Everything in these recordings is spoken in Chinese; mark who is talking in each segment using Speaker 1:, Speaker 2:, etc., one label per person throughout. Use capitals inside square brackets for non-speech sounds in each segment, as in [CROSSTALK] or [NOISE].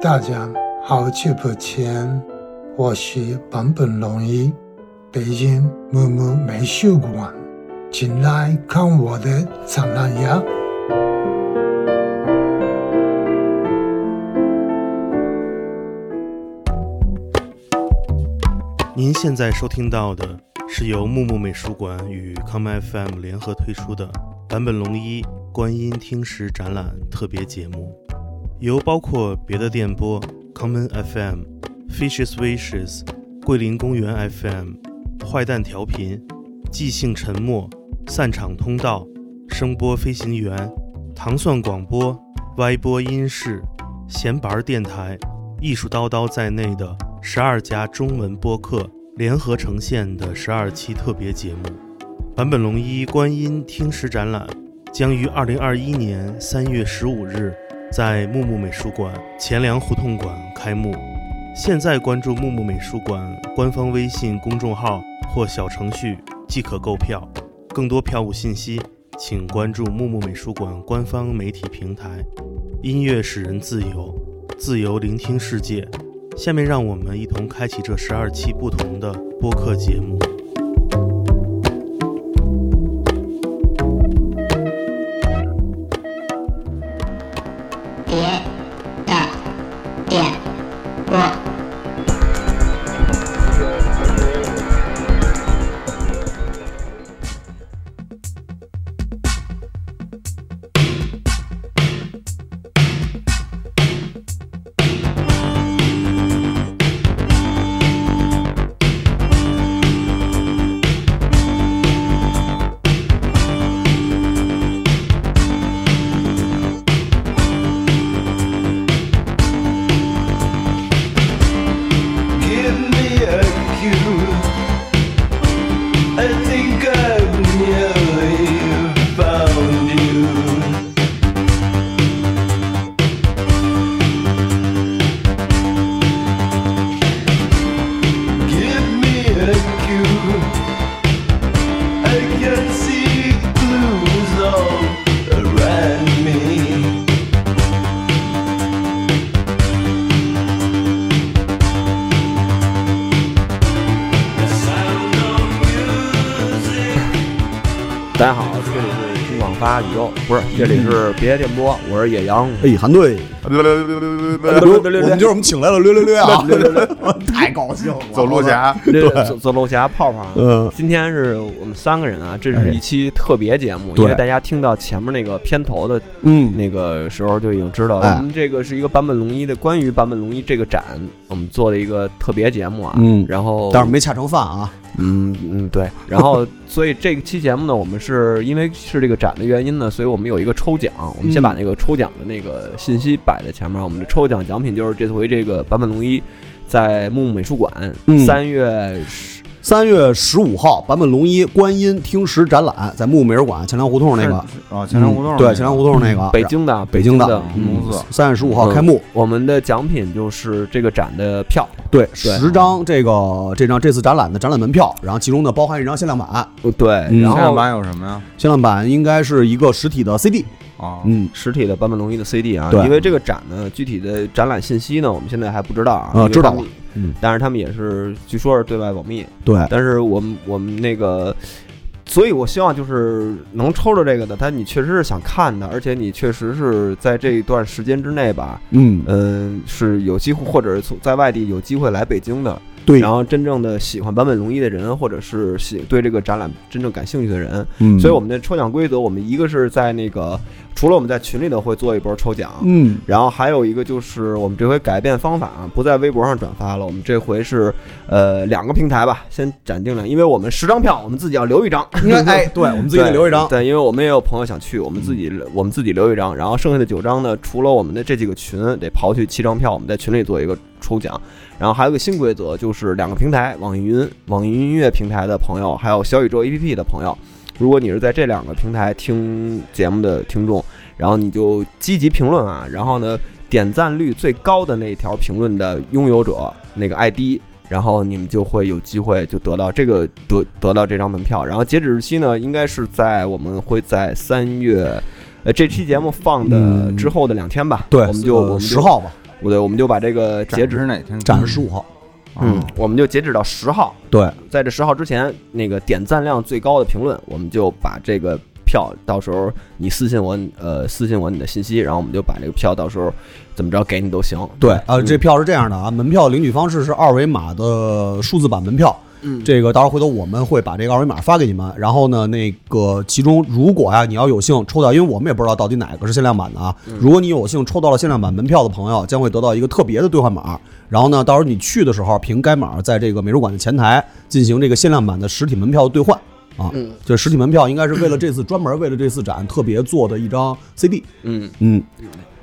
Speaker 1: 大家好久不见，我是坂本龙一，北京木木美术馆，请来看我的展览呀！
Speaker 2: 您现在收听到的是由木木美术馆与康麦 FM 联合推出的坂本龙一观音听石展览特别节目，由包括别的电波 Common FM、Fishes Wishes、桂林公园 FM、坏蛋调频、即兴沉默、散场通道、声波飞行员、糖蒜广播、歪播音室、闲板儿电台、艺术叨叨在内的十二家中文播客联合呈现的十二期特别节目。坂本龙一观音听石展览将于二零二一年三月十五日在木木美术馆钱粮胡同馆开幕。现在关注木木美术馆官方微信公众号或小程序即可购票。更多票务信息，请关注木木美术馆官方媒体平台。音乐使人自由，自由聆听世界。下面让我们一同开启这十二期不同的播客节目。
Speaker 3: 别的点播，
Speaker 4: Give me a cue. I think I've nearly found you. Give me a cue. I can see clues all around me. Music.
Speaker 5: 大家好，这里是新网发宇宙，嗯不是，这里是别的电波，我是野 [LAUGHS] 羊。
Speaker 6: 哎，韩队，
Speaker 5: 溜溜
Speaker 6: 我
Speaker 5: 溜
Speaker 6: 们就是我们请来了六六六啊，太高兴了，
Speaker 7: 走路侠，
Speaker 5: 溜，走走漏侠泡泡。
Speaker 6: 嗯，
Speaker 5: 今天是我们三个人啊，这是一期特别节目，
Speaker 6: 对
Speaker 5: 因为大家听到前面那个片头的
Speaker 6: 嗯，
Speaker 5: 那个时候就已经知道，
Speaker 6: 哎
Speaker 5: 我们这个是一个坂本龙一的关于坂本龙一这个展，我们做的一个特别节目啊。
Speaker 6: 嗯
Speaker 5: 然后
Speaker 6: 但是没恰成饭啊，
Speaker 5: 嗯嗯，对。然 [LAUGHS] 后，所以这期节目呢，我们是因为是这个展的原因呢，所以我们有一个抽奖。我们先把那个抽奖的那个信息摆在前面。我们的抽奖奖品就是这回这个坂本龙一在木木美术馆
Speaker 6: 嗯
Speaker 5: 三月十
Speaker 6: 三月十五号，坂本龙一观音听石展览在木美术馆前粮胡同那个
Speaker 7: 啊，前粮胡同，
Speaker 6: 嗯对前粮胡同那个
Speaker 5: 啊北京的嗯
Speaker 6: 北
Speaker 5: 京
Speaker 6: 京的
Speaker 7: 公司
Speaker 6: 三月十五号开幕，
Speaker 5: 我们的奖品就是这个展的票，
Speaker 6: 对，十张这个这张这次展览的展览门票，然后其中呢包含一张限量版，
Speaker 5: 对。然
Speaker 7: 现在
Speaker 5: 后
Speaker 7: 版有什么呀？
Speaker 6: 限量版应该是一个实体的 CD，
Speaker 7: 啊，
Speaker 6: 嗯
Speaker 5: 实体的坂本龙一的 CD 啊，
Speaker 6: 对
Speaker 5: 因为这个展呢，具体的展览信息呢，我们现在还不知道啊，
Speaker 6: 啊
Speaker 5: 因为
Speaker 6: 知道
Speaker 5: 他们
Speaker 6: 了嗯，
Speaker 5: 但是他们也是据说是对外保密，
Speaker 6: 对，
Speaker 5: 但是我们我们那个，所以我希望就是能抽着这个的，但你确实是想看的，而且你确实是在这一段时间之内吧，
Speaker 6: 嗯，
Speaker 5: 嗯、是有机会或者是从在外地有机会来北京的，
Speaker 6: 对，
Speaker 5: 然后真正的喜欢坂本龙一的人，或者是喜对这个展览真正感兴趣的人，
Speaker 6: 嗯，
Speaker 5: 所以我们的抽奖规则，我们一个是在那个除了我们在群里头会做一波抽奖，
Speaker 6: 嗯
Speaker 5: 然后还有一个就是我们这回改变方法啊，不在微博上转发了，我们这回是呃两个平台吧，先暂定了，因为我们十张票，我们自己要留一
Speaker 6: [LAUGHS]
Speaker 5: 张，
Speaker 6: 应该哎，对我们自己得留一张，嗯
Speaker 5: 对，因为我们也有朋友想去，我们自己我们自己留一张，然后剩下的九张呢，除了我们的这几个群得刨去七张票，我们在群里做一个抽奖，然后还有一个新规则，就是两个平台，网易云、网易云音乐平台的朋友，还有小宇宙 APP 的朋友，如果你是在这两个平台听节目的听众，然后你就积极评论啊，然后呢，点赞率最高的那一条评论的拥有者那个 ID。然后你们就会有机会就得到这个得得到这张门票。然后截止日期呢，应该是在我们会在三月，呃，这期节目放的
Speaker 6: 嗯
Speaker 5: 之后的两天吧。
Speaker 6: 对，呃
Speaker 5: 我们就我们就
Speaker 6: 十号吧，
Speaker 5: 我对，我们就把这个截
Speaker 7: 截
Speaker 5: 止，
Speaker 7: 止哪天？
Speaker 6: 展示十五号，
Speaker 5: 嗯，我们就截止到十号，
Speaker 6: 对，
Speaker 5: 在这十号之前，那个点赞量最高的评论，我们就把这个票，到时候你私信我，呃，私信我你的信息，然后我们就把这个票到时候怎么着给你都行。
Speaker 6: 对，呃，
Speaker 5: 嗯
Speaker 6: 这票是这样的啊，门票领取方式是二维码的数字版门票。
Speaker 5: 嗯
Speaker 6: 这个到时候回头我们会把这个二维码发给你们。然后呢，那个其中如果啊你要有幸抽到，因为我们也不知道到底哪个是限量版的啊。
Speaker 5: 嗯
Speaker 6: 如果你有幸抽到了限量版门票的朋友，将会得到一个特别的兑换码。然后呢，到时候你去的时候，凭该码在这个美术馆的前台进行这个限量版的实体门票兑换。啊，
Speaker 5: 嗯
Speaker 6: 这实体门票应该是为了这次专门为了这次展特别做的一张 CD。
Speaker 5: 嗯，
Speaker 6: 嗯，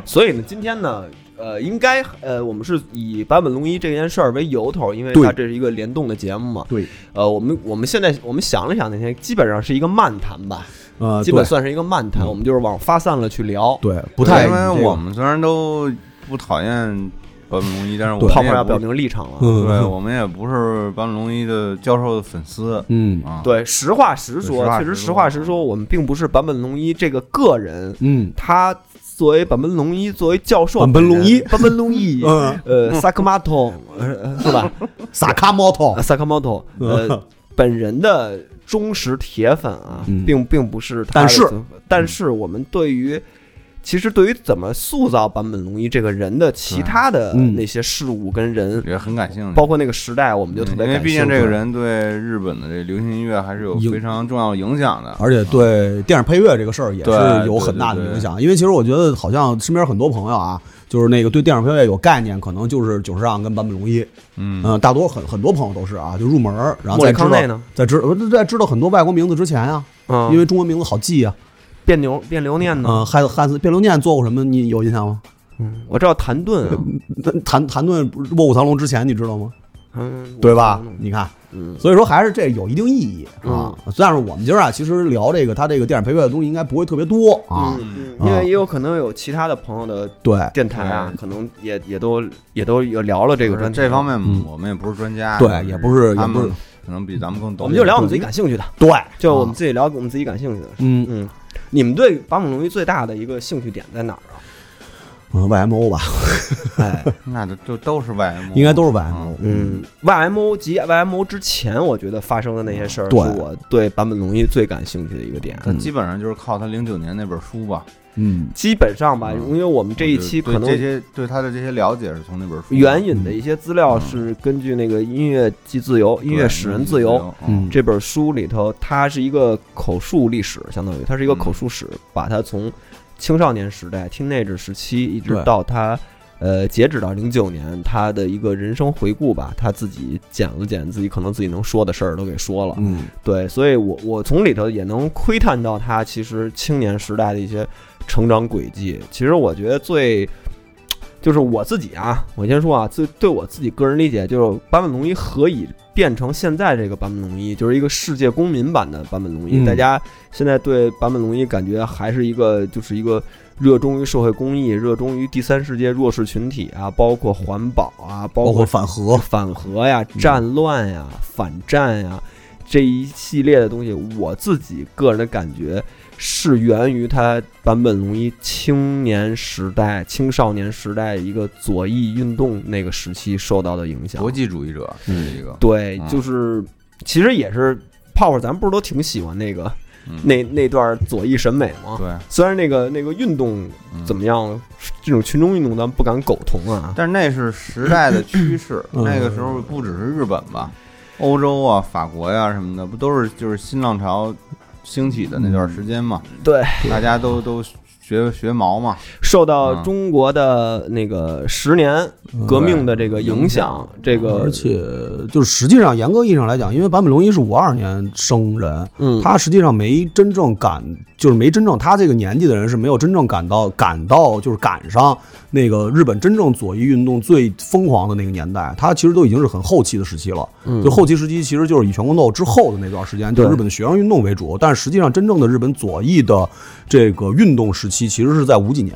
Speaker 5: 所以呢，今天呢。呃，应该呃，我们是以坂本龙一这件事儿为由头，因为
Speaker 6: 对
Speaker 5: 它这是一个联动的节目嘛。
Speaker 6: 对，
Speaker 5: 呃，我们我们现在我们想了想，那天基本上是一个漫谈吧，
Speaker 6: 呃，
Speaker 5: 基本
Speaker 6: 对嗯
Speaker 5: 算是一个漫谈，我们就是往发散了去聊。
Speaker 6: 对，不太
Speaker 7: 因为
Speaker 6: 这个
Speaker 7: 我们虽然都不讨厌坂本龙一，但是我
Speaker 5: 泡
Speaker 7: 们也
Speaker 5: 泡要表
Speaker 7: 不
Speaker 5: 明立场了。
Speaker 7: [LAUGHS]
Speaker 6: 嗯
Speaker 7: 对，我们也不是坂本龙一的教授的粉丝
Speaker 6: 嗯
Speaker 7: 啊。
Speaker 5: 对，实话实说，
Speaker 7: 对
Speaker 5: 确实实
Speaker 7: 实
Speaker 5: 话
Speaker 7: 话
Speaker 5: 实
Speaker 7: 实
Speaker 5: 说，我们并不是坂本龙一这个个人，
Speaker 6: 嗯
Speaker 5: 他作为坂本龙一作为教授
Speaker 6: 坂本龙
Speaker 5: 本
Speaker 6: 一，
Speaker 5: 人坂本龙一
Speaker 6: [LAUGHS] 嗯，
Speaker 5: 呃，萨克马托
Speaker 7: [LAUGHS]
Speaker 5: 是吧？
Speaker 6: 萨卡摩托
Speaker 5: 啊，萨克马托，呃，本人的忠实铁粉啊
Speaker 6: 嗯，
Speaker 5: 并并不是他的，
Speaker 6: 但是
Speaker 5: 但是我们对于。其实，对于怎么塑造坂本龙一这个人的其他的
Speaker 6: 嗯
Speaker 5: 那些事物跟人，
Speaker 7: 啊也很感兴趣，
Speaker 5: 包括那个时代，我们就特别
Speaker 7: 嗯因为
Speaker 5: 感
Speaker 7: 毕竟
Speaker 5: 兴
Speaker 7: 这个
Speaker 5: 趣
Speaker 7: 人对日本的这流行音乐还是有
Speaker 6: 影
Speaker 7: 非常重要的影响的。
Speaker 6: 而且对电影配乐这个事儿也
Speaker 7: 对
Speaker 6: 是有
Speaker 7: 对
Speaker 6: 很
Speaker 7: 对
Speaker 6: 大的
Speaker 7: 对
Speaker 6: 影响，因为其实我觉得好像身边很多朋友啊，就是那个对电影配乐有概念，可能就是久石让跟坂本龙一，
Speaker 7: 嗯
Speaker 6: 嗯，大多很很多朋友都是啊，就入门儿，然后
Speaker 5: 莫
Speaker 6: 再
Speaker 5: 里
Speaker 6: 知
Speaker 5: 康内
Speaker 6: 道
Speaker 5: 呢，
Speaker 6: 在知呃在知道很多外国名字之前啊，
Speaker 5: 嗯
Speaker 6: 因为中文名字好记啊，
Speaker 5: 变流变流念呢，
Speaker 6: 嗯，汉汉斯变流念做过什么，你有印象吗？嗯
Speaker 5: 我知道谭盾啊，
Speaker 6: 那谭谭盾《卧虎藏龙》之前你知道吗？
Speaker 5: 嗯，
Speaker 6: 对吧？你看，
Speaker 5: 嗯
Speaker 6: 所以说还是这有一定意义啊。但是我们今儿啊，其实聊这个他这个电影配乐的东西应该不会特别多啊。
Speaker 5: 嗯，因为也有可能有其他的朋友的
Speaker 6: 对，
Speaker 5: 电台啊，可能也也都也都有聊了这个专题
Speaker 7: 这方，面
Speaker 6: 嗯
Speaker 7: 我们也不是专家，
Speaker 6: 对也不是
Speaker 7: 他们
Speaker 6: 也不是
Speaker 7: 可能比咱们更懂。
Speaker 5: 我们就聊我们自己感兴趣的，
Speaker 6: 对，
Speaker 5: 就我们自己聊我们自己感兴趣的。
Speaker 6: 嗯
Speaker 5: 嗯，你们对坂本龙一最大的一个兴趣点在哪儿啊？
Speaker 6: 嗯 YMO 吧，
Speaker 5: 哎，
Speaker 7: 那就就都是外幕，
Speaker 6: 应该都是 YMO。
Speaker 5: 嗯，YMO 及 YMO 之前，我觉得发生的那些事儿，是
Speaker 6: 对
Speaker 5: 我对坂本龙一最感兴趣的一个点。
Speaker 7: 他基本上就是靠他零九年那本书吧。
Speaker 6: 嗯，
Speaker 5: 基本上吧，
Speaker 7: 嗯
Speaker 5: 因为我们这一期
Speaker 7: 对
Speaker 5: 可能
Speaker 7: 这些对他的这些了解是从那本书
Speaker 5: 援引的一些资料是根据那个《音乐即自由》《音乐使人自由》，
Speaker 6: 嗯
Speaker 5: 这本书里头，它是一个口述历史，相当于它是一个
Speaker 7: 嗯
Speaker 5: 口述史，把它从青少年时代、teenage 时期，一直
Speaker 6: 对
Speaker 5: 到他呃截止到零九年，他的一个人生回顾吧，他自己剪了剪自己可能自己能说的事儿都给说了。
Speaker 6: 嗯，
Speaker 5: 对，所以我我从里头也能窥探到他其实青年时代的一些成长轨迹。其实我觉得最就是我自己啊，我先说啊，最对我自己个人理解，就是坂本龙一何以变成现在这个坂本龙一，就是一个世界公民版的坂本龙一。
Speaker 6: 嗯
Speaker 5: 大家现在对坂本龙一感觉还是一个就是一个热衷于社会公益、热衷于第三世界弱势群体啊，包括环保啊，包
Speaker 6: 包
Speaker 5: 括
Speaker 6: 括反
Speaker 5: [LAUGHS]
Speaker 6: 核，
Speaker 5: 反核呀、
Speaker 7: 嗯
Speaker 5: 战乱呀、反战呀这一系列的东西，我自己个人的感觉是源于他坂本龙一青年时代、青少年时代一个左翼运动那个时期受到的影响
Speaker 7: 国。际主义者是一个
Speaker 5: 对
Speaker 7: 嗯，
Speaker 5: 就是其实也是泡泡，咱们不是都挺喜欢那个
Speaker 7: 嗯
Speaker 5: 那那段左翼审美吗？
Speaker 7: 对
Speaker 5: 虽然那个那个运动
Speaker 7: 嗯
Speaker 5: 怎么样，这种群众运动咱们不敢苟同啊。
Speaker 7: 但是那是时代的趋势，
Speaker 6: 嗯
Speaker 7: 那个时候不只是日本吧，欧洲啊、法国呀、什么的，不都是就是新浪潮兴起的那段时间嘛？
Speaker 5: 对，
Speaker 7: 大家都都学学毛嘛，
Speaker 5: 受到
Speaker 7: 嗯
Speaker 5: 中国的那个十年革命的这个影响，这个
Speaker 6: 而且就是实际上严格意义上来讲，因为坂本龙一是五二年生人，
Speaker 5: 嗯，
Speaker 6: 他实际上没真正感，就是没真正他这个年纪的人是没有真正感到感到就是赶上那个日本真正左翼运动最疯狂的那个年代，他其实都已经是很后期的时期了。
Speaker 5: 嗯
Speaker 6: 就后期时期其实就是以全国斗之后的那段时间，就是
Speaker 5: 对
Speaker 6: 日本的学生运动为主，但实际上真正的日本左翼的这个运动时期其实是在五几年。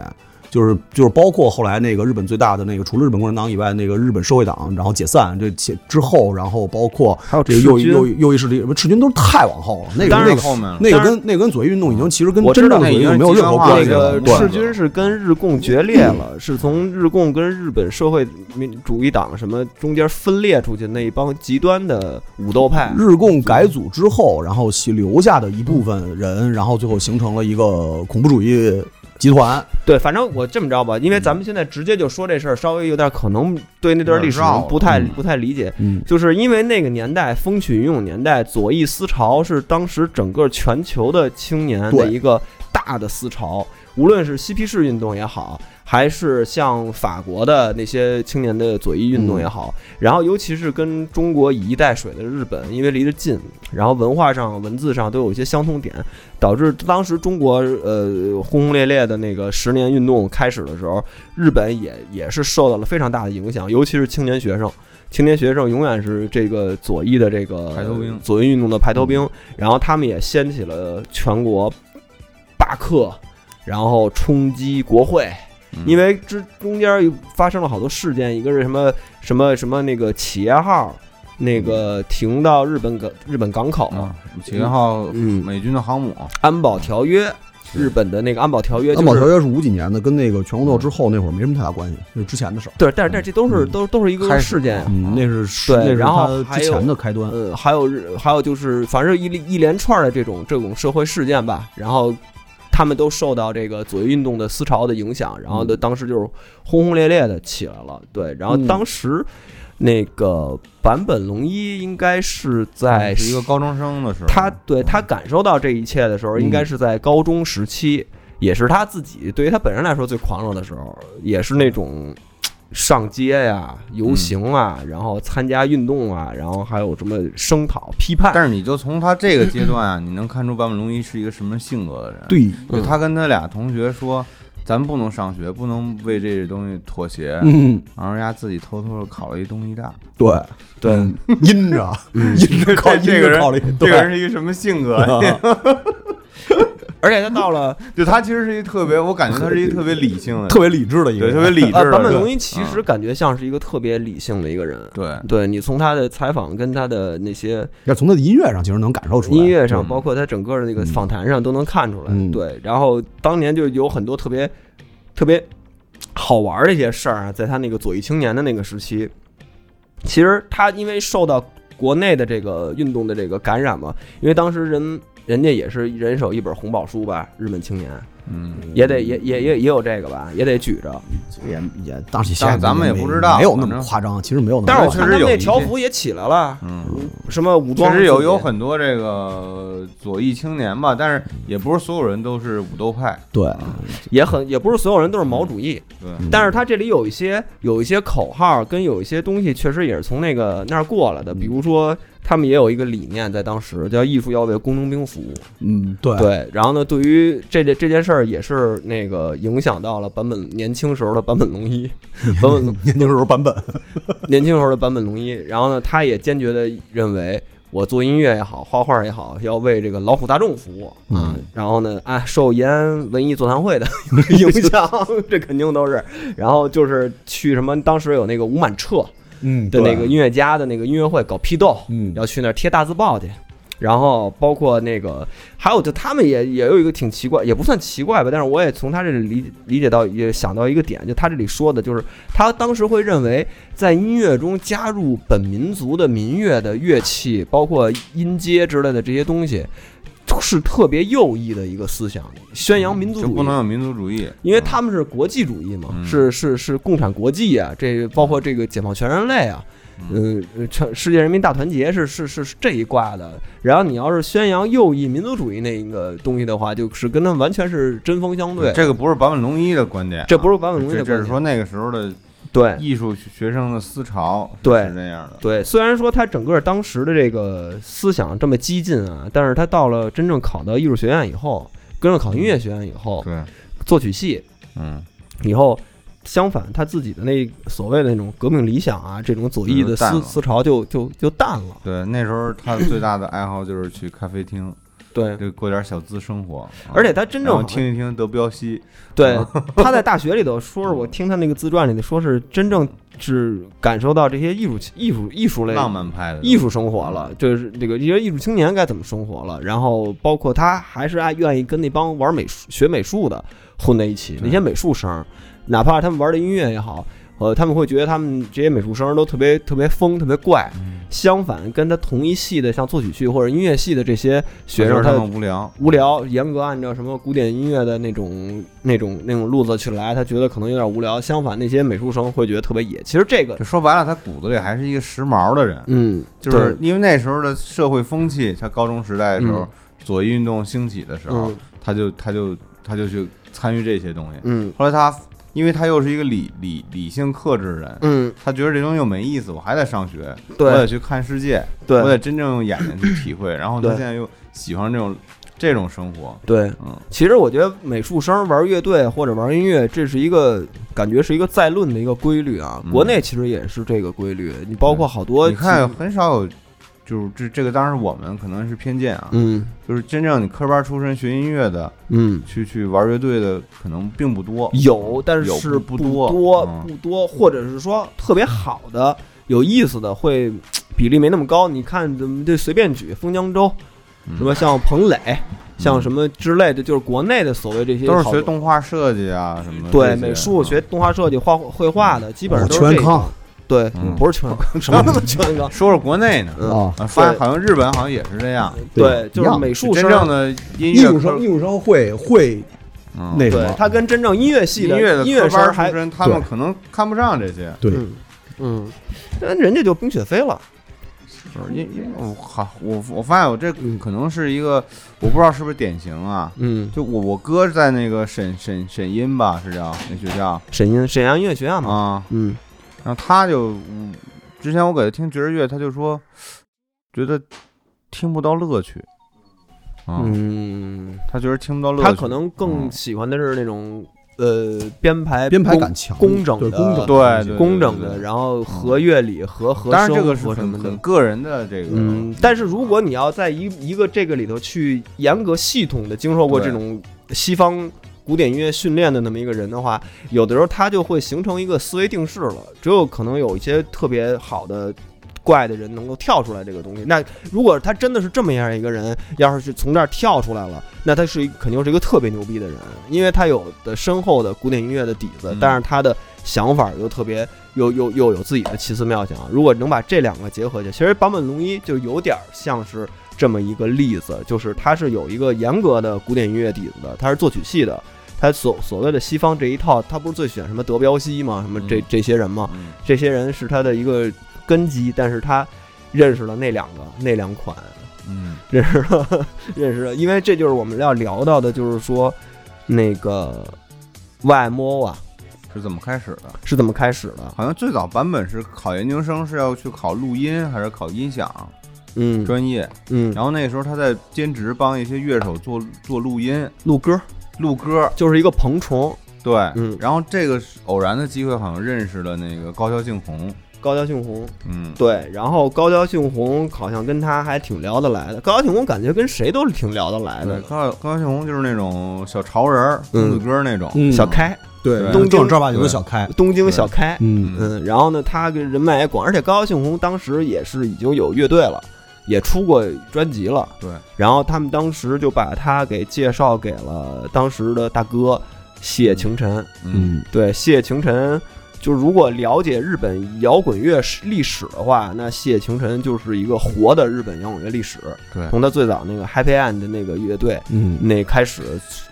Speaker 6: 就是就是包括后来那个日本最大的那个，除了日本共产党以外，那个日本社会党，然后解散这且之后，然后包括
Speaker 5: 还有
Speaker 6: 这个
Speaker 5: 赤
Speaker 6: 右翼
Speaker 5: 军
Speaker 6: 右翼右翼势力，不赤军都是太往后了，那个
Speaker 7: 当然
Speaker 6: 那个
Speaker 7: 后面了
Speaker 6: 那个
Speaker 5: 当然
Speaker 6: 跟那个跟左翼运动已经其实跟
Speaker 5: 我知
Speaker 6: 真
Speaker 5: 道
Speaker 6: 正的左翼运动没有任何
Speaker 7: 那
Speaker 6: 关
Speaker 5: 那
Speaker 6: 系
Speaker 5: 个
Speaker 6: 了，
Speaker 7: 对
Speaker 5: 赤军是跟日共决裂了，是从日共跟日本社会民主义党什么中间分裂出去那一帮极端的武斗派。
Speaker 6: 日共改组之后，然后其留下的一部分人，然后最后形成了一个恐怖主义集团。
Speaker 5: 对，反正我这么着吧，因为咱们现在直接就说这事儿，稍微有点可能对那段历史
Speaker 7: 有点绕了
Speaker 5: 不太
Speaker 6: 嗯
Speaker 5: 不太理解。
Speaker 6: 嗯，
Speaker 5: 就是因为那个年代风起云涌年代，左翼思潮是当时整个全球的青年的
Speaker 6: 对
Speaker 5: 一个大的思潮，无论是嬉皮士运动也好，还是像法国的那些青年的左翼运动
Speaker 7: 嗯
Speaker 5: 也好，然后尤其是跟中国以一带水的日本，因为离得近，然后文化上、文字上都有一些相通点，导致当时中国呃轰轰烈烈的那个十年运动开始的时候，日本也也是受到了非常大的影响，尤其是青年学生。青年学生永远是这个左翼的这个
Speaker 7: 排头兵
Speaker 5: 左翼运动的排头兵，然后他们也掀起了全国罢课，然后冲击国会，
Speaker 7: 嗯
Speaker 5: 因为之中间发生了好多事件，一个是什么什么什么那个企业号那个停到日本港日本港口，
Speaker 7: 嗯啊，企业号
Speaker 5: 嗯，
Speaker 7: 美军的航母，
Speaker 5: 安保条约，日本的那个安保条约、就是，
Speaker 6: 安保条约是五几年的，跟那个全国斗之后那会儿没什么太大关系，就是之前的事儿。
Speaker 5: 对，但是但是这都是、都都是一个
Speaker 7: 开始
Speaker 5: 事件，
Speaker 6: 嗯，那是
Speaker 5: 对
Speaker 6: 那是
Speaker 5: 然后
Speaker 6: 他之前的开端。
Speaker 5: 呃，还有日，还有就是，反正一连一连串的这种这种社会事件吧，然后他们都受到这个左翼运动的思潮的影响，然后的当时就是轰轰烈烈的起来了，对，然后
Speaker 6: 嗯
Speaker 5: 当时那个坂本龙一应该是在
Speaker 7: 嗯是一个高中生的时候，
Speaker 5: 哎他对他感受到这一切的时候，
Speaker 6: 嗯
Speaker 5: 应该是在高中时期，也是他自己对于他本人来说最狂热的时候，也是那种嘖上街呀、
Speaker 7: 嗯
Speaker 5: 游行啊，然后参加运动啊，然后还有什么声讨、批判。
Speaker 7: 但是你就从他这个阶段啊，你能看出坂本龙一是一个什么性格的人。
Speaker 6: 对，嗯
Speaker 7: 就他跟他俩同学说，咱不能上学，不能为这些东西妥协。
Speaker 6: 嗯，
Speaker 7: 然后人家自己偷偷的考了一东医大。
Speaker 6: 对，
Speaker 5: 对，
Speaker 6: [LAUGHS] 阴着， [LAUGHS] 阴着靠，阴
Speaker 7: [LAUGHS] 这个
Speaker 6: 着
Speaker 7: 人
Speaker 6: 靠了一，，
Speaker 7: 这个人
Speaker 6: 对，啊
Speaker 7: 是一个什么性格呀？
Speaker 5: 啊而且他到了
Speaker 7: [LAUGHS] 就他其实是一特别，我感觉他是一特别理性的人，
Speaker 6: [LAUGHS] 特别理智的一个
Speaker 7: 对，嗯特
Speaker 6: 人，
Speaker 7: 别 [LAUGHS] 理智的
Speaker 5: 呃，
Speaker 7: 人。
Speaker 5: 坂本龙一其实感觉像是一个特别理性的一个人。
Speaker 7: 对，
Speaker 5: 对你从他的采访跟他的那些
Speaker 6: 要从他的音乐上其实能感受出来。
Speaker 5: 音乐上，
Speaker 7: 嗯
Speaker 5: 包括他整个的那个访谈上都能看出来。
Speaker 6: 嗯
Speaker 5: 对，然后当年就有很多特别特别好玩的一些事儿啊，在他那个左翼青年的那个时期，其实他因为受到国内的这个运动的这个感染嘛，因为当时人人家也是人手一本红宝书吧，日本青年
Speaker 7: 嗯，
Speaker 5: 也得也也也也有这个吧，也得举着。
Speaker 6: 也也，但是现在
Speaker 7: 咱们也
Speaker 6: 没
Speaker 7: 不知道
Speaker 6: 没有那
Speaker 7: 反
Speaker 6: 么
Speaker 7: 正
Speaker 6: 夸张，其实没有那么。
Speaker 5: 但是我
Speaker 7: 确
Speaker 5: 看
Speaker 7: 实
Speaker 5: 他们
Speaker 7: 有
Speaker 5: 那
Speaker 7: 一
Speaker 5: 条
Speaker 7: 些
Speaker 5: 幅也起来了，
Speaker 7: 嗯，
Speaker 5: 什么武
Speaker 7: 确
Speaker 5: 装
Speaker 7: 实有有
Speaker 5: 分
Speaker 7: 很多这个左翼青年吧，但是也不是所有人都是武斗派。
Speaker 6: 对，
Speaker 7: 嗯
Speaker 5: 别也很也不是所有人都是毛主义，
Speaker 7: 对，
Speaker 6: 嗯
Speaker 5: 但是他这里有一些有一些口号，跟有一些东西确实也是从那个那儿过来
Speaker 6: 嗯
Speaker 5: 的。比如说，他们也有一个理念，在当时叫“艺术要为工农兵服务
Speaker 6: 嗯，”。对，
Speaker 5: 对，然后呢，对于这件这件事儿，也是那个影响到了坂本年轻时候的坂本龙
Speaker 6: [LAUGHS]
Speaker 5: 一，坂本龙
Speaker 6: 年轻时候版本，
Speaker 5: 年轻时候的坂本龙一。然后呢，他也坚决的认为，我做音乐也好，画画也好，要为这个老虎大众服务
Speaker 6: 嗯
Speaker 5: 啊。然后呢，啊，受延安文艺座谈会的
Speaker 6: [LAUGHS]
Speaker 5: 影响，这肯定都是。然后就是去什么，当时有那个吴满彻
Speaker 6: 嗯
Speaker 5: 的那个音乐家的那个音乐会搞批斗，
Speaker 6: 嗯
Speaker 5: 要去那儿贴大字报去。然后包括那个，还有就他们也也有一个挺奇怪，也不算奇怪吧，但是我也从他这里理理解到，也想到一个点，就他这里说的，就是他当时会认为，在音乐中加入本民族的民乐的乐器，包括音阶之类的这些东西，是特别右翼的一个思想，宣扬民族
Speaker 7: 就
Speaker 5: 主义，
Speaker 7: 不能有民族主义，
Speaker 5: 因为他们是国际主义嘛，
Speaker 7: 嗯
Speaker 5: 是是是共产国际啊，这包括这个解放全人类啊，嗯，呃全世界人民大团结是是是是这一挂的。然后你要是宣扬右翼民族主义那个东西的话，就是跟他们完全是针锋相对。
Speaker 7: 这个不是坂本龙一的观点，
Speaker 5: 这不是坂本龙一
Speaker 7: 这
Speaker 5: 的
Speaker 7: 这
Speaker 5: 观
Speaker 7: 是
Speaker 5: 点，
Speaker 7: 说那个时候的
Speaker 5: 对
Speaker 7: 艺术学生的思潮是
Speaker 5: 对
Speaker 7: 是这样的。
Speaker 5: 对。虽然说他整个当时的这个思想这么激进啊，但是他到了真正考到艺术学院以后，跟着考音乐学院以后，
Speaker 7: 对，
Speaker 5: 作曲系
Speaker 7: 嗯，
Speaker 5: 以后，相反，他自己的那所谓的那种革命理想啊，这种左翼的
Speaker 7: 嗯淡
Speaker 5: 思
Speaker 7: 了
Speaker 5: 思潮就就就淡了。
Speaker 7: 对，那时候他最大的爱好就是去咖啡厅，
Speaker 5: 对
Speaker 7: 就过点小资生活。啊
Speaker 5: 而且他真正
Speaker 7: 然后听嗯一听德彪西，
Speaker 5: 对，他在大学里头说是，我听他那个自传里头说是真正是感受到这些艺术艺术艺术类
Speaker 7: 浪漫派的
Speaker 5: 艺术生活
Speaker 7: 嗯
Speaker 5: 了，就是这个一些艺术青年该怎么生活了，然后包括他还是爱愿意跟那帮玩美术、学美术的混在一起，那些美术生，哪怕他们玩的音乐也好，呃，他们会觉得他们这些美术生都特别特别疯、特别怪。
Speaker 7: 嗯
Speaker 5: 相反，跟他同一系的，像作曲系或者音乐系的这些学
Speaker 7: 觉
Speaker 5: 生，
Speaker 7: 得
Speaker 5: 他
Speaker 7: 他们无聊，
Speaker 5: 无聊，严格按照什么古典音乐的那种、那种、那种路子去来，他觉得可能有点无聊。相反，那些美术生会觉得特别野。其实这个，
Speaker 7: 就说白了，他骨子里还是一个时髦的人，
Speaker 5: 嗯，
Speaker 7: 就是因为那时候的社会风气，他高中时代的时候
Speaker 5: 嗯，
Speaker 7: 左翼运动兴起的时候，
Speaker 5: 嗯
Speaker 7: 他就他就他就去参与这些东西。
Speaker 5: 嗯
Speaker 7: 后来他，因为他又是一个理理理性克制的人，
Speaker 5: 嗯，
Speaker 7: 他觉得这东西又没意思，我还得上学，我得
Speaker 5: 对
Speaker 7: 去看世界，我
Speaker 5: 对
Speaker 7: 得真正用眼睛去体会。然后他
Speaker 5: 对
Speaker 7: 现在又喜欢这种这种生活，
Speaker 5: 对。
Speaker 7: 嗯，
Speaker 5: 其实我觉得美术生玩乐队或者玩音乐，这是一个感觉是一个再论的一个规律啊。
Speaker 7: 嗯
Speaker 5: 国内其实也是这个规律，你包括好多
Speaker 7: 你看，很少有，就是这这个当然我们可能是偏见啊，
Speaker 5: 嗯
Speaker 7: 就是真正你科班出身学音乐的，
Speaker 5: 嗯，
Speaker 7: 去去玩乐队的可能并不多，
Speaker 5: 有，但
Speaker 7: 有
Speaker 5: 是
Speaker 7: 不
Speaker 5: 多
Speaker 7: 多
Speaker 5: 多
Speaker 7: 嗯
Speaker 5: 不多，或者是说特别好的、有意思的，会嘖比例没那么高。你看，咱们就随便举封江州，
Speaker 7: 嗯
Speaker 5: 什么像彭磊，像什么之类的，就是国内的所谓这些
Speaker 7: 都是
Speaker 5: 好
Speaker 7: 学动画设计啊什么的这些，
Speaker 5: 对美
Speaker 7: 嗯
Speaker 5: 术、学动画设计、画绘画的，基本上
Speaker 6: 哦
Speaker 5: 都是
Speaker 6: 全
Speaker 5: 这一
Speaker 6: 康
Speaker 5: 行对，
Speaker 7: 嗯
Speaker 5: 不
Speaker 7: [LAUGHS]
Speaker 5: 是全康，什么都全康。
Speaker 7: 说说国内呢，
Speaker 5: 嗯
Speaker 6: 啊，
Speaker 7: 啊，发现好像日本好像也是这样，
Speaker 5: 对，
Speaker 6: 一
Speaker 5: 就是
Speaker 6: 样
Speaker 5: 美
Speaker 7: 就
Speaker 5: 术
Speaker 7: 真
Speaker 5: 生，
Speaker 7: 正的音
Speaker 6: 艺
Speaker 7: 乐
Speaker 6: 术
Speaker 7: 科
Speaker 6: 生艺术生会会
Speaker 7: 嗯
Speaker 6: 那什
Speaker 5: 对
Speaker 6: 么，
Speaker 5: 他跟真正音乐系
Speaker 7: 音乐的
Speaker 5: 音乐
Speaker 7: 科班
Speaker 5: 生
Speaker 7: 出
Speaker 5: 还，
Speaker 7: 身，他们
Speaker 6: 对
Speaker 7: 可能看不上这些。
Speaker 6: 对
Speaker 5: 嗯嗯，但人家就冰雪飞了，
Speaker 7: 就是因因我靠，我我发现我这可能是一个，我不知道是不是典型啊。
Speaker 5: 嗯，
Speaker 7: 就我我哥在那个沈沈沈音吧，是叫那学校
Speaker 5: 沈音沈阳音乐学院嘛，
Speaker 7: 啊，
Speaker 5: 嗯
Speaker 7: 然后他就嗯之前我给他听爵士乐，他就说觉得听不到乐趣，啊，
Speaker 5: 嗯，
Speaker 7: 他觉得听不到乐趣，
Speaker 5: 他可能更
Speaker 7: 嗯
Speaker 5: 喜欢的是那种呃编排
Speaker 6: 编排
Speaker 5: 工
Speaker 6: 感强，
Speaker 5: 工整
Speaker 6: 对
Speaker 5: 的
Speaker 6: 工整的
Speaker 7: 对
Speaker 6: 东西
Speaker 7: 对
Speaker 5: 工整
Speaker 7: 对
Speaker 5: 的，
Speaker 7: 对
Speaker 5: 然后和乐理和和
Speaker 7: 当然
Speaker 5: 声
Speaker 7: 这个是
Speaker 5: 和什
Speaker 7: 很
Speaker 5: 么的
Speaker 7: 很。个人的这个，啊
Speaker 5: 嗯，但是如果你要在一一个这个里头去严格系统的经受过这
Speaker 7: 对
Speaker 5: 种西方古典音乐训练的那么一个人的话，有的时候他就会形成一个思维定式了。只有可能有一些特别好的。怪的人能够跳出来这个东西，那如果他真的是这么样一个人，要是从这儿跳出来了，那他是一肯定是一个特别牛逼的人，因为他有的深厚的古典音乐的底子
Speaker 7: 嗯，
Speaker 5: 但是他的想法又特别又又又有自己的奇思妙想。啊如果能把这两个结合起来，其实坂本龙一就有点像是这么一个例子，就是他是有一个严格的古典音乐底子的，他是作曲系的，他所所谓的西方这一套，他不是最喜欢什么德彪西嘛，什么这
Speaker 7: 嗯
Speaker 5: 这些人嘛，
Speaker 7: 嗯
Speaker 5: 这些人是他的一个根基，但是他认识了那两个那两款，
Speaker 7: 嗯，
Speaker 5: 认识了认识了，因为这就是我们要聊到的，就是说那个外摸啊
Speaker 7: 是怎么开始的？
Speaker 5: 是怎么开始的，
Speaker 7: 好像最早版本是考研究生是要去考录音还是考音响
Speaker 5: 嗯
Speaker 7: 专业，
Speaker 5: 嗯，
Speaker 7: 然后那时候他在兼职帮一些乐手做做录音、
Speaker 5: 录歌
Speaker 7: 录歌，
Speaker 5: 就是一个膨虫，
Speaker 7: 对，
Speaker 5: 嗯
Speaker 7: 然后这个是偶然的机会好像认识了那个高桥幸宏，
Speaker 5: 高桥幸宏。
Speaker 7: 嗯，
Speaker 5: 对，然后高桥幸宏好像跟他还挺聊得来的。高桥幸宏感觉跟谁都挺聊得来
Speaker 7: 对，
Speaker 5: 的。
Speaker 7: 高高桥幸宏就是那种小潮人儿、
Speaker 5: 嗯
Speaker 7: 公子哥那种，
Speaker 6: 嗯
Speaker 5: 小开，
Speaker 6: 对
Speaker 7: 对
Speaker 6: 正
Speaker 5: 东京
Speaker 6: 正儿八经的小开，
Speaker 5: 东京小开，
Speaker 6: 嗯，
Speaker 5: 嗯，然后呢，他跟人脉也广，而且高桥幸宏当时也是已经有乐队了，也出过专辑了。
Speaker 7: 对，
Speaker 5: 然后他们当时就把他给介绍给了当时的大哥谢晴臣。
Speaker 7: 嗯，
Speaker 5: 对，谢晴臣，就如果了解日本摇滚乐史历史的话，那谢晴臣就是一个活的日本摇滚乐历史。
Speaker 7: 对
Speaker 5: 从他最早那个 Happy End 的那个乐队，
Speaker 6: 嗯
Speaker 5: 那开始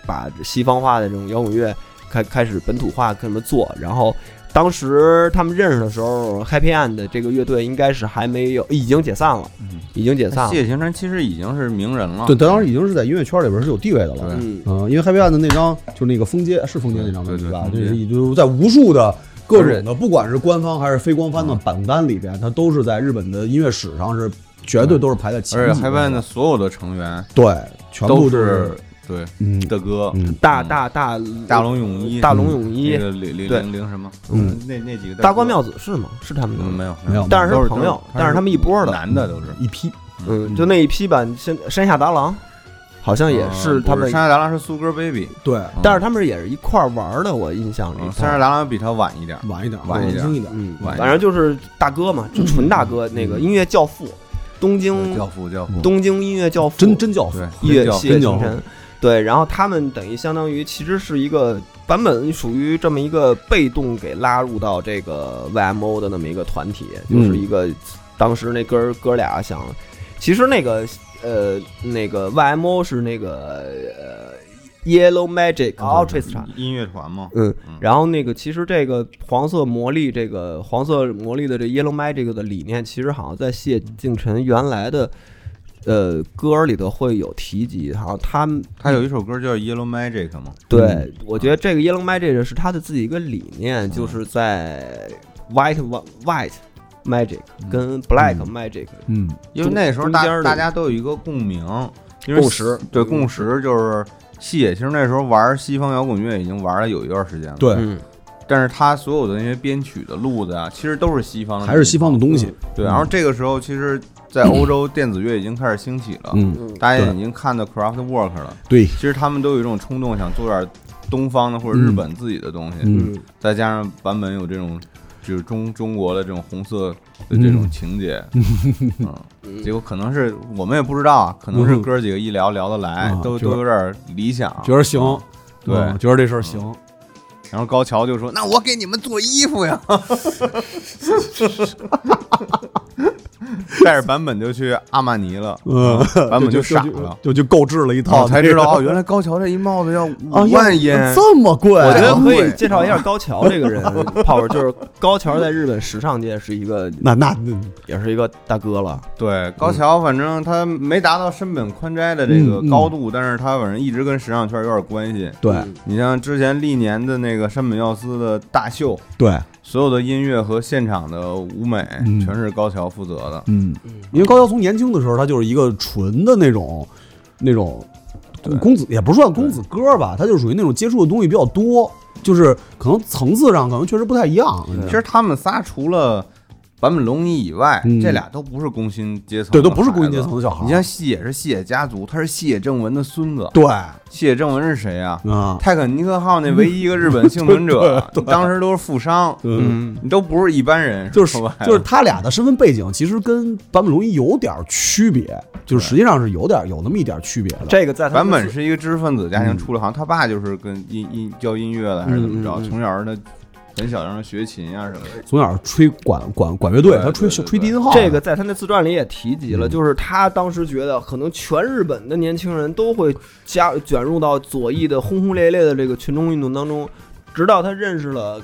Speaker 5: 把西方化的这种摇滚乐开开始本土化跟他们做，然后当时他们认识的时候，Happy End 的这个乐队应该是还没有，已经解散了，
Speaker 7: 嗯
Speaker 5: 已经解散了。
Speaker 7: 谢霆锋其实已经是名人了，
Speaker 6: 对，他当时已经是在音乐圈里边是有地位的了
Speaker 7: 对。
Speaker 5: 嗯，
Speaker 6: 嗯，因为 Happy End 的那张就是那个封街是封街那张专辑
Speaker 7: 对对
Speaker 6: 吧，
Speaker 7: 封
Speaker 6: 这
Speaker 7: 街
Speaker 6: 是就是在无数的各种
Speaker 7: 而嗯
Speaker 6: 的，不管是官方还是非官方的榜单里边，它都是在日本的音乐史上是绝对都是排在前
Speaker 7: 嗯而
Speaker 6: 几
Speaker 7: 且
Speaker 6: 名
Speaker 7: 海
Speaker 6: 的。
Speaker 7: 湾的所有的成员
Speaker 6: 对，全部
Speaker 7: 是对
Speaker 6: 嗯
Speaker 7: 的哥，
Speaker 6: 嗯
Speaker 5: 大大大
Speaker 7: 大龙泳衣，
Speaker 5: 大龙泳衣
Speaker 7: 那，个零零
Speaker 5: 对
Speaker 7: 零零什么，
Speaker 6: 嗯
Speaker 7: 那那几个
Speaker 5: 大关庙
Speaker 7: 子
Speaker 5: 子是吗？是他们的吗？
Speaker 7: 没有嗯
Speaker 6: 没有
Speaker 5: 但是
Speaker 7: 都
Speaker 5: 是
Speaker 7: 是
Speaker 5: 朋友
Speaker 7: 都，
Speaker 5: 但是他们一波的，嗯
Speaker 7: 男的都是，
Speaker 6: 一批
Speaker 5: 嗯，就那一批吧，山山下达郎，好像也是
Speaker 7: 嗯
Speaker 5: 他
Speaker 7: 不
Speaker 5: 们嗯
Speaker 7: 是，山下达郎是苏格 baby，
Speaker 6: 对，
Speaker 5: 但是他们也是一块儿玩儿的，我印象里
Speaker 7: 嗯
Speaker 5: 头。
Speaker 7: 山下达郎比他晚一点儿，
Speaker 6: 晚一点，
Speaker 7: 晚一
Speaker 6: 年
Speaker 7: 点
Speaker 6: 轻一点。
Speaker 5: 嗯，
Speaker 7: 晚一点嗯
Speaker 5: 反正就是大哥嘛，就纯大哥，那个音乐教父，东京
Speaker 7: 教父教父，
Speaker 5: 东京音乐教父，
Speaker 6: 真真教父
Speaker 7: 对，，
Speaker 5: 夜
Speaker 7: 教父
Speaker 5: 谢谢
Speaker 6: 真叫
Speaker 5: 清晨，对，然后他们等于相当于其实是一个版本属于这么一个被动给拉入到这个 YMO 的那么一个团体，就
Speaker 6: 嗯
Speaker 5: 是一个当时那哥哥俩想，其实那个呃那个 YMO 是那个呃 Yellow Magic Orchestra。
Speaker 7: 音乐团嘛，
Speaker 5: 嗯
Speaker 7: 嗯，
Speaker 5: 然后那个其实这个黄色魔力，这个黄色魔力的这 Yellow Magic 的理念，其实好像在谢敬晨原来的呃歌里头会有提及，好像他们嗯
Speaker 7: 他有一首歌叫 Yellow Magic 嘛，
Speaker 5: 对，我觉得这个 Yellow Magic 是他的自己一个理念，就是在 White White Magic 跟 Black Magic
Speaker 6: 嗯，
Speaker 7: 因为那时候
Speaker 5: 中间
Speaker 7: 大
Speaker 5: 的
Speaker 7: 大家都有一个共鸣，因为
Speaker 5: 共识
Speaker 6: 嗯
Speaker 7: 对共识就是细野，其实那时候玩西方摇滚乐已经玩了有一段时间了，，
Speaker 6: 对，
Speaker 5: 嗯
Speaker 7: 但是他所有的那些编曲的路子啊，嗯其实都是西方的，
Speaker 6: 还是西方的东西。嗯
Speaker 7: 对，然后这个时候其实，在欧洲电子乐已经开始兴起了，
Speaker 6: 嗯，
Speaker 5: 嗯，
Speaker 7: 大家已经看到 Craftwork 了，
Speaker 6: 对，
Speaker 7: 其实他们都有一种冲动，想做点东方的或者日本自己的东西，
Speaker 6: 嗯
Speaker 7: 再加上版本有这种就是中中国的这种红色的这种情节，嗯，结果可能是我们也不知道啊，可能是哥几个一聊聊得来
Speaker 6: 嗯啊，
Speaker 7: 都
Speaker 6: 觉得
Speaker 7: 都有点理想，
Speaker 6: 觉得行，
Speaker 7: 啊对啊
Speaker 6: 嗯觉得这事儿行。
Speaker 7: 然后高桥就说：“那我给你们做衣服呀！” [LAUGHS] 带着版本就去阿玛尼
Speaker 6: [LAUGHS]
Speaker 7: 了，
Speaker 6: 嗯，
Speaker 7: 啊版本
Speaker 6: 就哦
Speaker 7: 傻了，
Speaker 6: 就就购置了一
Speaker 7: 哦，
Speaker 6: 套，
Speaker 7: 才知道哦，原来高桥这一帽子要
Speaker 6: 啊，
Speaker 7: 五
Speaker 6: 要
Speaker 7: 万烟，
Speaker 6: 这么贵，啊
Speaker 5: 我觉得可以
Speaker 7: 对
Speaker 5: 介绍一下高桥这个 [LAUGHS] 人，泡泡就是高桥在日本时尚界是一个
Speaker 6: 那那嗯那
Speaker 5: 也是一个大哥了，
Speaker 7: 对，高桥
Speaker 6: 嗯
Speaker 7: 反正他没达到山本宽斋的这个高度，但是他反正一直跟时尚圈有点关系。
Speaker 6: 对
Speaker 7: 你像之前历年的那个山本耀司的大秀，
Speaker 6: 对，
Speaker 7: 所有的音乐和现场的舞美
Speaker 6: 嗯
Speaker 7: 全是高桥负责的。
Speaker 6: 嗯，因为高晓松年轻的时候，他就是一个纯的那种那种
Speaker 7: 对
Speaker 6: 公子，也不算公子哥吧，他就属于那种接触的东西比较多，就是可能层次上可能确实不太一样。
Speaker 7: 其实他们仨除了坂本龙一以外，
Speaker 6: 嗯
Speaker 7: 这俩都不是工薪阶层，
Speaker 6: 对，都不是工薪阶层。的小孩儿。
Speaker 7: 你像细野是细野家族，他是细野正文的孙子。
Speaker 6: 对嗯啊，
Speaker 7: 细野正文是谁啊？泰肯尼克号那唯一一个日本幸
Speaker 6: [LAUGHS]
Speaker 7: 存者，当时都是富商，
Speaker 6: 嗯，
Speaker 5: 嗯，
Speaker 7: 你都不是一般人，
Speaker 6: 就是
Speaker 7: 说白了
Speaker 6: 就是他俩的身份背景其实跟坂本龙一有点区别，就是实际上是有点有那么一点区别的。
Speaker 5: 这个在他
Speaker 7: 版
Speaker 5: 们
Speaker 7: 本是一个知识分子家庭
Speaker 6: 嗯
Speaker 7: 出来，好像他爸就是跟音音教音乐的还是怎么着，
Speaker 5: 嗯嗯嗯
Speaker 7: 从小让他很小让他学琴啊什么的。
Speaker 6: 从小吹管管管乐队，
Speaker 7: 对
Speaker 6: 他吹
Speaker 7: 对对
Speaker 6: 吹低
Speaker 7: 对
Speaker 6: 音号，
Speaker 5: 这个在他那自传里也提及
Speaker 7: 嗯
Speaker 5: 了，就是他当时觉得，可能全日本的年轻人都会加卷入到左翼的轰轰烈烈的这个群众运动当中，直到他认识了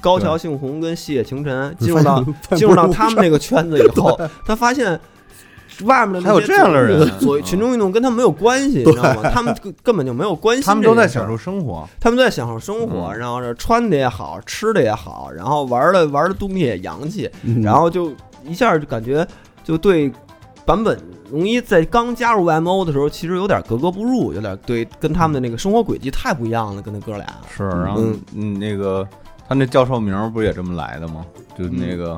Speaker 5: 高桥幸宏跟细野晴臣，
Speaker 7: 嗯
Speaker 5: 进入
Speaker 7: [LAUGHS]
Speaker 5: 到
Speaker 6: 现
Speaker 5: 进入到他们那个圈子以后，他发现。外面的那
Speaker 7: 还有
Speaker 5: 些
Speaker 7: 这样的人
Speaker 5: 左左群众运动跟他们没有关系，你知道吗？他们根根本就没有关心这
Speaker 7: 他
Speaker 5: 件事
Speaker 7: 们都
Speaker 5: 儿。
Speaker 7: 在享受生活，
Speaker 5: 他们在享受生活，
Speaker 7: 嗯
Speaker 5: 然后是穿的也好，吃的也好，然后玩的玩的东西也洋气，
Speaker 6: 嗯
Speaker 5: 然后就一下就感觉就对坂本龙一在刚加入 MO 的时候，其实有点格格不入，有点对跟他们的那个生活轨迹太不一样了，跟那哥俩。
Speaker 7: 是，然后嗯那个他那教授名不是也这么来的吗？就
Speaker 5: 嗯
Speaker 7: 那个。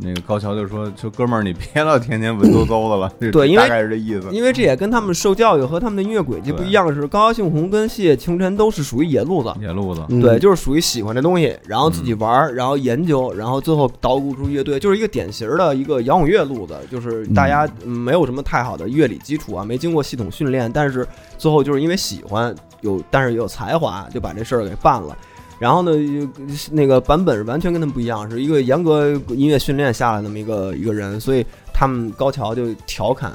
Speaker 7: 那个高桥就说：“说哥们儿，你别老天天文绉绉的了。 [LAUGHS] 就
Speaker 5: 对因为
Speaker 7: 大概是这意思。
Speaker 5: 因为这也跟他们受教育和他们的音乐轨迹不一样，是高桥幸宏跟细野晴臣都是属于野路子，
Speaker 7: 野路子，
Speaker 6: 嗯
Speaker 5: 对，就是属于喜欢这东西，然后自己玩儿，然后研究，然后最后捣鼓出乐队，就是一个典型的一个摇滚乐路子，就是大家嗯没有什么太好的乐理基础啊，没经过系统训练，但是最后就是因为喜欢有，但是也有才华，就把这事儿给办了。然后呢，又那个版本是完全跟他们不一样，是一个严格音乐训练下来那么一个一个人，所以他们高桥就调侃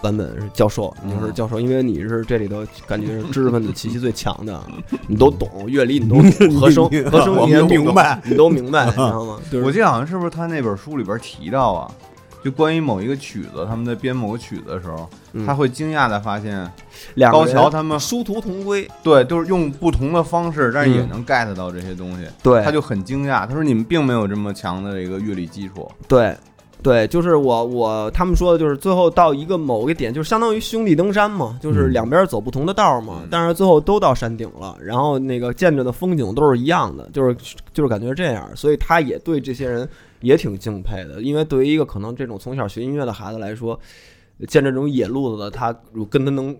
Speaker 5: 版本是教授，你就是教授，因为你是这里头感觉是知识分子气息最强的，啊你都懂乐理，你都懂和声和声
Speaker 6: 我
Speaker 5: 你也懂
Speaker 6: 明，白，
Speaker 5: 你都明白，你知道吗？就
Speaker 7: 我
Speaker 5: 是
Speaker 7: 记得好像是不是他那本书里边提到啊，就关于某一个曲子，他们在编某个曲子的时候，
Speaker 5: 嗯
Speaker 7: 他会惊讶的发现，
Speaker 5: 两个
Speaker 7: 高
Speaker 5: 人
Speaker 7: 桥他们
Speaker 5: 殊途同归，
Speaker 7: 对，就是用不同的方式，但是也
Speaker 5: 嗯
Speaker 7: 能 get 到这些东西。
Speaker 5: 对
Speaker 7: 他就很惊讶，他说你们并没有这么强的这个乐理基础。
Speaker 5: 对，对，就是我我他们说的就是最后到一个某个点，就是相当于兄弟登山嘛，就是两边走不同的道嘛，
Speaker 7: 嗯
Speaker 5: 但是最后都到山顶了，然后那个见着的风景都是一样的，就是就是感觉这样，所以他也对这些人也挺敬佩的，因为对于一个可能这种从小学音乐的孩子来说，见这种野路子的他，如跟他能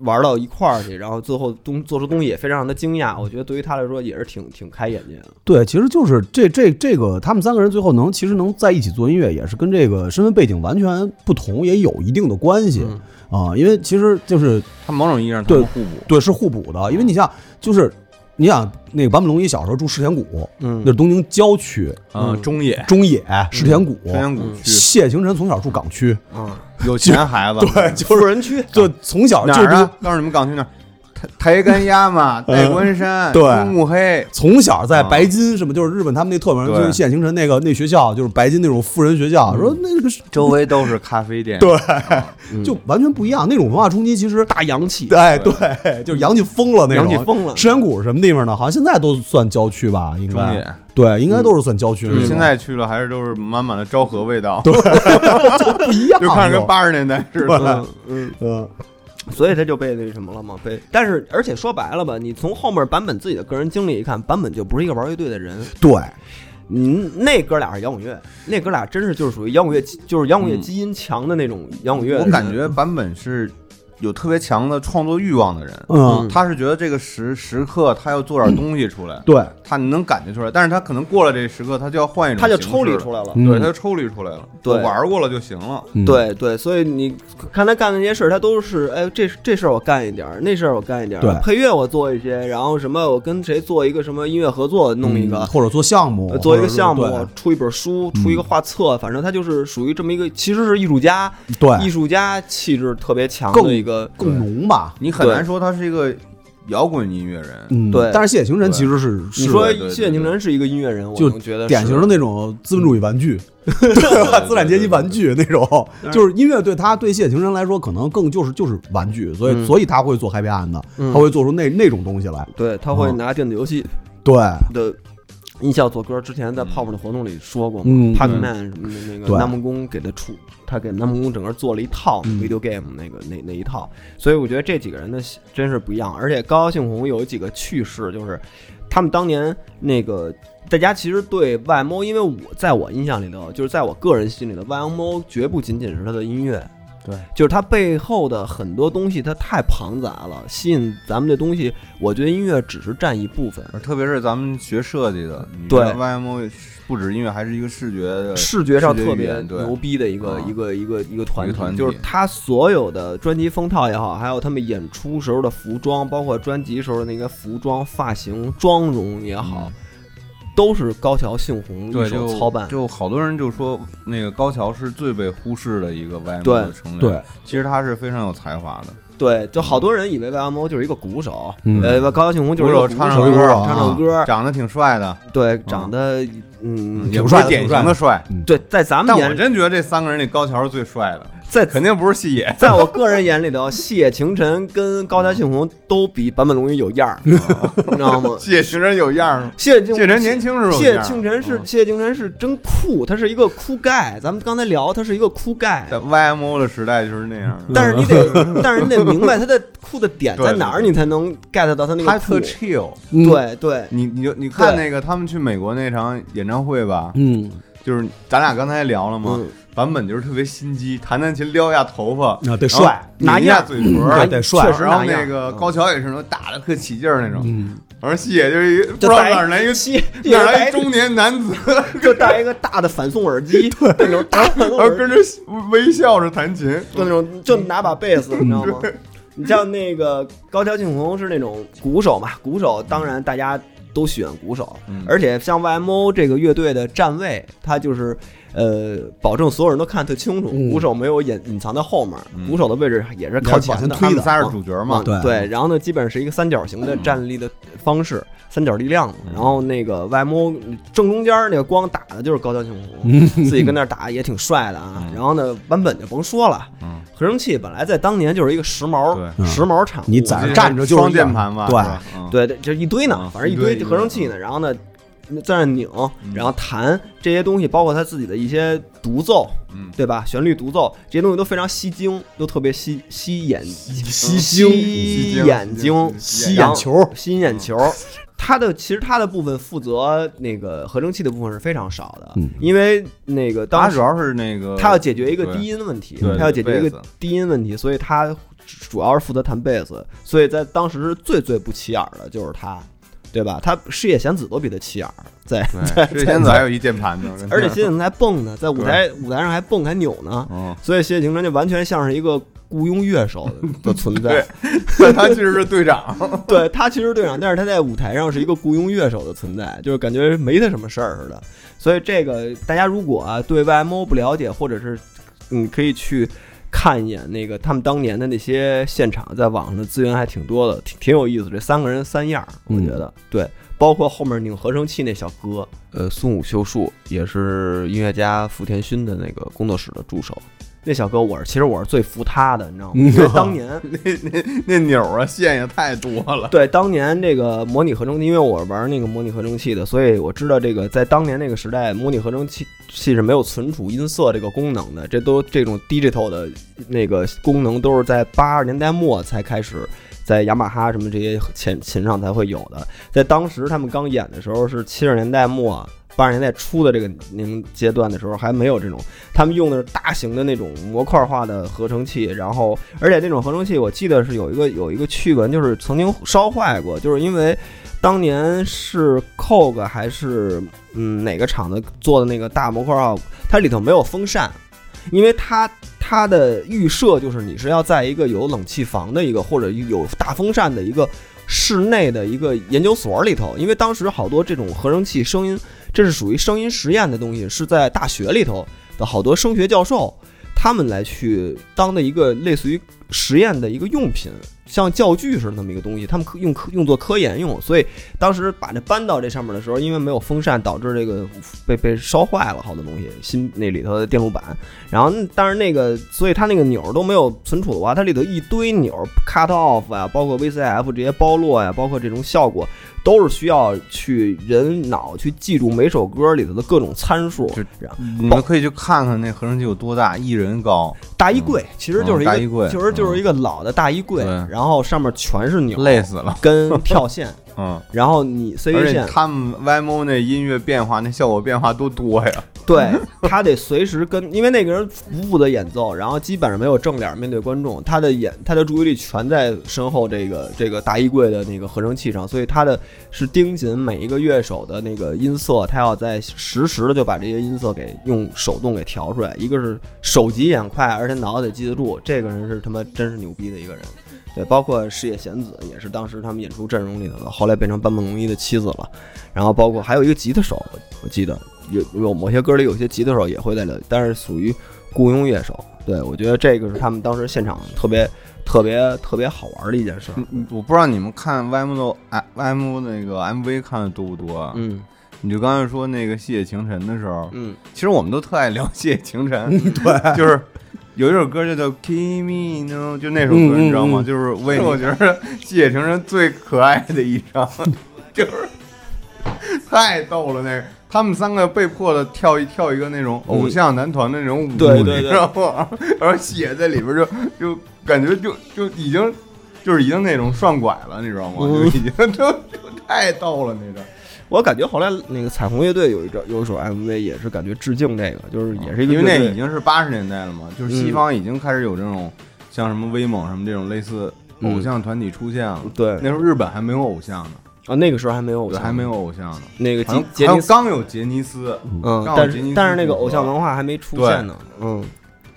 Speaker 5: 玩到一块儿去，然后最后东做出东西也非常让他惊讶。我觉得对于他来说也是挺挺开眼界的。
Speaker 6: 对，其实就是这这这个，他们三个人最后能其实能在一起做音乐，也是跟这个身份背景完全不同，也有一定的关系
Speaker 5: 嗯
Speaker 6: 啊、因为其实就是
Speaker 7: 他某种意义上他
Speaker 6: 对
Speaker 7: 们互补，
Speaker 6: 对是互补的，因为你像就是你想那个坂本龙一小时候住世田谷，
Speaker 5: 嗯
Speaker 6: 那是东京郊区
Speaker 7: 呃，中野、
Speaker 6: 中野嗯世田谷，
Speaker 7: 深山谷区
Speaker 6: 谢霆辰从小住港区，
Speaker 5: 啊，
Speaker 7: 有钱孩
Speaker 6: [LAUGHS]
Speaker 7: 子，对，
Speaker 5: 富人区
Speaker 6: 就从小
Speaker 7: 哪
Speaker 6: 就
Speaker 7: 儿
Speaker 6: 住
Speaker 7: 啊？告诉你们，港区哪儿？台台根亚马、
Speaker 6: 嗯
Speaker 7: 代官山、
Speaker 6: 对
Speaker 7: 中目黑，
Speaker 6: 从小在
Speaker 5: 啊
Speaker 6: 白金什么，就是日本他们那特名，
Speaker 7: 对
Speaker 6: 就是谢霆辰那个那学校，就是白金那种富人学校，说那个是
Speaker 7: 周围都是咖啡店。
Speaker 6: 对，
Speaker 5: 嗯
Speaker 6: 就完全不一样。那种文化冲击其实
Speaker 5: 大洋气，
Speaker 6: 哎， [LAUGHS] 对，就是洋气疯了那
Speaker 5: 洋
Speaker 6: 种。
Speaker 5: 气疯了。
Speaker 6: 石岩谷是什么地方呢？好像现在都算郊区吧，应
Speaker 7: 中
Speaker 6: 该
Speaker 7: 野
Speaker 6: 对，
Speaker 5: 嗯
Speaker 6: 应该都是算郊区
Speaker 7: 就
Speaker 6: 那种。
Speaker 7: 是现在去了，还是都是满满的昭和味道，
Speaker 6: 不一样，
Speaker 7: 就看着跟八十年代似的。
Speaker 5: 嗯嗯，
Speaker 6: 嗯，
Speaker 5: 所以他就被那什么了嘛，被。但是而且说白了吧，你从后面版本自己的个人经历一看，版本就不是一个玩乐队的人。
Speaker 6: 对，
Speaker 5: 嗯，那哥俩是摇滚乐，那哥俩真是就是属于摇滚乐，就是摇滚乐
Speaker 7: 嗯
Speaker 5: 基因强的那种摇滚乐人。
Speaker 7: 我感觉版本是有特别强的创作欲望的人，
Speaker 6: 嗯，
Speaker 7: 他是觉得这个时时刻他要做点东西出来，
Speaker 6: 对，
Speaker 7: 他你能感觉出来，但是他可能过了这时刻，他就要换一种，
Speaker 5: 他就抽离出
Speaker 7: 来。
Speaker 5: 来了。
Speaker 7: 对，
Speaker 6: 嗯
Speaker 7: 他就抽离出来了。
Speaker 5: 对
Speaker 7: 我玩过了就行了。
Speaker 6: 嗯，
Speaker 5: 对对，所以你看他干的那些事儿，他都是哎，这这事儿我干一点儿，那事儿我干一点儿，
Speaker 6: 对
Speaker 5: 配乐我做一些，然后什么我跟谁做一个什么音乐合作，弄一个
Speaker 6: 嗯，或者做项目
Speaker 5: 呃，做一个
Speaker 6: 或者是
Speaker 5: 项目，出一本书，出一
Speaker 7: 嗯
Speaker 5: 个画册，反正他就是属于这么一个，其实是艺术家，
Speaker 6: 对，
Speaker 5: 艺
Speaker 6: 对
Speaker 5: 术家气质特别强
Speaker 6: 更
Speaker 5: 的一个，
Speaker 6: 更浓吧，
Speaker 7: 你很
Speaker 5: 对
Speaker 7: 难说他是一个摇滚音乐人，
Speaker 6: 嗯，
Speaker 5: 对
Speaker 6: 但是谢霆辰其实是
Speaker 5: 你
Speaker 6: 是
Speaker 5: 说
Speaker 7: 对对对
Speaker 5: 谢霆辰是一个音乐人，我
Speaker 6: 就
Speaker 5: 能觉得是嗯
Speaker 6: 典型的那种资本主义玩具， [LAUGHS] 对吧？
Speaker 7: 对
Speaker 6: 资产阶级玩具那种，就是音乐对他对谢霆辰来说，可能更就是就是玩具，所以
Speaker 5: 嗯
Speaker 6: 所以他会做 happy end，的
Speaker 5: 嗯
Speaker 6: 他会做出那那种东西来。
Speaker 5: 对，他会
Speaker 6: 嗯
Speaker 5: 拿电子游戏
Speaker 6: 对，
Speaker 5: 的音效做歌，之前在泡泡的活动里说过嘛
Speaker 6: 嗯
Speaker 5: p a
Speaker 6: 对
Speaker 5: c Man 什么的那
Speaker 6: 对
Speaker 5: 个南梦宫给他出，他给南梦宫整个做了一套
Speaker 6: 嗯
Speaker 5: video game 那个那那一套，所以我觉得这几个人的真是不一样，而且高高兴红有几个趣事，就是他们当年那个。大家其实对 YMO，因为我在我印象里头，就是在我个人心里的 YMO 绝不仅仅是他的音乐，
Speaker 7: 对，
Speaker 5: 就是它背后的很多东西，它太庞杂了，吸引咱们的东西，我觉得音乐只是占一部分，
Speaker 7: 特别是咱们学设计的，你
Speaker 5: 对
Speaker 7: 这 YMO 不止音乐，还是一个视觉的
Speaker 5: 视觉上
Speaker 7: 呃视觉
Speaker 5: 特
Speaker 7: 语
Speaker 5: 别
Speaker 7: 言对
Speaker 5: 牛逼的一个
Speaker 7: 啊
Speaker 5: 一个一个一个团
Speaker 7: 一个团体
Speaker 5: 就是他所有的专辑封套也好，还有他们演出时候的服装，包括专辑时候的那个服装、发型、妆容也好，都是高桥幸宏一
Speaker 7: 嗯对，
Speaker 5: 手
Speaker 7: 就
Speaker 5: 操办。
Speaker 7: 就好多人就说那个高桥是最被忽视的一个 YMO
Speaker 5: 对
Speaker 7: 的成员，
Speaker 6: 对，
Speaker 7: 其实他是非常有才华的，
Speaker 5: 对，就好多人以为 YMO 就是一个鼓手，
Speaker 6: 嗯
Speaker 5: 呃，高桥幸宏就是一个鼓手，
Speaker 7: 唱
Speaker 5: 唱
Speaker 7: 唱
Speaker 6: 歌
Speaker 7: 歌，
Speaker 6: 啊
Speaker 5: 唱歌，
Speaker 7: 长得挺帅的，
Speaker 5: 对，长得嗯，
Speaker 7: 也
Speaker 6: 挺
Speaker 7: 不
Speaker 6: 帅
Speaker 7: 是
Speaker 6: 的
Speaker 7: 典型的帅，
Speaker 5: 对，在咱们
Speaker 7: 但
Speaker 5: 眼
Speaker 7: 我
Speaker 5: 里，
Speaker 7: 真觉得这三个人里高桥是最帅的，
Speaker 5: 在。
Speaker 7: 肯定不是细野
Speaker 5: 在我个人眼里头，谢霆辰跟高桥幸宏都比坂本龙一有样
Speaker 7: 嗯
Speaker 5: 儿，你知道吗？
Speaker 7: 细野确实有样儿，
Speaker 5: 谢霆
Speaker 7: 细野人年轻时候有
Speaker 5: 谢
Speaker 7: 样儿
Speaker 5: 庆辰是
Speaker 7: 嗯
Speaker 5: 谢庆辰是真酷，他是一个酷盖。咱们刚才聊，他是一个酷盖
Speaker 7: 在，YMO 的时代就是那样的，
Speaker 5: 但是你
Speaker 7: [LAUGHS]
Speaker 5: 得，但是你得明白他的酷的点在哪儿，
Speaker 7: 对对对
Speaker 5: 你才能 get 到他那
Speaker 7: 他
Speaker 5: 个酷
Speaker 7: 特。chill。
Speaker 6: 嗯，
Speaker 5: 对对，
Speaker 7: 你你就你看
Speaker 5: 对
Speaker 7: 那个他们去美国那场演唱会吧，
Speaker 6: 嗯，
Speaker 7: 就是咱俩刚才聊了嘛
Speaker 5: 嗯，
Speaker 7: 版本就是特别心机，弹弹琴撩一下头发，
Speaker 6: 啊，得帅，
Speaker 7: 然后拧一
Speaker 5: 拿
Speaker 7: 下
Speaker 5: 样
Speaker 7: 嘴唇
Speaker 6: 对
Speaker 7: 儿，
Speaker 6: 得帅
Speaker 5: 确实
Speaker 7: 然后
Speaker 5: 拿样
Speaker 7: 那个高桥也是能打的特起劲儿那种，
Speaker 6: 嗯，
Speaker 7: 而细野就是一不知
Speaker 5: 就
Speaker 7: 道
Speaker 5: 戴
Speaker 7: 哪儿来一个
Speaker 5: 谢
Speaker 7: 哪儿来
Speaker 5: 戴
Speaker 7: 一中年男子，
Speaker 5: 就戴一个大的反送耳机，就那种大反
Speaker 7: 然后
Speaker 5: 送耳
Speaker 7: 跟着微笑着弹琴，
Speaker 5: 就
Speaker 7: 嗯
Speaker 5: 那种就拿把贝斯，你知道吗？
Speaker 7: [LAUGHS]
Speaker 5: 你像那个高桥庆宏是那种鼓手嘛，鼓手当然大家都喜欢鼓手，
Speaker 7: 嗯
Speaker 5: 而且像 YMO 这个乐队的站位，他就是呃保证所有人都看得特清楚，
Speaker 6: 嗯
Speaker 5: 鼓手没有隐隐藏在后面，
Speaker 7: 嗯
Speaker 5: 鼓手的位置也是靠
Speaker 6: 往前
Speaker 5: 前的。
Speaker 6: 推
Speaker 7: 他
Speaker 6: 的
Speaker 7: 们仨是主角嘛
Speaker 5: 往，
Speaker 6: 对
Speaker 5: 嗯对，然后呢，基本上是一个三角形的站立的方式，
Speaker 7: 嗯
Speaker 5: 三角力量嘛。然后那个 YMO 正中间那个光打的就是高桥庆
Speaker 7: 嗯
Speaker 5: 宏，自己跟那儿打也挺帅的啊。然后呢，版本就甭说了，
Speaker 7: 嗯
Speaker 5: 合成器本来在当年就是一个时髦
Speaker 7: 对
Speaker 5: 时髦产物，
Speaker 6: 嗯你在这
Speaker 7: 这
Speaker 6: 儿站着就是
Speaker 7: 双键盘吧，
Speaker 6: 对
Speaker 7: 是吧，嗯
Speaker 5: 对对，就一堆呢
Speaker 7: 啊，
Speaker 5: 反正一
Speaker 7: 一
Speaker 5: 堆
Speaker 7: 堆嗯
Speaker 5: 合成器呢，然后呢。嗯在那拧，然后弹这些东西，包括他自己的一些独奏，
Speaker 7: 嗯
Speaker 5: 对吧？旋律独奏这些东西都非常吸睛，都特别吸吸眼
Speaker 6: 吸
Speaker 5: 吸
Speaker 6: 睛
Speaker 5: 眼睛，
Speaker 7: 吸睛嗯
Speaker 6: 吸眼球，
Speaker 5: 吸眼球。它的其实它的部分负责那个合成器的部分是非常少的，
Speaker 6: 嗯
Speaker 5: 因为那个
Speaker 7: 它
Speaker 5: 当
Speaker 7: 主
Speaker 5: 时
Speaker 7: 要是那个，
Speaker 5: 他要解决一个低音问题，
Speaker 7: 呃对
Speaker 5: 他要解决一
Speaker 7: 贝
Speaker 5: 个
Speaker 7: 斯
Speaker 5: 低音问题，所以他主要是负责弹贝斯，所以在当时是最最不起眼儿的就是他，对吧？他矢野贤子都比他起眼儿，在
Speaker 7: [LAUGHS] 对，之前子还有一键盘呢，
Speaker 5: 而且，现在还蹦呢，在舞台舞台上还蹦还扭呢，
Speaker 7: 嗯，
Speaker 5: 所以谢霆锋就完全像是一个雇佣乐手的存
Speaker 7: [LAUGHS]
Speaker 5: 在。
Speaker 7: 但他其实是队长，
Speaker 5: 对他其实是队长，但是他在舞台上是一个雇佣乐手的存在，就是感觉没他什么事儿似的。所以这个大家如果啊对 YMO 不了解，或者是你可以去看一眼那个他们当年的那些现场，在网上的资源还挺多的，挺挺有意思。这三个人三样儿，我觉得、对，包括后面拧合成器那小哥，呃，松武秀树也是音乐家福田勋的那个工作室的助手。那小哥，我是其实我是最服他的，你知道吗？因为当年
Speaker 7: 那钮儿啊线也太多了，
Speaker 5: 对，当年这个模拟合成器，因为我玩那个模拟合成器的，所以我知道这个在当年那个时代，模拟合成器器是没有存储音色这个功能的，这都这种 digital 的那个功能都是在八十年代末才开始。在雅马哈什么这些琴琴上才会有的，在当时他们刚演的时候是七十年代末八十年代初的这个年阶段的时候还没有这种，他们用的是大型的那种模块化的合成器，然后呃而且这种合成器，我记得是有一个有一个趣闻，就是曾经烧坏过，啊就是因为当年是 Kog 还是嗯哪个厂子做的那个大模块啊，它里头没有风扇，因为它它的预设就是你是要在一个有冷气房的一个或者有大风扇的一个室内的一个研究所里头，因为当时好多这种合成器声音，这是属于声音实验的东西，是在大学里头的好多声学教授。他们来去当的一个类似于实验的一个用品，像教具似的那么一个东西，他们科用科用作科研用，所以当时把这搬到这上面的时候，因为没有风扇，导致这个被被烧坏了好多东西，新那里头的电路板，然后但是那个，所以它那个钮儿都没有存储的话，它里头一堆钮儿 cut off 啊，包括 VCF 这些包络呀、包括这种效果，都是需要去人脑去记住每首歌里头的各种参数
Speaker 7: 就，
Speaker 5: 然后
Speaker 7: 你们可以去看看那合成器有多大，一人高，
Speaker 5: 大衣柜，其实就是一个，
Speaker 7: 嗯大衣柜嗯
Speaker 5: 其实就是一个老的大衣柜，
Speaker 7: 对
Speaker 5: 然后上面全是钮，
Speaker 7: 累死了，
Speaker 5: 跟
Speaker 7: [LAUGHS]
Speaker 5: 跳线，
Speaker 7: 嗯，
Speaker 5: 然后你
Speaker 7: 而
Speaker 5: CV
Speaker 7: 且
Speaker 5: 线，
Speaker 7: 他们 YMO 那音乐变化，那效果变化多多呀，
Speaker 5: 对他得随时跟，因为那个人不负责演奏，然后基本上没有正脸面对观众，他的眼他的注意力全在身后这个这个大衣柜的那个合成器上，所以他的是盯紧每一个乐手的那个音色，他要在实时的就把这些音色给用手动给调出来。一个是手疾眼快，而且脑子得记得住，这个人是他妈真是牛逼的一个人。对，包括矢野贤子也是当时他们演出阵容里头的，后来变成坂本龙一的妻子了。然后包括还有一个吉他手，我我记得有有某些歌里有些吉他手也会在里，但是属于雇佣乐手。对，我觉得这个是他们当时现场特别特别特别好玩的一件事。
Speaker 7: 嗯我不知道你们看 YMO 的哎 YMO 那个 MV 看的多不多啊？
Speaker 5: 嗯
Speaker 7: 你就刚才说那个《谢情尘》的时候，
Speaker 5: 嗯，
Speaker 7: 其实我们都特爱聊《谢情尘》，对， [LAUGHS] 就是有一首歌就叫《Kimi no》，就那首歌
Speaker 6: 嗯嗯
Speaker 7: 你知道吗？
Speaker 6: 嗯
Speaker 7: 就是为我觉得《 [LAUGHS] 谢情尘》最可爱的一张， [LAUGHS] 就是太逗了那个。他们三个被迫的跳一跳一个那种偶像男团的那种舞，
Speaker 5: 对对对
Speaker 7: 你知道吗？ [LAUGHS] 然后血在里边就就感觉就就已经就是已经那种涮拐了，你知道吗？就已经 [LAUGHS] 就就太逗了那张。
Speaker 5: 我感觉后来那个彩虹乐队有一张有一首 MV 也是感觉致敬这个，就是也是一
Speaker 7: 哦
Speaker 5: 个
Speaker 7: 因为那
Speaker 5: 乐队
Speaker 7: 已经是八十年代了嘛，就是西
Speaker 5: 嗯
Speaker 7: 方已经开始有这种像什么威猛什么这种类似偶像团体出现了。
Speaker 5: 嗯对
Speaker 7: 那时候日本还没有偶像呢，
Speaker 5: 啊，那个时候还没有偶
Speaker 7: 对，
Speaker 5: 像，
Speaker 7: 还没有偶像呢。
Speaker 5: 那个
Speaker 7: 好像
Speaker 5: 杰杰
Speaker 7: 好
Speaker 5: 尼
Speaker 7: 像
Speaker 5: 斯，
Speaker 7: 刚有杰尼斯，
Speaker 5: 嗯，
Speaker 7: 刚好
Speaker 5: 但
Speaker 7: 杰尼
Speaker 5: 是
Speaker 7: 斯
Speaker 5: 但是那个
Speaker 7: 组合
Speaker 5: 偶像文化还没出
Speaker 7: 对
Speaker 5: 现呢，嗯，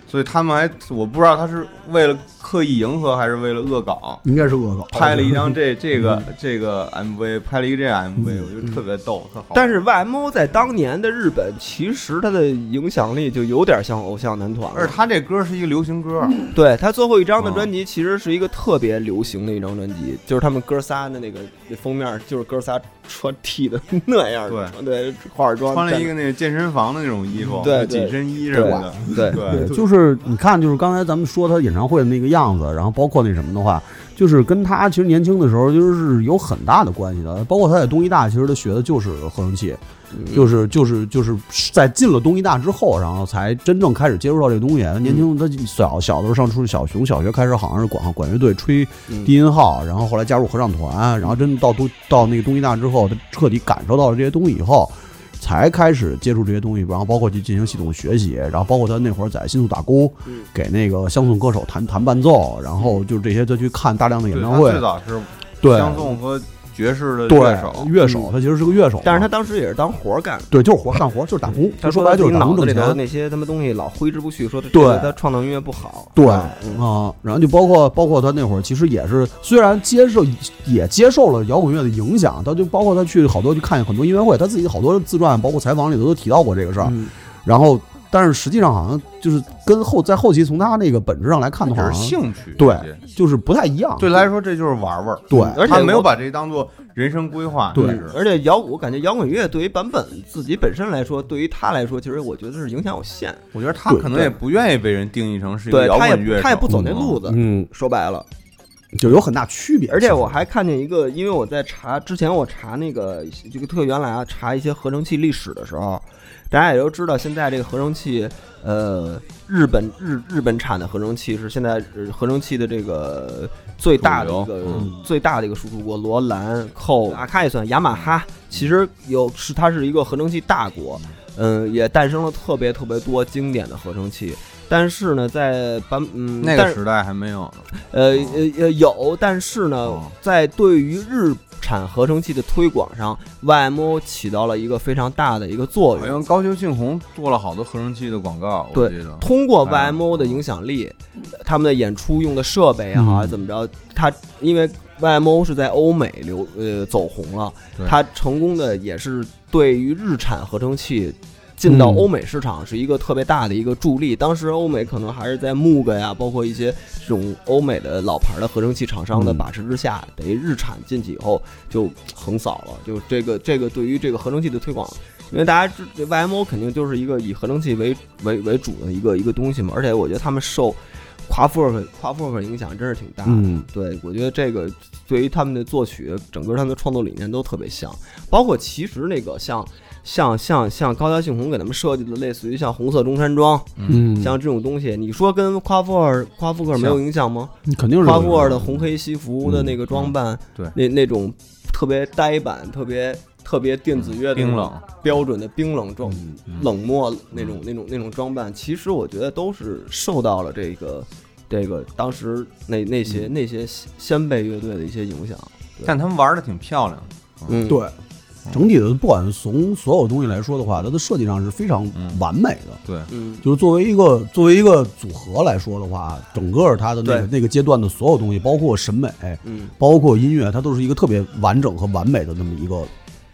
Speaker 7: 所以他们还我不知道他是为了刻意迎合还是为了恶搞，
Speaker 6: 应该是恶搞
Speaker 7: 拍了一张
Speaker 5: 嗯
Speaker 7: 这这个这个 MV，拍了一个这个 MV，我觉得特别逗，特好玩。
Speaker 5: 但是 YMO 在当年的日本，其实它的影响力就有点像偶像男团
Speaker 7: 而
Speaker 5: 了
Speaker 7: 且。他这歌是一个流行歌，
Speaker 5: 对他最后一张的
Speaker 7: 嗯
Speaker 5: 专辑，其实是一个特别流行的一张专辑，就是他们哥仨的那个那封面，就是哥仨穿 T 的那样的，对，化着妆
Speaker 7: 穿了
Speaker 5: 站
Speaker 7: 一个那个健身房的那种衣服，
Speaker 5: 对对
Speaker 7: 紧身衣什么的，
Speaker 5: 对
Speaker 7: 对，
Speaker 6: 呃就是你看，就是刚才咱们说他演唱会的那个样子，然后包括那什么的话，就是跟他其实年轻的时候就是有很大的关系的。包括他在东医大，其实他学的就是合成器，就是就是就是在进了东医大之后，然后才真正开始接触到这个东西。他年轻，他小小的时候上初小从小学开始好像是管管乐队、吹低音号，然后后来加入合唱团，然后真到东到那个东医大之后，他彻底感受到了这些东西以后。才开始接触这些东西，然后包括去进行系统学习，然后包括他那会儿在新宿打工，
Speaker 5: 嗯
Speaker 6: 给那个乡村歌手弹弹伴奏，然后就是这些，他去看大量的演
Speaker 7: 对
Speaker 6: 唱
Speaker 7: 他
Speaker 6: 会
Speaker 7: 最，早是
Speaker 6: 对
Speaker 7: 相送和爵士的
Speaker 6: 对
Speaker 7: 乐手，
Speaker 6: 乐手，他其实是个乐手嘛，
Speaker 5: 但是他当时也是当活儿干。
Speaker 6: 对就是活干活就是打工，
Speaker 5: 他
Speaker 6: 哦说
Speaker 5: 说
Speaker 6: 白了就是
Speaker 5: 自己
Speaker 6: 打
Speaker 5: 脑子
Speaker 6: 工挣
Speaker 5: 里头的
Speaker 6: 钱，
Speaker 5: 那些嗯他妈东西老挥之不去，说他
Speaker 6: 对
Speaker 5: 觉得他创造音乐不好。
Speaker 6: 对
Speaker 5: 啊嗯
Speaker 6: 啊，然后就包括包括他那会儿其实也是，虽然接受也接受了摇滚乐的影响，他就包括他去好多去看很多音乐会，他自己好多自传包括采访里头都提到过这个事儿，
Speaker 5: 嗯
Speaker 6: 然后但是实际上好像就是跟后在后期从他那个本质上来看的
Speaker 7: 只
Speaker 6: 话，
Speaker 7: 是兴趣。
Speaker 6: 对
Speaker 7: 这些，
Speaker 6: 就是不太一样，
Speaker 7: 对他来说这就是玩味儿。
Speaker 6: 对
Speaker 5: 而且
Speaker 7: 他没有
Speaker 5: 我
Speaker 7: 把这当做人生规划。
Speaker 6: 对
Speaker 7: 其实
Speaker 5: 而且摇，我感觉摇滚乐对于版本自己本身来说，对于他来说，其实我觉得是影响有限。
Speaker 7: 我觉得他
Speaker 6: 对
Speaker 7: 可能也不愿意被人定义成是一个
Speaker 5: 对，
Speaker 7: 摇
Speaker 5: 他也
Speaker 7: 滚乐
Speaker 5: 不
Speaker 7: 手，
Speaker 5: 他也不走那路子。
Speaker 6: 嗯，
Speaker 5: 说白了，
Speaker 6: 就有很大区
Speaker 7: 嗯
Speaker 6: 别。
Speaker 5: 而且我还看见一个，因为我在查之前，我查那个这个特原来啊，查一些合成器历史的时候，大家也都知道，现在这个合成器，呃，日本日日本产的合成器是现在呃合成器的这个最大的一
Speaker 7: 主
Speaker 5: 个呃
Speaker 7: 流嗯
Speaker 5: 最大的一个输出国，罗兰、寇、阿卡也算，雅马哈，其实有是它是一个合成器大国，嗯，也诞生了特别特别多经典的合成器。但是呢，在版嗯，
Speaker 7: 那
Speaker 5: 但
Speaker 7: 个
Speaker 5: 是
Speaker 7: 时代还没有呢。
Speaker 5: 呃呃呃有，但是呢
Speaker 7: 哦，
Speaker 5: 在对于日产合成器的推广上，YMO 起到了一个非常大的一个作
Speaker 7: 好
Speaker 5: 用。
Speaker 7: 像高桥幸宏做了好多合成器的广告，我
Speaker 5: 对
Speaker 7: 记得。
Speaker 5: 通过
Speaker 6: 嗯
Speaker 7: 哎
Speaker 5: YMO 的影响力，他们的演出用的设备也好，
Speaker 6: 嗯
Speaker 5: 还是怎么着，它因为 YMO 是在欧美流呃走红了
Speaker 7: 对，
Speaker 5: 它成功的也是对于日产合成器。进到
Speaker 6: 嗯
Speaker 5: 欧美市场是一个特别大的一个助力。当时欧美可能还是在 Moog 呀，包括一些这种欧美的老牌的合成器厂商的
Speaker 6: 嗯
Speaker 5: 把持之下，等于日产进去以后就横扫了。就这个这个对于这个合成器的推广因为大家知这 YMO 肯定就是一个以合成器为为为主的一个一个东西嘛，而且我觉得他们受夸父尔克夸父尔克影响真是挺大的。
Speaker 6: 嗯
Speaker 5: 对，我觉得这个对于他们的作曲，整个他们的创作理念都特别像，包括其实那个像像像像高桥幸宏给他们设计的，类似于像红色中山装，
Speaker 6: 嗯，
Speaker 5: 像这种东西，你说跟夸父尔夸父克尔没有影响吗？
Speaker 6: 你肯定是
Speaker 5: 夸父尔的红黑西服的那个装扮，
Speaker 7: 嗯
Speaker 5: 那那种特别呆板、特别特别电子乐的那
Speaker 7: 嗯冰
Speaker 5: 种
Speaker 7: 冷嗯
Speaker 5: 标准的冰冷装、冷漠那种那种那种装扮，其实我觉得都是受到了这个这个当时那那些、
Speaker 7: 嗯
Speaker 5: 那些先辈乐队的一些影响。
Speaker 7: 但他们玩的挺漂亮的，
Speaker 5: 嗯，
Speaker 6: 对。整体的，不管从所有东西来说的话，它的设计上是非常完美的。
Speaker 7: 对，
Speaker 5: 嗯，
Speaker 6: 就是作为一个作为一个组合来说的话，啊整个它的那个
Speaker 5: 对
Speaker 6: 那个阶段的所有东西，包括审美，
Speaker 5: 嗯，
Speaker 6: 包括音乐，它都是一个特别完整和完美的那么一个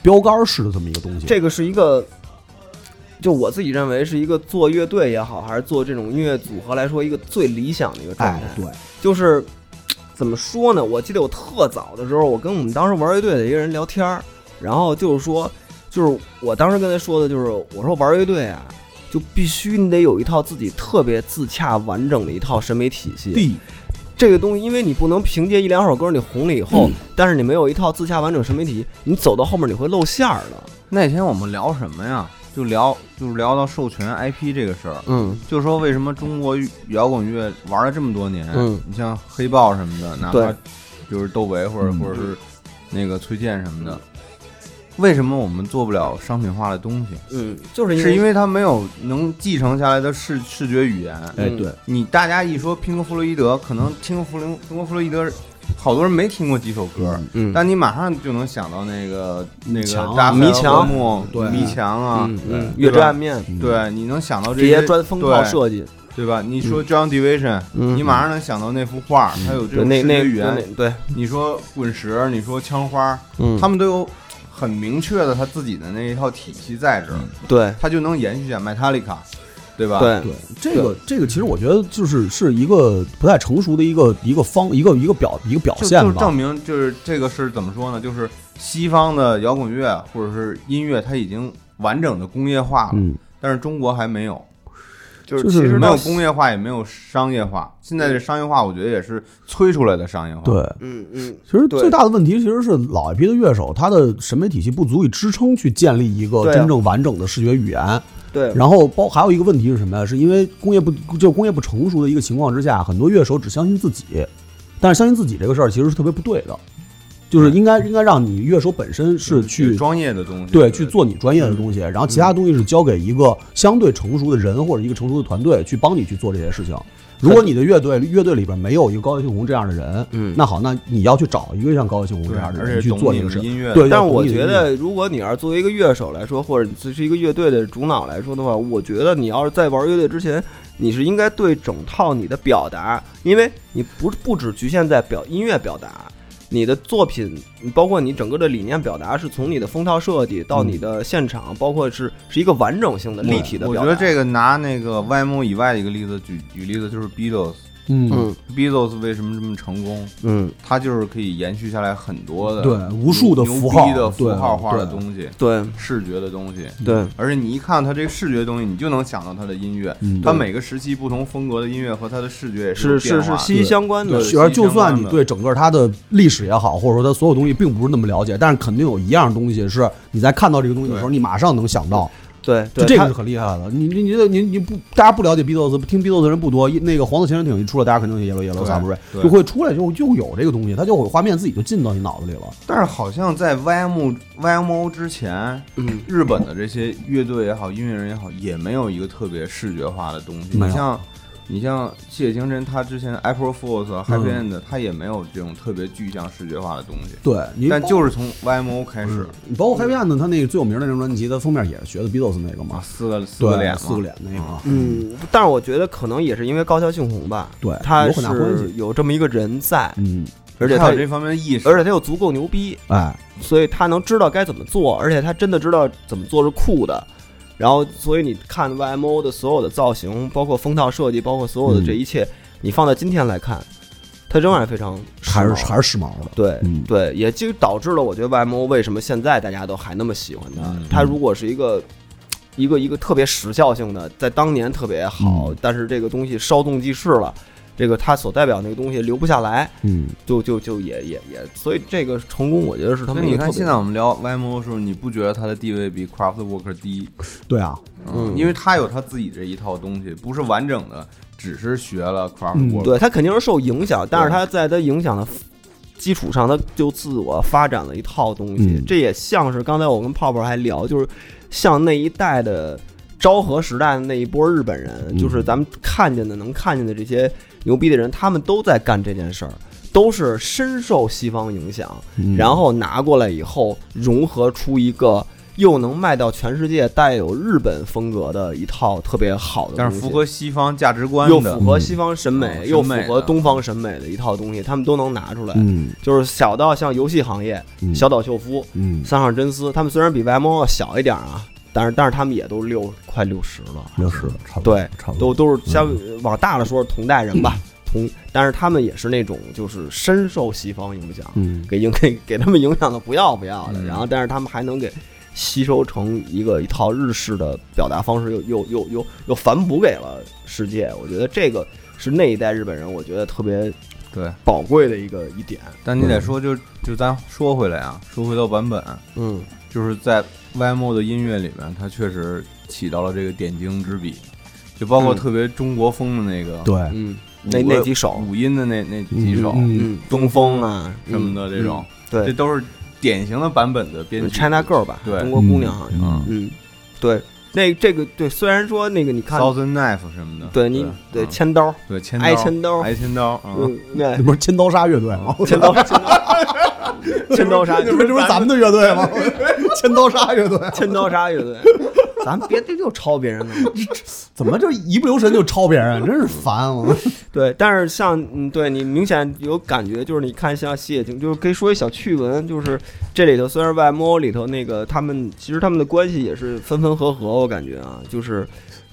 Speaker 6: 标杆式的这么一个东西。
Speaker 5: 这个是一个，就我自己认为是一个做乐队也好，还是做这种音乐组合来说，一个最理想的一个状
Speaker 6: 哎
Speaker 5: 态。，
Speaker 6: 对，
Speaker 5: 就是怎么说呢？我记得我特早的时候，我跟我们当时玩乐队的一个人聊天儿，然后就是说，就是我当时跟他说的，就是我说玩乐队啊，就必须你得有一套自己特别自洽完整的一套审美体系。
Speaker 6: 地
Speaker 5: 这个东西，因为你不能凭借一两首歌你红了以后，但是你没有一套自洽完整审美体系，你走到后面你会露馅儿的。
Speaker 7: 那天我们聊什么呀？就聊就是聊到授权 IP 这个事儿，
Speaker 5: 嗯，
Speaker 7: 就说为什么中国摇滚乐玩了这么多年，
Speaker 5: 嗯
Speaker 7: 你像黑豹什么的，哪怕
Speaker 5: 对
Speaker 7: 就是窦唯或者
Speaker 6: 嗯
Speaker 7: 或者是那个崔健什么的，为什么我们做不了商品化的东西？
Speaker 5: 嗯，就是因为
Speaker 7: 是因为它没有能继承下来的视视觉语言。
Speaker 6: 哎，
Speaker 5: 嗯
Speaker 6: 对，
Speaker 7: 你大家一说平克·弗洛伊德，可能听弗林平克·弗洛伊德，好多人没听过几首歌，
Speaker 5: 嗯
Speaker 7: 但你马上就能想到那个那
Speaker 6: 墙
Speaker 7: 个扎
Speaker 6: 啊
Speaker 5: 迷墙
Speaker 7: 木
Speaker 6: 对
Speaker 7: 迷墙啊，
Speaker 5: 嗯
Speaker 7: 对
Speaker 5: 嗯，月之暗面
Speaker 7: 对，你能想到
Speaker 5: 这
Speaker 7: 这
Speaker 5: 些专风炮
Speaker 7: 对
Speaker 5: 设计，
Speaker 7: 对吧？
Speaker 6: 嗯
Speaker 7: 你说 John Division，、
Speaker 5: 嗯
Speaker 7: 你马上能想到那幅画，它有这
Speaker 5: 对
Speaker 7: 种
Speaker 5: 那
Speaker 7: 视
Speaker 5: 那
Speaker 7: 觉语言。
Speaker 5: 那对，
Speaker 7: 你说滚石，你说枪花，
Speaker 5: 嗯
Speaker 7: 他们都有很明确的他自己的那一套体系在这儿，
Speaker 5: 对
Speaker 7: 他就能延续下 Metallica，对吧？，
Speaker 5: 对
Speaker 6: 嗯对，这个这个其实我觉得就是是一个不太成熟的一个一个方一个一个表一个表
Speaker 7: 就
Speaker 6: 现
Speaker 7: 就证
Speaker 6: 吧。
Speaker 7: 明就是这个是怎么说呢？就是西方的摇滚乐或者是音乐，它已经完整的工业化了，
Speaker 6: 嗯，
Speaker 7: 但是中国还没有。就是
Speaker 6: 就
Speaker 7: 其
Speaker 6: 是
Speaker 7: 实
Speaker 6: 没
Speaker 7: 没
Speaker 6: 有
Speaker 7: 有工业化，也没有商业化。现在这商业化，我觉得也是催出来的商业化。，
Speaker 6: 对，
Speaker 5: 嗯嗯，
Speaker 6: 其实
Speaker 5: 对
Speaker 6: 最大的问题其实是老一批的乐手，他的审美体系不足以支撑去建立一
Speaker 5: 对
Speaker 6: 个
Speaker 5: 啊
Speaker 6: 真正完整的视觉语言。
Speaker 5: 对，
Speaker 6: 然后包还有一个问题是什么呀？是因为工业不就工业不成熟的一个情况之下，很多乐手只相信自己，但是相信自己这个事儿其实是特别不对的，就是应该应该让你乐手本身
Speaker 7: 嗯
Speaker 6: 是去
Speaker 7: 专业的东西，
Speaker 6: 对，去做你专业的东西，
Speaker 7: 嗯
Speaker 6: 然后其他东西是交给一个相对成熟的人或者一个成熟的团队去帮你去做这些事情。如果你的乐队乐队里边没有一个高桥幸宏这样的人，
Speaker 5: 嗯
Speaker 6: 那好，那你要去找一个像高桥幸宏这样的
Speaker 7: 啊而
Speaker 6: 人
Speaker 7: 且
Speaker 6: 去
Speaker 7: 懂
Speaker 6: 做
Speaker 7: 你
Speaker 6: 这个
Speaker 7: 们
Speaker 6: 事。情。
Speaker 7: 音乐，
Speaker 6: 对，
Speaker 5: 但
Speaker 6: 要
Speaker 5: 是我
Speaker 6: 懂你的
Speaker 5: 觉
Speaker 6: 音乐
Speaker 5: 得，如果你要是作为一个乐手来说，或者你只是一个乐队的主脑来说的话，我觉得你要是在玩乐队之前，你是应该对整套你的表达，因为你不不只局限在表音乐表达，你的作品，包括你整个的理念表达，是从你的封套设计到你的现场，包括是是一个完整性的立体的
Speaker 7: 嗯我
Speaker 5: 表达。
Speaker 7: 觉得这个拿那个外幕以外的一个例子举举例子，就是 Beatles。
Speaker 6: 嗯，
Speaker 5: 嗯
Speaker 7: Beatles 为什么这么成功？
Speaker 5: 嗯，
Speaker 7: 它就是可以延续下来很多的
Speaker 6: 对无数的
Speaker 7: 牛
Speaker 6: 符号
Speaker 7: 牛逼的符
Speaker 6: 对
Speaker 7: 号化的
Speaker 6: 对
Speaker 7: 东西，
Speaker 5: 对
Speaker 7: 视觉的东西。
Speaker 5: 对
Speaker 7: 而且你一看它这个视觉的东西，你就能想到它的音乐。
Speaker 6: 嗯
Speaker 7: 它每个时期不同风格的音乐和它的视觉也
Speaker 5: 是
Speaker 7: 有
Speaker 5: 是
Speaker 7: 变化
Speaker 5: 是
Speaker 7: 的
Speaker 5: 息息相关的
Speaker 7: 对。
Speaker 6: 是而就算
Speaker 7: 相关
Speaker 6: 你
Speaker 7: 的
Speaker 6: 对整个它的历史也好，或者说它所有东西并不是那么了解，但是肯定有一样东西是你在看到这个东西的时候，你马上能想到，
Speaker 5: 对
Speaker 6: 就
Speaker 5: 对，
Speaker 6: 这
Speaker 5: 它
Speaker 6: 个是很厉害的。你你你这你你不，大家不了解 Beatles，听 Beatles 的人不多。一那个黄色潜水艇一出来，大家肯定也 Yellow Yellow
Speaker 7: 对
Speaker 6: Subway
Speaker 7: 对
Speaker 6: 就会出来就就有这个东西，它就会画面自己就进到你脑子里了。
Speaker 7: 但是好像在 YM YMO 之前，
Speaker 5: 嗯
Speaker 7: 日本的这些乐队也好，音乐人也好，也没有一个特别视觉化的东西。
Speaker 6: 没有
Speaker 7: 你像你像谢精神，他之前 April Fools、Happy
Speaker 5: 嗯
Speaker 7: End，他也没有这种特别具象视觉化的东西。
Speaker 6: 对，
Speaker 5: 嗯
Speaker 6: 你
Speaker 7: 但
Speaker 6: 包
Speaker 7: 就是从 YMO 开始
Speaker 6: 你包括 Happy End，它那个最有名的那张专辑，它封面也是学的 Beatles 那个
Speaker 7: 啊，
Speaker 6: 嘛，
Speaker 7: 四个四
Speaker 6: 对，
Speaker 7: 个脸嘛，
Speaker 6: 四个脸那个嘛。
Speaker 5: 嗯，但是我觉得可能也是因为高桥幸宏吧，
Speaker 6: 对
Speaker 5: 他
Speaker 6: 有很大关
Speaker 5: 是
Speaker 6: 系
Speaker 5: 有这么一个人在，
Speaker 6: 嗯，
Speaker 5: 而且
Speaker 7: 他
Speaker 5: 他
Speaker 7: 有这方面的意识。
Speaker 5: 而且他又足够牛逼，
Speaker 6: 哎，
Speaker 5: 所以他能知道该怎么做，而且他真的知道怎么做是酷的。然后，所以你看 YMO 的所有的造型，包括封套设计，包括所有的这
Speaker 6: 嗯
Speaker 5: 一切，你放在今天来看，它仍然非常时
Speaker 6: 还是
Speaker 5: 髦
Speaker 6: 还是时髦的。
Speaker 5: 对、
Speaker 6: 嗯
Speaker 5: 对，也就导致了我觉得 YMO 为什么现在大家都还那么喜欢它。
Speaker 6: 嗯
Speaker 7: 啊
Speaker 5: 它如果是一个一个一个特别时效性的，在当年特别好，
Speaker 6: 嗯
Speaker 5: 但是这个东西稍纵即逝了，这个它所代表那个东西留不下来，
Speaker 6: 嗯，
Speaker 5: 就就就也也也，所以这个成功，我觉得是他
Speaker 7: 那
Speaker 5: 们一
Speaker 7: 你
Speaker 5: 个特
Speaker 7: 看，
Speaker 5: 别
Speaker 7: 现在我们聊 YMO 的时候，你不觉得他的地位比 Craftwork 低？
Speaker 6: 对啊，
Speaker 5: 嗯
Speaker 7: 因为他有他自己这一套东西，不是完整的，只是学了
Speaker 6: 嗯
Speaker 7: Craftwork。
Speaker 5: 嗯对他肯定是受影响，但是他在他影响的基础上，他就自我发展了一套东西。
Speaker 6: 嗯
Speaker 5: 这也像是刚才我跟泡泡还聊，就是像那一代的昭和时代的那一波日本人，
Speaker 6: 嗯
Speaker 5: 就是咱们看见的、能看见的这些牛逼的人，他们都在干这件事儿。都是深受西方影响，
Speaker 6: 嗯
Speaker 5: 然后拿过来以后，融合出一个又能卖到全世界、带有日本风格的一套特别好的东西，
Speaker 7: 但是符合西方价值观
Speaker 5: 又
Speaker 7: 的
Speaker 5: 符，合西方审美，
Speaker 7: 嗯审
Speaker 5: 又符
Speaker 7: 美
Speaker 5: 合
Speaker 7: 的
Speaker 5: 东方审美的一套东西，他们都能拿出来。
Speaker 6: 嗯
Speaker 5: 就是小到像游戏行业，
Speaker 6: 嗯
Speaker 5: 小岛秀夫、
Speaker 6: 嗯，
Speaker 5: 三上真司，他们虽然比 YMO 要小一点啊，但是但是他们也都六快六十了，
Speaker 6: 六十差不多，
Speaker 5: 对，
Speaker 6: 差不多
Speaker 5: 都都
Speaker 7: 嗯
Speaker 5: 是相往大了说是同代人吧，同，但是他们也是那种就是深受西方影响，
Speaker 6: 嗯
Speaker 5: 给影 [LAUGHS] 给给他们影响的不要不要的，
Speaker 7: 嗯
Speaker 5: 然后但是他们还能给吸收成一个一套日式的表达方式，又又又又又反哺给了世界。我觉得这个是那一代日本人，我觉得特别
Speaker 7: 对。
Speaker 5: 宝贵的一个一点。
Speaker 7: 但你得说就，就咱说回来啊，说回到版本，
Speaker 5: 嗯，
Speaker 7: 就是在 YMO 的音乐里面，它确实起到了这个点睛之笔，就包括
Speaker 5: 嗯
Speaker 7: 特别中国风的那个，
Speaker 6: 对，
Speaker 5: 嗯，
Speaker 7: 五
Speaker 5: 那
Speaker 7: 个
Speaker 5: 那几首，
Speaker 7: 五音的那那几首，
Speaker 6: 嗯
Speaker 5: 嗯，东风啊
Speaker 7: 什么的这种，
Speaker 5: 嗯
Speaker 7: 这
Speaker 5: 对
Speaker 7: 都是典型的版本的编曲。
Speaker 5: ，China Girl 吧，
Speaker 7: 对
Speaker 5: 中国姑娘好像，
Speaker 7: 嗯
Speaker 5: 嗯，对，那这个对，虽然说那个你看，
Speaker 7: Thousand Knife 什么的，
Speaker 5: 对你对
Speaker 7: 对嗯
Speaker 5: 千刀，
Speaker 7: 对千
Speaker 5: 挨千刀
Speaker 7: 挨千刀，嗯，
Speaker 5: 嗯，对
Speaker 6: 那，不是尖刀鲨乐队吗？
Speaker 5: 千刀，千刀，
Speaker 7: [LAUGHS]
Speaker 5: 千刀
Speaker 6: [LAUGHS]
Speaker 5: 杀，
Speaker 6: 这不是这不是咱们的乐队吗？ [LAUGHS] 千刀鲨乐队
Speaker 5: 千刀杀乐队， [LAUGHS] 咱别这就抄别人的嘛。
Speaker 6: [LAUGHS] 怎么就一不留神就抄别人，真是
Speaker 5: [LAUGHS]
Speaker 6: 烦我。
Speaker 5: 对，但是像嗯，对你明显有感觉，就是你看像西野晴，就是可以说一小趣闻，就是这里头虽然 YMO 里头那个他们，其实他们的关系也是分分合合，我感觉啊，就是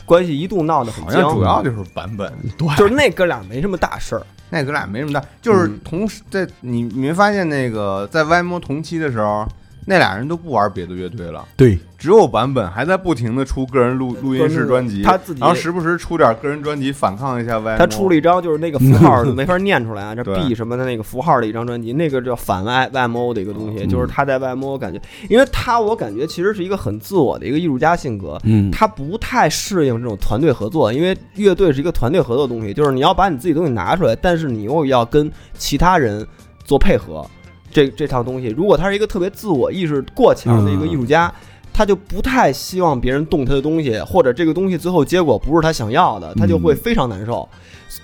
Speaker 5: 关系一度闹得很
Speaker 7: 好像主
Speaker 5: 僵，
Speaker 7: 要就是版本，
Speaker 5: 就是那哥俩没什么大事儿，
Speaker 7: 那哥俩没什么大，就是同时在你你没发现那个在 YMO 同期的时候，那俩人都不玩别的乐队了，
Speaker 6: 对，
Speaker 7: 只有版本还在不停的出个人录录音室专辑，
Speaker 5: 他自己
Speaker 7: 然后时不时出点个人专辑反抗一下 YMO。
Speaker 5: 他出了一张就是那个符号儿没法念出来啊，这
Speaker 7: 对
Speaker 5: B 什么的那个符号的一张专辑，那个叫反 Y YMO 的一个东西，就是他在 YMO 感觉，因为他我感觉其实是一个很自我的一个艺术家性格，
Speaker 6: 嗯
Speaker 5: 他不太适应这种团队合作，因为乐队是一个团队合作的东西，就是你要把你自己东西拿出来，但是你又要跟其他人做配合。这这套东西，如果他是一个特别自我意识过强的一个艺术家，他就不太希望别人动他的东西，或者这个东西最后结果不是他想要的，他就会非常难受。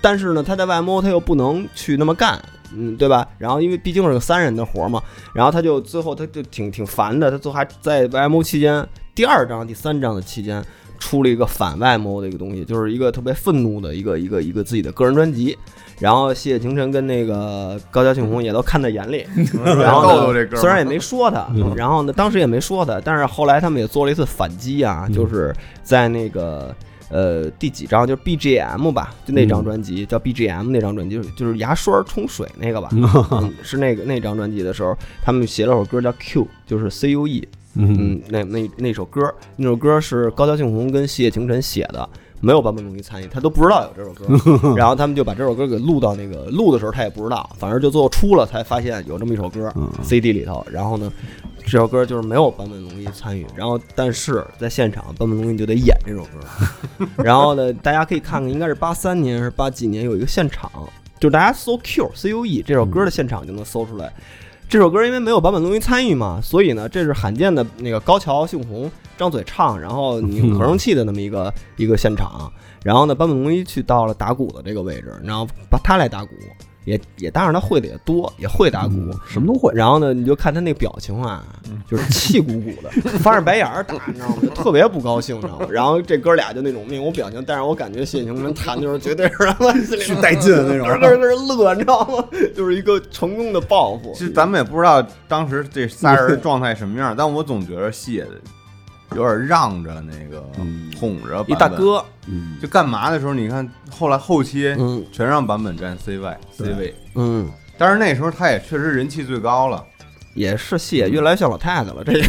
Speaker 5: 但是呢，他在外摸他又不能去那么干，嗯，对吧？然后因为毕竟是个三人的活儿嘛，然后他就最后他就挺挺烦的，他最后还在 YMO 期间，第二章、第三章的期间出了一个反 YMO 的一个东西，就是一个特别愤怒的一个一个一个自己的个人专辑。然后谢谢廷晨跟那个高桥庆红也都看在眼里，然后呢
Speaker 7: 豆豆这哥们儿
Speaker 5: 嗯虽然也没说他，然后呢当时也没说他，但是后来他们也做了一次反击啊，就是在那个。呃，第几张就是 BGM 吧，就那张专辑、叫 BGM 那张专辑，就是就是牙刷冲水那 [LAUGHS] 个吧，嗯是那个那张专辑的时候，他们写了首歌叫 Q，就是 C U E，
Speaker 6: 嗯，
Speaker 5: 嗯，那那那首歌，那首歌是高桥庆弘跟细野晴臣写的，没有坂本龙一参与，他都不知道有这首歌，然后他们就把这首歌给录到那个录的时候他也不知道，反正就最后出了才发现有这么一首歌、CD 里头，然后呢，这首歌就是没有坂本龙一参与，然后但是在现场坂本龙一就得演这首歌，然后呢，大家可以看看，应该是八三年还是八几年有一个现场，就是大家搜 Q C U E 这首歌的现场就能搜出来。这首歌因为没有版本龙一参与嘛，所以呢，这是罕见的那个高桥幸宏张嘴唱，然后拧合成器的那么一个一个现场。然后呢，坂本龙一去到了打鼓的这个位置，然后把他来打鼓，也也当然他会的也多，也会打鼓，
Speaker 6: 什么都会，
Speaker 5: 然后呢，你就看他那个表情啊，就是气鼓鼓的，翻着白眼儿打，你知道吗？就特别不高兴，你知道吗？然后这哥俩就那种面无表情，但是我感觉谢霆锋弹就是绝对是他妈心里
Speaker 6: 带劲的那
Speaker 5: [LAUGHS] 咯
Speaker 6: 种。
Speaker 5: 咯咯乐，你知道吗？就是一个成功的报复。
Speaker 7: 其实咱们也不知道当时这仨
Speaker 5: [LAUGHS]
Speaker 7: 人状态什么样，但我总觉得戏也有点让着那个哄着版
Speaker 5: 嗯一
Speaker 7: 本
Speaker 5: 大，哥，
Speaker 7: 就干嘛的时候，你看后来后期
Speaker 5: 嗯
Speaker 7: 全让版本占 C 位 C 位，
Speaker 5: 嗯，
Speaker 7: 但是那时候他也确实人气最高了，
Speaker 5: 也是戏也越来越像老太太了，这也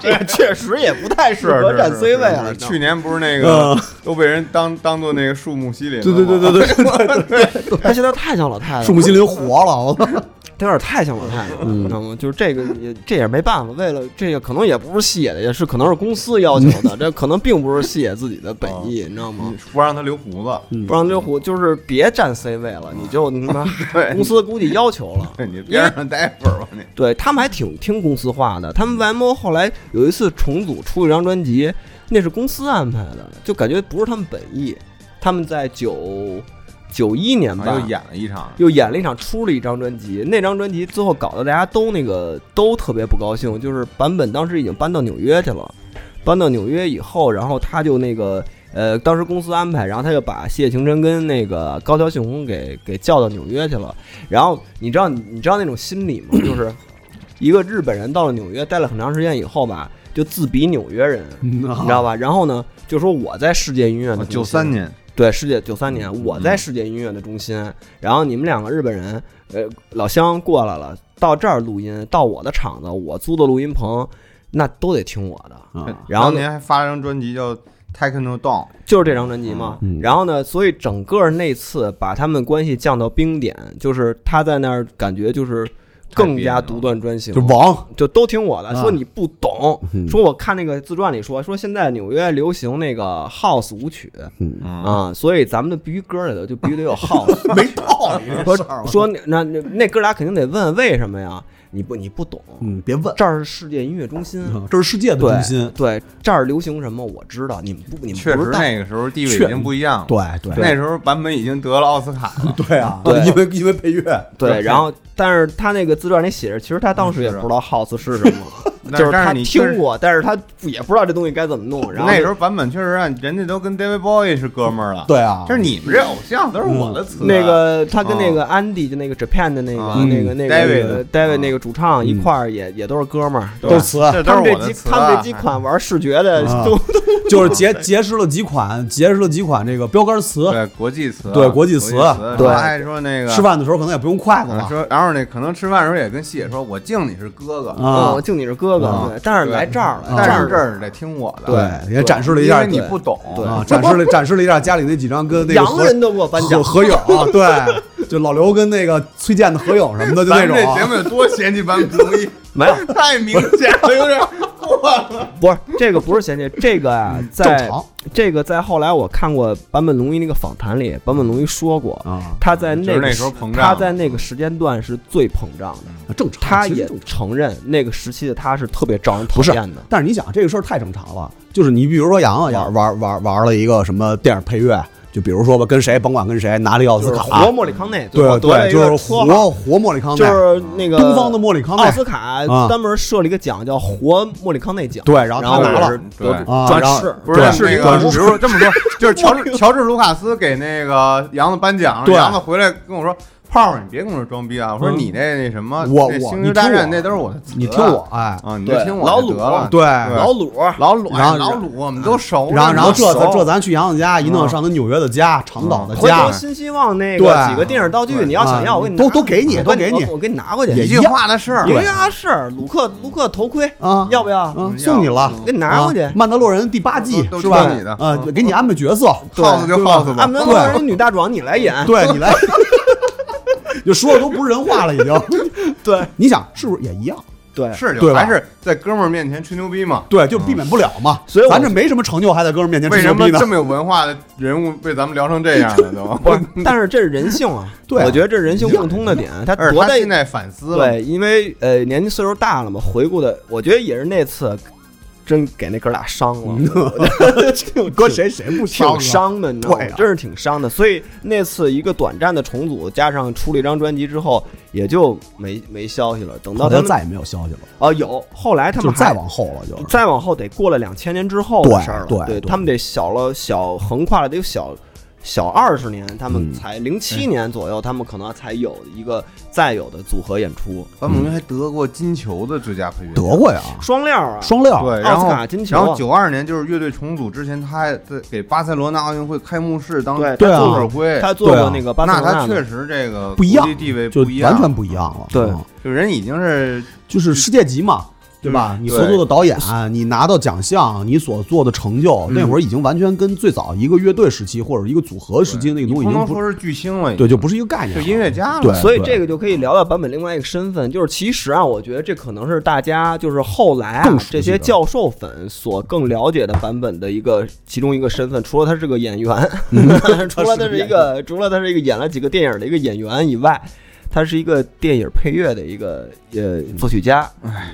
Speaker 5: 这也确实也不太适
Speaker 7: 是
Speaker 5: 合
Speaker 7: 是
Speaker 5: 站
Speaker 7: 是
Speaker 5: C 位
Speaker 7: 是
Speaker 5: 了。
Speaker 7: 是
Speaker 5: 你知道吗嗯
Speaker 7: 去年不是那个都被人当当做那个树木西林了
Speaker 6: 对
Speaker 7: 吗，
Speaker 6: 对对对
Speaker 7: [LAUGHS]
Speaker 6: 对，
Speaker 5: 他现在太像老太太了，
Speaker 6: 树木心灵活了，我操！
Speaker 5: 他有点太像老太太了，你知道吗？就是这个也这也没办法，为了这个可能也不是戏野的，也是可能是公司要求的，这可能并不是戏野自己的
Speaker 7: 哦
Speaker 5: 本意，你知道吗
Speaker 7: 你？不让他留胡子，
Speaker 5: 不让这虎就是别占 C 位了，你就你妈
Speaker 7: 对
Speaker 5: 公司估计要求了，
Speaker 7: 你边上待会儿吧你。
Speaker 5: 对他们还挺听公司话的。他们 YMO 后来有一次重组出一张专辑，那是公司安排的，就感觉不是他们本意。他们在九九一年
Speaker 7: 啊
Speaker 5: 吧，
Speaker 7: 又演了一场，
Speaker 5: 又演了一场，出了一张专辑。那张专辑最后搞得大家都那个都特别不高兴，就是版本当时已经搬到纽约去了，搬到纽约以后，然后他就那个呃，当时公司安排，然后他就把谢霆锋跟那个高桥幸宏给给叫到纽约去了。然后你知道你知道那种心理吗？
Speaker 7: [LAUGHS]
Speaker 5: 就是一个日本人到了纽约待了很长时间以后吧，就自比纽约人，
Speaker 6: [LAUGHS] 你
Speaker 5: 你知道吧？然后呢，就说我在世界音乐
Speaker 7: 啊
Speaker 5: 的
Speaker 7: 哦九
Speaker 5: 中心
Speaker 7: 三年，
Speaker 5: 对，世界九三年，
Speaker 6: 嗯
Speaker 5: 我在世界音乐的中心，然后你们两个日本人，呃，老乡过来了，到这儿录音，到我的场子，我租的录音棚，那都得听我的。
Speaker 6: 啊，
Speaker 5: 然后
Speaker 7: 嗯当
Speaker 5: 呢，嗯
Speaker 7: 年还发了张专辑叫《Techno Dawn》，
Speaker 5: 就是这张专辑嘛。
Speaker 6: 嗯
Speaker 5: 然后呢，所以整个那次把他们关系降到冰点，就是他在那儿感觉就是更加独断专行，
Speaker 6: 就王，
Speaker 5: 就都听我的，
Speaker 6: 啊
Speaker 5: 说你不懂，
Speaker 6: 嗯
Speaker 5: 说我看那个自传里说，说现在纽约流行那个 house 舞曲，
Speaker 7: 嗯
Speaker 5: 啊，所以咱们的必须歌里头就必须得有 house。
Speaker 6: 没道理
Speaker 7: [LAUGHS]
Speaker 6: 这
Speaker 5: 说
Speaker 6: 事儿。
Speaker 5: 说那那那那哥俩肯定得问为什么呀？你不你不懂，
Speaker 6: 嗯，别问，
Speaker 5: 这儿是世界音乐中心，
Speaker 6: 这是世界的
Speaker 5: 对
Speaker 6: 中心。
Speaker 5: 对，这儿流行什么我知道，你们不你们
Speaker 7: 确
Speaker 5: 不
Speaker 7: 实
Speaker 5: 知道。
Speaker 7: 那个时候地位已
Speaker 6: 确
Speaker 7: 经不一样了。
Speaker 6: 对对
Speaker 7: 那时候版本已经得了奥斯卡了，
Speaker 6: 对啊，
Speaker 5: 对
Speaker 6: 因为因为配乐，
Speaker 5: 对，然后但是他那个自传里写着，其实他当时也
Speaker 7: 是啊
Speaker 5: 不知道 house 是什
Speaker 7: [LAUGHS]
Speaker 5: 么，
Speaker 7: 那
Speaker 5: 就是
Speaker 7: 嗯但是
Speaker 5: 他
Speaker 7: 你
Speaker 5: 听
Speaker 7: 确实
Speaker 5: 过，但是他也不知道这东西该怎么弄。然后
Speaker 7: 那时候版本确实让人家都跟 David Bowie 是哥们儿了。
Speaker 6: 对啊
Speaker 7: 就是你们这偶像都是我的词啊。
Speaker 5: 嗯那个他跟那个
Speaker 6: 啊
Speaker 5: Andy 就那个 Japan 的那个、
Speaker 7: 嗯
Speaker 5: 那个那个
Speaker 7: David
Speaker 5: David
Speaker 7: 嗯
Speaker 5: 那个主唱一块儿也、也都是哥们儿，
Speaker 6: 都是词，
Speaker 7: 这
Speaker 5: 他
Speaker 7: 都是
Speaker 5: 们这
Speaker 7: 我
Speaker 5: 几
Speaker 7: 的词啊。
Speaker 5: 他们这几款玩视觉的
Speaker 6: 啊
Speaker 5: 都
Speaker 6: [LAUGHS] 就是结结识了几款，结识了几款这个标杆词。
Speaker 7: 对国际词，
Speaker 6: 对国际词
Speaker 5: 对
Speaker 7: 他还说那个
Speaker 6: 吃饭的时候可能也不用筷子
Speaker 7: 嗯
Speaker 6: 了，
Speaker 7: 说然后那可能吃饭的时候也跟细野说，我敬你是哥哥。
Speaker 6: 啊
Speaker 5: 嗯，敬你是哥哥哥，对，但是来这儿来
Speaker 7: 但是
Speaker 5: 这
Speaker 7: 这
Speaker 5: 儿
Speaker 7: 儿得听我的，
Speaker 6: 对，也展示了一下
Speaker 7: 因为你不懂，
Speaker 5: 对
Speaker 6: 啊，展示了 [LAUGHS] 展示了一下家里那几张跟那个
Speaker 5: 洋
Speaker 6: 合
Speaker 5: 人都给我颁奖
Speaker 6: [LAUGHS] 合，合影
Speaker 5: [LAUGHS]
Speaker 6: 啊，对，就老刘跟那个崔健的合影什么的，就那
Speaker 7: 咱们
Speaker 6: 种
Speaker 7: 这节
Speaker 6: 啊
Speaker 7: 目有多嫌弃版不容
Speaker 6: [LAUGHS]
Speaker 7: 易，
Speaker 5: 没有，
Speaker 7: [LAUGHS] 太明显了，有点过了。
Speaker 5: 不是这个不是衔接，这个啊，
Speaker 6: 正
Speaker 5: 在
Speaker 6: 常
Speaker 5: 这个在后来我看过坂本龙一那个访谈里，坂本龙一说过，
Speaker 6: 啊，
Speaker 5: 他在
Speaker 7: 就
Speaker 5: 那
Speaker 7: 是
Speaker 5: 个
Speaker 7: 那时候
Speaker 5: 时
Speaker 7: 膨胀
Speaker 5: 他在那个时间段是最膨胀的，
Speaker 6: 啊正常，
Speaker 5: 他
Speaker 6: 其实
Speaker 5: 也
Speaker 6: 正常
Speaker 5: 承认那个时期的他是特别招人讨
Speaker 6: 不是
Speaker 5: 厌的。
Speaker 6: 但是你想，这个事儿太正常了。就是你比如说洋洋要玩玩玩了一个什么电影配乐，就比如说吧，跟谁甭管跟谁拿了一奥斯
Speaker 5: 就是
Speaker 6: 卡，啊
Speaker 5: 活莫里康内，最后
Speaker 6: 对
Speaker 5: 得了
Speaker 6: 对，
Speaker 5: 一
Speaker 6: 就
Speaker 5: 个
Speaker 6: 是
Speaker 5: 绰号
Speaker 6: 活活莫里康
Speaker 5: 就
Speaker 6: 内，
Speaker 5: 是那个
Speaker 6: 东方的莫里康
Speaker 5: 奥
Speaker 6: 内，
Speaker 5: 斯卡
Speaker 6: 啊
Speaker 5: 专门设了一个奖叫“活莫里康内奖”，
Speaker 6: 对， [LAUGHS] 然后
Speaker 5: 然
Speaker 6: 他
Speaker 5: 后
Speaker 6: 拿
Speaker 5: 我
Speaker 6: 了
Speaker 5: 是
Speaker 7: 对
Speaker 5: 得
Speaker 6: 啊，
Speaker 5: 转
Speaker 6: 然后
Speaker 5: 世
Speaker 7: 不是
Speaker 6: 对
Speaker 7: 是一个，
Speaker 6: 转
Speaker 7: 比
Speaker 6: 世
Speaker 7: 如说这么说，就是乔治乔治卢卡斯给那个杨子颁奖了，
Speaker 6: 对嗯
Speaker 7: 杨子回来跟我说：“炮儿，你别跟我这装逼啊！”我说：“你那那什么，
Speaker 6: 我
Speaker 7: 那
Speaker 6: 我
Speaker 7: 星
Speaker 6: 你
Speaker 7: 球大
Speaker 6: 听
Speaker 7: 战
Speaker 6: 我
Speaker 7: 那都是我的词啊，
Speaker 6: 你听我哎，
Speaker 7: 啊，你就
Speaker 5: 对
Speaker 7: 听我
Speaker 5: 老
Speaker 7: 就
Speaker 5: 鲁
Speaker 7: 得了，
Speaker 6: 对
Speaker 7: 老
Speaker 5: 老鲁
Speaker 7: 老鲁哎
Speaker 6: 然后
Speaker 7: 老鲁，我们都熟着呢，
Speaker 6: 然后然后这
Speaker 7: 哦熟
Speaker 6: 咱这咱去洋洋家一弄，
Speaker 7: 嗯
Speaker 6: 上他纽约的家，长岛的
Speaker 5: 嗯回头
Speaker 6: 家，
Speaker 5: 新希望那个
Speaker 6: 对
Speaker 5: 几个电影道具，
Speaker 7: 对
Speaker 5: 你要想要，
Speaker 6: 啊
Speaker 5: 我给你
Speaker 6: 都
Speaker 5: 拿
Speaker 6: 都给你
Speaker 5: 我
Speaker 6: 都给
Speaker 5: 我
Speaker 6: 你
Speaker 5: 我给你拿过去。
Speaker 6: 也
Speaker 7: 一句话的事儿，
Speaker 5: 有啥事儿？卢克卢克头盔
Speaker 6: 啊
Speaker 5: 要不要？
Speaker 6: 嗯，送你了，
Speaker 5: 给你拿过去
Speaker 6: 啊曼德洛人》第八季
Speaker 7: 都都
Speaker 6: 是吧
Speaker 7: 都是你的？嗯
Speaker 6: 啊，给你安排角色，
Speaker 7: 耗子就耗子吧
Speaker 5: 俺，们
Speaker 6: 对
Speaker 5: 那女大壮你来演，
Speaker 6: 对你来，就说的都不是人话了，已经。对，你想是不是也一样？
Speaker 5: 对
Speaker 7: 哎是
Speaker 6: 对
Speaker 7: 就
Speaker 6: 吧
Speaker 7: 还是在哥们儿面前吹牛逼嘛？
Speaker 6: 对，就是避免不了嘛。
Speaker 5: 所以我
Speaker 6: 咱这没什么成就，还在哥们儿面前
Speaker 7: 为
Speaker 6: 吹
Speaker 7: 什
Speaker 6: 牛
Speaker 7: 么
Speaker 6: 逼呢
Speaker 7: 这？么有文化的人物被咱们聊成这样
Speaker 6: [LAUGHS]
Speaker 7: 了都？ [LAUGHS]
Speaker 5: 不是，但是这是人性啊。
Speaker 6: 对啊
Speaker 5: 我觉得这是人性共通的点。他
Speaker 7: 而且
Speaker 5: 多
Speaker 7: 他
Speaker 5: 在
Speaker 7: 现在反思了，
Speaker 5: 对，因为呃年纪岁数大了嘛，回顾的，我觉得也是那次真给那哥俩伤
Speaker 6: [LAUGHS]
Speaker 5: 了，
Speaker 6: 搁谁谁不
Speaker 5: 挺
Speaker 6: 伤啊？
Speaker 5: 伤的，你知道吗
Speaker 6: 对？啊
Speaker 5: 真是挺伤的。所以那次一个短暂的重组，加上出了一张专辑之后，也就没没消息了。等到
Speaker 6: 后
Speaker 5: 他
Speaker 6: 来
Speaker 5: 们
Speaker 6: 再也没有消息了，
Speaker 5: 啊有，后来他
Speaker 6: 就
Speaker 5: 们
Speaker 6: 是再
Speaker 5: 还
Speaker 6: 往后了，就是
Speaker 5: 再往后得过了两千年之后的
Speaker 6: 对
Speaker 5: 事儿了，
Speaker 6: 对对
Speaker 5: 他们得小了小横跨了得有小小二十
Speaker 6: 嗯
Speaker 5: 年，他们才零七年左右，他们可能才有一个再有的组合演出，
Speaker 7: 坂本龙一还得过金球的最佳配乐，
Speaker 6: 得过呀，
Speaker 5: 双料啊，
Speaker 6: 双料
Speaker 7: 对，
Speaker 5: 奥斯
Speaker 7: 然后
Speaker 5: 卡金球啊
Speaker 7: 然后九二年就是乐队重组之前，他还在给巴塞罗那奥运会开幕式当
Speaker 5: 对
Speaker 6: 对啊
Speaker 7: 做指挥，
Speaker 5: 他做
Speaker 6: 对
Speaker 5: 过
Speaker 6: 啊
Speaker 5: 那个巴塞
Speaker 7: 那
Speaker 5: 罗
Speaker 7: 他
Speaker 5: 那
Speaker 7: 确
Speaker 5: 的，
Speaker 7: 实这个
Speaker 6: 不一样
Speaker 7: 国际地位
Speaker 6: 就
Speaker 7: 不一样，
Speaker 6: 完全不一样了。
Speaker 5: 对
Speaker 6: 嗯
Speaker 7: 就人已经是
Speaker 6: 就是世界级嘛，对吧？
Speaker 7: 嗯
Speaker 6: 你所做的导演，你拿到奖项，你所做的成就，那会儿已经完全跟最早一个乐队时期或者一个组合时期那个东
Speaker 7: 不
Speaker 6: 西已经
Speaker 7: 能
Speaker 6: 不
Speaker 7: 说是巨星了，
Speaker 6: 对，就不是一个概念
Speaker 7: 就
Speaker 6: 了。
Speaker 7: 音乐家了。
Speaker 6: 哎对
Speaker 5: 所以这个就可以聊到版本另外一个身份，就是其实啊，我觉得这可能是大家就是后来啊
Speaker 6: 更熟悉
Speaker 5: 这
Speaker 6: 的
Speaker 5: 些教授粉所更了解的版本的一个其中一个身份，除了他是个演员，[LAUGHS]
Speaker 6: 嗯
Speaker 5: 除了他是一个除了他是一个演了几个电影的一个演员以外。他是一个电影配乐的一个呃
Speaker 6: 嗯
Speaker 5: 作曲家，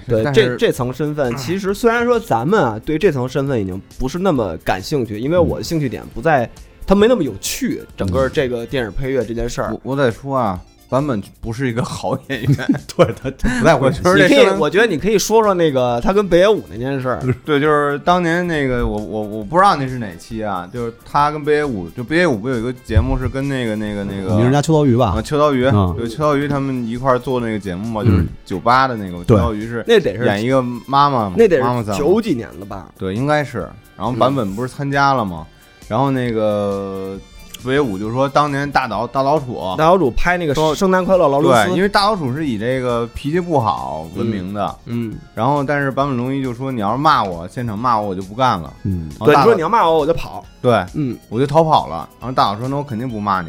Speaker 5: 对
Speaker 7: 但
Speaker 5: 这
Speaker 7: 是
Speaker 5: 这层身份，其
Speaker 6: [CLEARS THROAT]
Speaker 5: 实虽然说咱们啊对这层身份已经不是那么感兴趣，因为我的兴趣点不在，它没那么有趣。整个这个电影配乐这件事儿，
Speaker 7: 我我得说啊，版本不是一个好演 [LAUGHS] 员，
Speaker 6: 对他他不太会
Speaker 7: 我
Speaker 6: 去
Speaker 7: 就是这
Speaker 5: 你可
Speaker 7: 声
Speaker 5: 以，
Speaker 7: 音
Speaker 5: 我觉得你可以说说那个他跟北野武那件事儿。
Speaker 7: 对，就是当年那个我我我不知道那是哪期啊，就是他跟北野武，就北野武不有一个节目是跟那个那个那个
Speaker 6: 名人家秋刀鱼
Speaker 7: 啊
Speaker 6: 吧？
Speaker 7: 秋刀鱼，
Speaker 6: 嗯
Speaker 7: 就秋刀鱼他们一块儿做那个节目嘛，就是
Speaker 6: 嗯
Speaker 7: 酒吧的那个秋
Speaker 6: 对
Speaker 7: 刀鱼是
Speaker 5: 那得是
Speaker 7: 演一个妈妈嘛，
Speaker 5: 那得
Speaker 7: 妈妈
Speaker 5: 是
Speaker 7: 桑
Speaker 5: 九几年了吧？
Speaker 7: 对，应该是。然后版本不是参加了吗？然后那个北野武就说，当年大岛大岛鼠，
Speaker 5: 大岛主拍那个
Speaker 7: 哦说
Speaker 5: 《圣诞快乐，劳伦斯
Speaker 7: 对，》，因为大岛鼠是以这个脾气不好闻名的。
Speaker 5: 嗯，
Speaker 7: 然后，但是坂本龙一就说，你要是骂我，现场骂我，我就不干了。
Speaker 6: 嗯，
Speaker 7: 然后
Speaker 5: 对，
Speaker 7: 哦大岛
Speaker 5: 你说你要骂我，我就跑。
Speaker 7: 对，
Speaker 5: 嗯，
Speaker 7: 我就逃跑了。然后大佬说：“那我肯定不骂你。”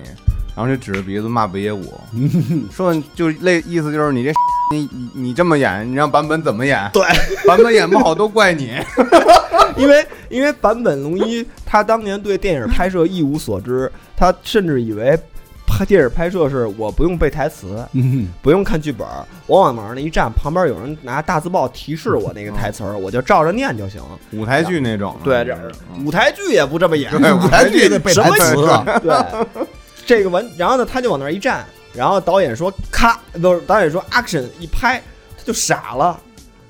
Speaker 7: 然后就指着鼻子骂北
Speaker 5: [LAUGHS]
Speaker 7: 野武，说就类意思就是你这你你你这么演，你让版本怎么演？
Speaker 5: 对，
Speaker 7: 版本演不好都怪你。
Speaker 5: 因为因为坂本龙一他当年对电影拍摄一无所知，他甚至以为拍电影拍摄是我不用背台词，
Speaker 6: 嗯，
Speaker 5: 不用看剧本，我往往那一站，旁边有人拿大字报提示我那个台词儿，我就照着念就行。
Speaker 7: 舞台剧那种，
Speaker 5: 对，这舞台剧也不这么演，
Speaker 7: 哦对舞台剧
Speaker 6: 得背台词啊，
Speaker 5: 对， [LAUGHS] 这个完，然后呢，他就往那儿一站，然后导演说咔，不是导演说 action 一拍，他就傻了，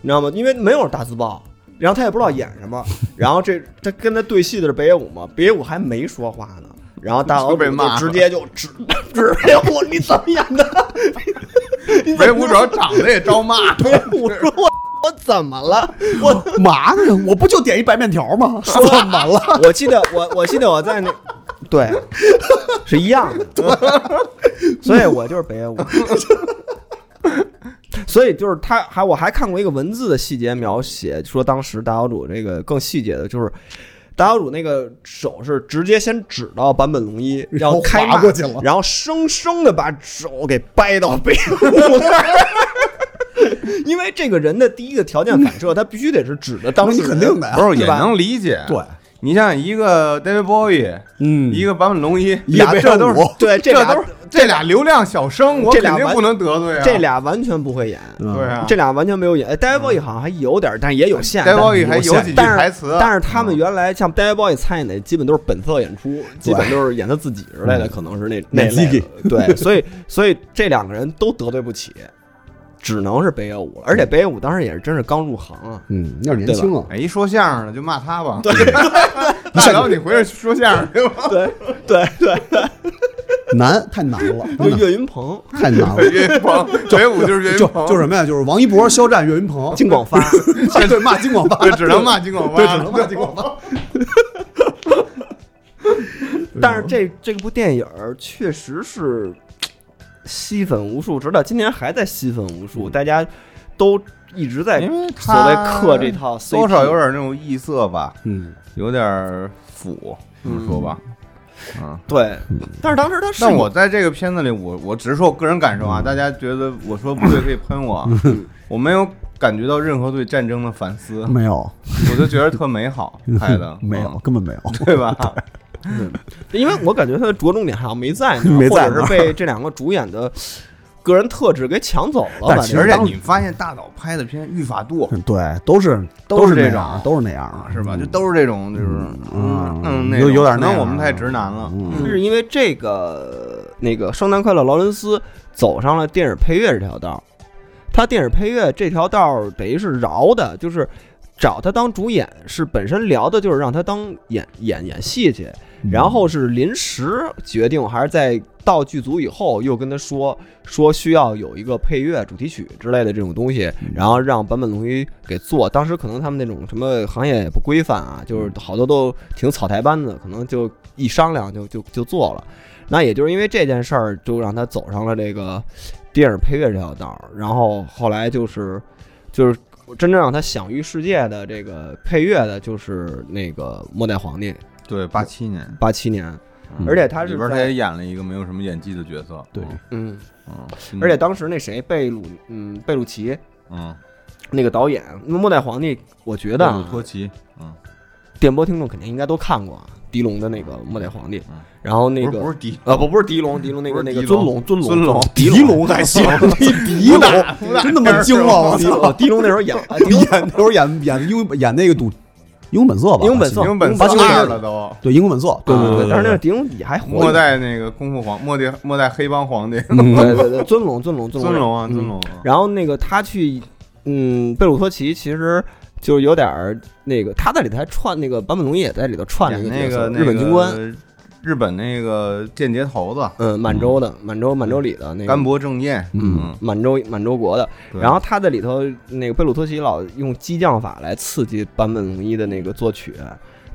Speaker 5: 你知道吗？因为没有大字报，然后他也不知道演什么，然后这他跟他对戏的是北野武嘛，北野武还没说话呢。然后大老
Speaker 7: 就被
Speaker 5: 板
Speaker 7: 骂了
Speaker 5: 就直接就指指北野武，你怎么演的？
Speaker 7: 北野武主要长得也招骂，
Speaker 5: 北野武说我我怎么了？我
Speaker 6: [LAUGHS] 嘛呢？我不就点一白面
Speaker 5: [LAUGHS]
Speaker 6: 条吗？说怎么了？
Speaker 5: 我记得我我记得我在那， [LAUGHS] 对，是一样的，所以我就是北野武。 [LAUGHS] 所以就是他还我还看过一个文字的细节描写，说当时大岛主这个更细节的就是。大岛主那个手是直接先指到坂本龙一，
Speaker 6: 然后
Speaker 5: 开骂
Speaker 6: 划过去了
Speaker 5: 然后生生的把手给掰到背后了。 [LAUGHS] 因为这个人的第一个条件反射，他必须得是指的当
Speaker 6: 那
Speaker 5: 事
Speaker 6: 你
Speaker 5: 人，
Speaker 6: 肯定的呀
Speaker 7: 不是也
Speaker 5: 啊对吧
Speaker 7: 能理解。
Speaker 6: 对，
Speaker 7: 你像一个 David Bowie，
Speaker 6: 嗯
Speaker 7: 一个坂本龙一，
Speaker 6: 一个
Speaker 7: 俩
Speaker 6: 北
Speaker 7: 这
Speaker 6: 上
Speaker 7: 都是
Speaker 6: 广
Speaker 5: 对这
Speaker 7: 这
Speaker 5: 俩
Speaker 7: 都是这俩流量小生，我
Speaker 5: 这
Speaker 7: 肯
Speaker 5: 俩
Speaker 7: 定
Speaker 5: 完
Speaker 7: 不能得罪啊。
Speaker 5: 这俩完全不会演，
Speaker 7: 对啊，
Speaker 5: 这俩完全没有演。哎 d a v Boy 好像还有点儿，但也有限。
Speaker 7: David
Speaker 5: 但
Speaker 7: Bowie 还有几句
Speaker 5: 但是
Speaker 7: 台词啊
Speaker 5: 但是他们原来像 d a v Boy 参演的，基本都是本色演出，基本都是演他自己之
Speaker 7: 嗯
Speaker 5: 类的，可能是那那
Speaker 6: 演自
Speaker 5: 类
Speaker 6: 己
Speaker 5: 的。对， [LAUGHS] 所以所以这两个人都得罪不起，只能是北野武了。而且北野武当时也是真是刚入行啊，
Speaker 6: 嗯，那是年轻啊，
Speaker 7: 哎，一说相声的就骂他吧。对， [LAUGHS] 大佬，你回去说相声去
Speaker 5: [LAUGHS]
Speaker 7: 吧。
Speaker 5: 对对对，
Speaker 6: 难太难了，
Speaker 5: [LAUGHS] 就
Speaker 6: 真的
Speaker 5: 岳云鹏、
Speaker 6: 太难了。
Speaker 7: 岳云鹏，北舞就是岳云
Speaker 6: 就
Speaker 7: 鹏，
Speaker 6: 就什么呀？就是王一博、肖战、岳云鹏，
Speaker 5: 金
Speaker 7: [LAUGHS]
Speaker 5: 广发，
Speaker 6: 啊对骂金广发，
Speaker 7: [LAUGHS] 对，只能骂金广发，
Speaker 6: 对只能骂金广发。
Speaker 5: 但是这这部电影儿确实是吸粉无数，直到今年还在吸粉无
Speaker 6: 嗯
Speaker 5: 数，大家都一直在
Speaker 7: 因为
Speaker 5: 所
Speaker 7: 他
Speaker 5: 谓克这套 CP，
Speaker 7: 多少有点那种异色吧，
Speaker 6: 嗯，
Speaker 7: 有点腐，这么说吧。嗯，
Speaker 5: 对。但是当时他是
Speaker 7: 但我在这个片子里，我我只是说我个人感
Speaker 6: 嗯
Speaker 7: 受啊，大家觉得我说不对可以喷我啊，我没有感觉到任何对战争的反思，
Speaker 6: 没有，
Speaker 7: 我就觉得特美好拍的，
Speaker 6: 嗯 [LAUGHS] 没有，根本没有。
Speaker 7: 嗯，对吧？
Speaker 5: 因为我感觉他的着重点好像没在那儿，
Speaker 6: [LAUGHS] 没
Speaker 5: 或
Speaker 6: 在那
Speaker 5: 者
Speaker 6: 儿
Speaker 5: 是被这两个主演的个人特质给抢走了吧。
Speaker 6: 但其实
Speaker 7: 而
Speaker 5: 这
Speaker 7: 且
Speaker 5: 当
Speaker 7: 你发现大岛拍的片语法度
Speaker 6: 嗯对，都是
Speaker 7: 都
Speaker 6: 都
Speaker 7: 是
Speaker 6: 是
Speaker 7: 这
Speaker 6: 那
Speaker 7: 样
Speaker 6: 种，都是那样
Speaker 7: 啊
Speaker 6: 的，
Speaker 7: 是吧？就都是这种，就是嗯
Speaker 6: 嗯
Speaker 7: 嗯，那
Speaker 6: 有
Speaker 7: 种
Speaker 6: 有点
Speaker 7: 可
Speaker 6: 那
Speaker 7: 能
Speaker 6: 样
Speaker 7: 我们
Speaker 6: 啊
Speaker 7: 太直男了，
Speaker 5: 是因为这个那个《圣诞快乐，劳伦斯》走上了电影配乐这条道儿。他电影配乐这条道儿等于是饶的，就是找他当主演是本身聊的就是让他当演演演戏去，然后是临时决定，还是在到剧组以后又跟他说说需要有一个配乐主题曲之类的这种东西，然后让坂本龙一给做。当时可能他们那种什么行业也不规范啊，就是好多都挺草台班子，可能就一商量就就就做了。那也就是因为这件事儿，就让他走上了这个电影配乐这条道儿。然后后来就是就是真正让他享誉世界的这个配乐的，就是那个《末代皇帝》
Speaker 7: 对，八七年，
Speaker 5: 八七年。而且他是
Speaker 7: 里边他
Speaker 5: 在
Speaker 7: 也演了一个没有什么演技的角色，
Speaker 6: 嗯对
Speaker 5: 嗯，
Speaker 7: 嗯，
Speaker 5: 而且当时那谁贝鲁，嗯，贝鲁奇
Speaker 7: 嗯，
Speaker 5: 那个导演《末代皇帝》，我
Speaker 7: 觉
Speaker 5: 觉得
Speaker 7: 得
Speaker 5: 啊
Speaker 7: 托奇，嗯，
Speaker 5: 电波听众肯定应该都看过啊，狄龙的那个《末代皇帝》
Speaker 7: 嗯，
Speaker 5: 然后那
Speaker 7: 不是不
Speaker 5: 个
Speaker 7: 是迪，
Speaker 5: 呃不不是狄龙，狄龙那
Speaker 7: 不
Speaker 5: 个
Speaker 7: 是
Speaker 5: 那个
Speaker 7: 狄
Speaker 5: 尊
Speaker 7: 龙
Speaker 5: 龙尊龙
Speaker 7: 尊龙
Speaker 5: 狄
Speaker 6: 龙还行，狄龙 [LAUGHS] 真他妈精了，啊我
Speaker 5: 狄
Speaker 6: 操！
Speaker 5: 龙狄龙那时候演啊狄龙
Speaker 6: 演那时候演演英演那个赌英雄本色吧，
Speaker 5: 英雄本色
Speaker 7: 已经本色
Speaker 5: 八七年
Speaker 7: 二了都。
Speaker 6: 对英雄本色，对
Speaker 5: 啊
Speaker 6: 对对
Speaker 5: 对，但是那个狄龙也还活
Speaker 7: 末
Speaker 5: 着，
Speaker 7: 代那个功夫皇，末代末代黑帮皇帝，
Speaker 5: 嗯对对对，尊龙尊龙尊
Speaker 7: 尊龙啊，
Speaker 5: 嗯
Speaker 7: 尊龙啊，
Speaker 5: 然后那个他去，嗯，贝鲁托奇其实就是有点儿那个，他在里头还串那个坂本龙一也在里头串了一
Speaker 7: 演
Speaker 5: 个
Speaker 7: 那个
Speaker 5: 角色日本军官，，
Speaker 7: 那个日本那个间谍头子
Speaker 5: 嗯，满洲的，满洲满洲里的那个
Speaker 7: 甘博正彦，
Speaker 5: 嗯，满洲满洲国的。
Speaker 7: 对
Speaker 5: 然后他在里头，那个贝鲁托奇老用激将法来刺激坂本龙一的那个作曲。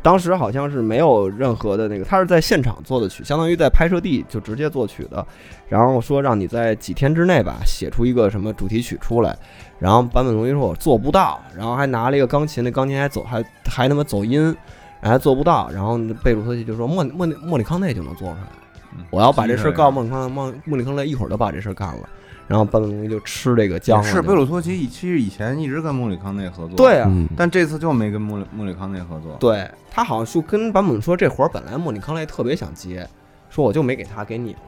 Speaker 5: 当时好像是没有任何的那个，他是在现场做的曲，相当于在拍摄地就直接作曲的。然后说让你在几天之内吧写出一个什么主题曲出来。然后坂本龙一说我做不到，然后还拿了一个钢琴，那钢琴还走还还他妈走音，还做不到。然后贝鲁托奇就说莫莫莫里康内就能做出来。
Speaker 7: 嗯
Speaker 5: 我要把这事儿告
Speaker 7: 记
Speaker 5: 诉莫里康莫莫里康内，一会儿就把这事儿干了。然后坂本龙一就吃这个
Speaker 7: 下
Speaker 5: 姜
Speaker 7: 来
Speaker 5: 了。
Speaker 7: 了是贝鲁托奇，以其实以前一直跟莫里康内合作，
Speaker 5: 对，啊，
Speaker 6: 嗯
Speaker 7: 但这次就没跟莫里莫里康内合作，
Speaker 5: 对他好像说跟坂本说这活儿本来莫里康内特别想接，说我就没给他给你了，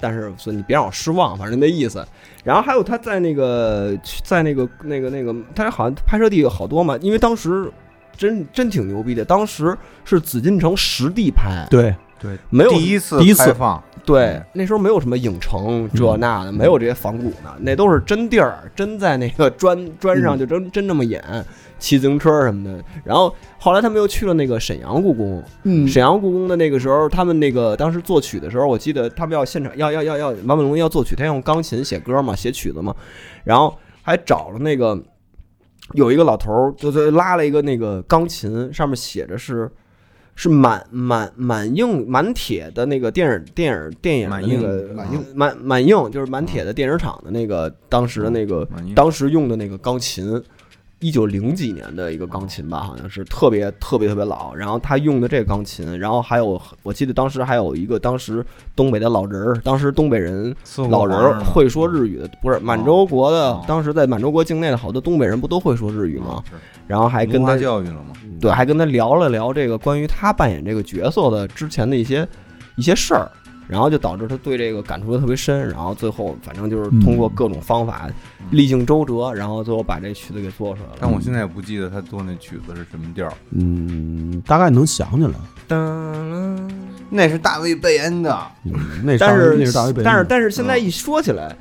Speaker 5: 但是说你别让我失望，反正那意思。然后还有他在那个在那个那个那个，他好像拍摄地有好多嘛，因为当时真真挺牛逼的，当时是紫禁城实地拍，
Speaker 6: 对，
Speaker 7: 对，
Speaker 5: 没有
Speaker 7: 第一次
Speaker 6: 第一次
Speaker 7: 开放，
Speaker 5: 对，那时候没有什么影城这那的，没有这些仿古呢，那都是真地儿，真在那个砖砖上就真、真这么演，骑自行车什么的。然后后来他们又去了那个沈阳故宫，
Speaker 6: 嗯
Speaker 5: 沈阳故宫的那个时候，他们那个当时作曲的时候，我记得他们要现场要要要要马本龙要作曲，他用钢琴写歌嘛，写曲子嘛，然后还找了那个有一个老头儿，就是拉了一个那个钢琴，上面写着是是满满满映满铁的那个电影电影电影的那个
Speaker 7: 满映
Speaker 5: 满满映就是满铁的电影厂的那个当时的那个
Speaker 7: 嗯满映
Speaker 5: 当时用的那个钢琴，一九零几年的一个钢琴吧，好像是特别特别特别老。然后他用的这个钢琴，然后还有我记得当时还有一个当时东北的老人儿，当时东北人
Speaker 7: 伺候
Speaker 5: 老人
Speaker 7: 玩儿嗯哦
Speaker 5: 儿
Speaker 7: 呢
Speaker 5: 会说日语的，不是满洲国的，当时在满洲国境内的好多东北人不都会说
Speaker 7: 啊
Speaker 5: 日语吗？然后还
Speaker 7: 还
Speaker 5: 跟
Speaker 7: 跟
Speaker 5: 他
Speaker 7: 他教育了吗？
Speaker 5: 对，还跟他聊了聊这个关于他扮演这个角色的之前的一些一些事儿，然后就导致他对这个感触的特别深，然后最后反正就是通
Speaker 6: 嗯
Speaker 5: 过各种方法，
Speaker 7: 嗯
Speaker 5: 历经周折，然后最后把这曲子给做出来了。
Speaker 7: 但我现在也不记得他做那曲子是什么调儿，
Speaker 6: 嗯，大概能想起来。
Speaker 7: 那是大卫贝恩的，
Speaker 6: 嗯那
Speaker 5: 但
Speaker 6: 是
Speaker 5: 是
Speaker 6: 那是大卫贝恩
Speaker 5: 但是但是现在
Speaker 7: 嗯
Speaker 5: 一说起来，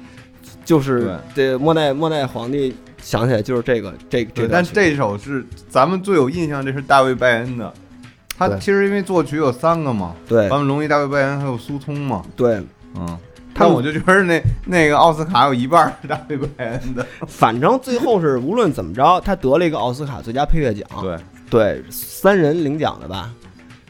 Speaker 5: 就是这末代末代皇帝想起来就是这个这这
Speaker 7: 对，
Speaker 5: 段
Speaker 7: 但
Speaker 5: 曲
Speaker 7: 这首是咱们最有印象，这是大卫·拜恩的。他
Speaker 5: 对
Speaker 7: 其实因为作曲有三个嘛，
Speaker 5: 对
Speaker 7: 咱们龙一、大卫·拜恩还有苏聪嘛，
Speaker 5: 对
Speaker 7: 嗯。
Speaker 5: 他
Speaker 7: 但
Speaker 5: 们
Speaker 7: 我就觉得那那个奥斯卡有一半儿是大卫·拜恩的，
Speaker 5: 反正最后是无论怎么着，他得了一个奥斯卡最佳配乐奖，
Speaker 7: 对，
Speaker 5: 对，三人领奖的吧。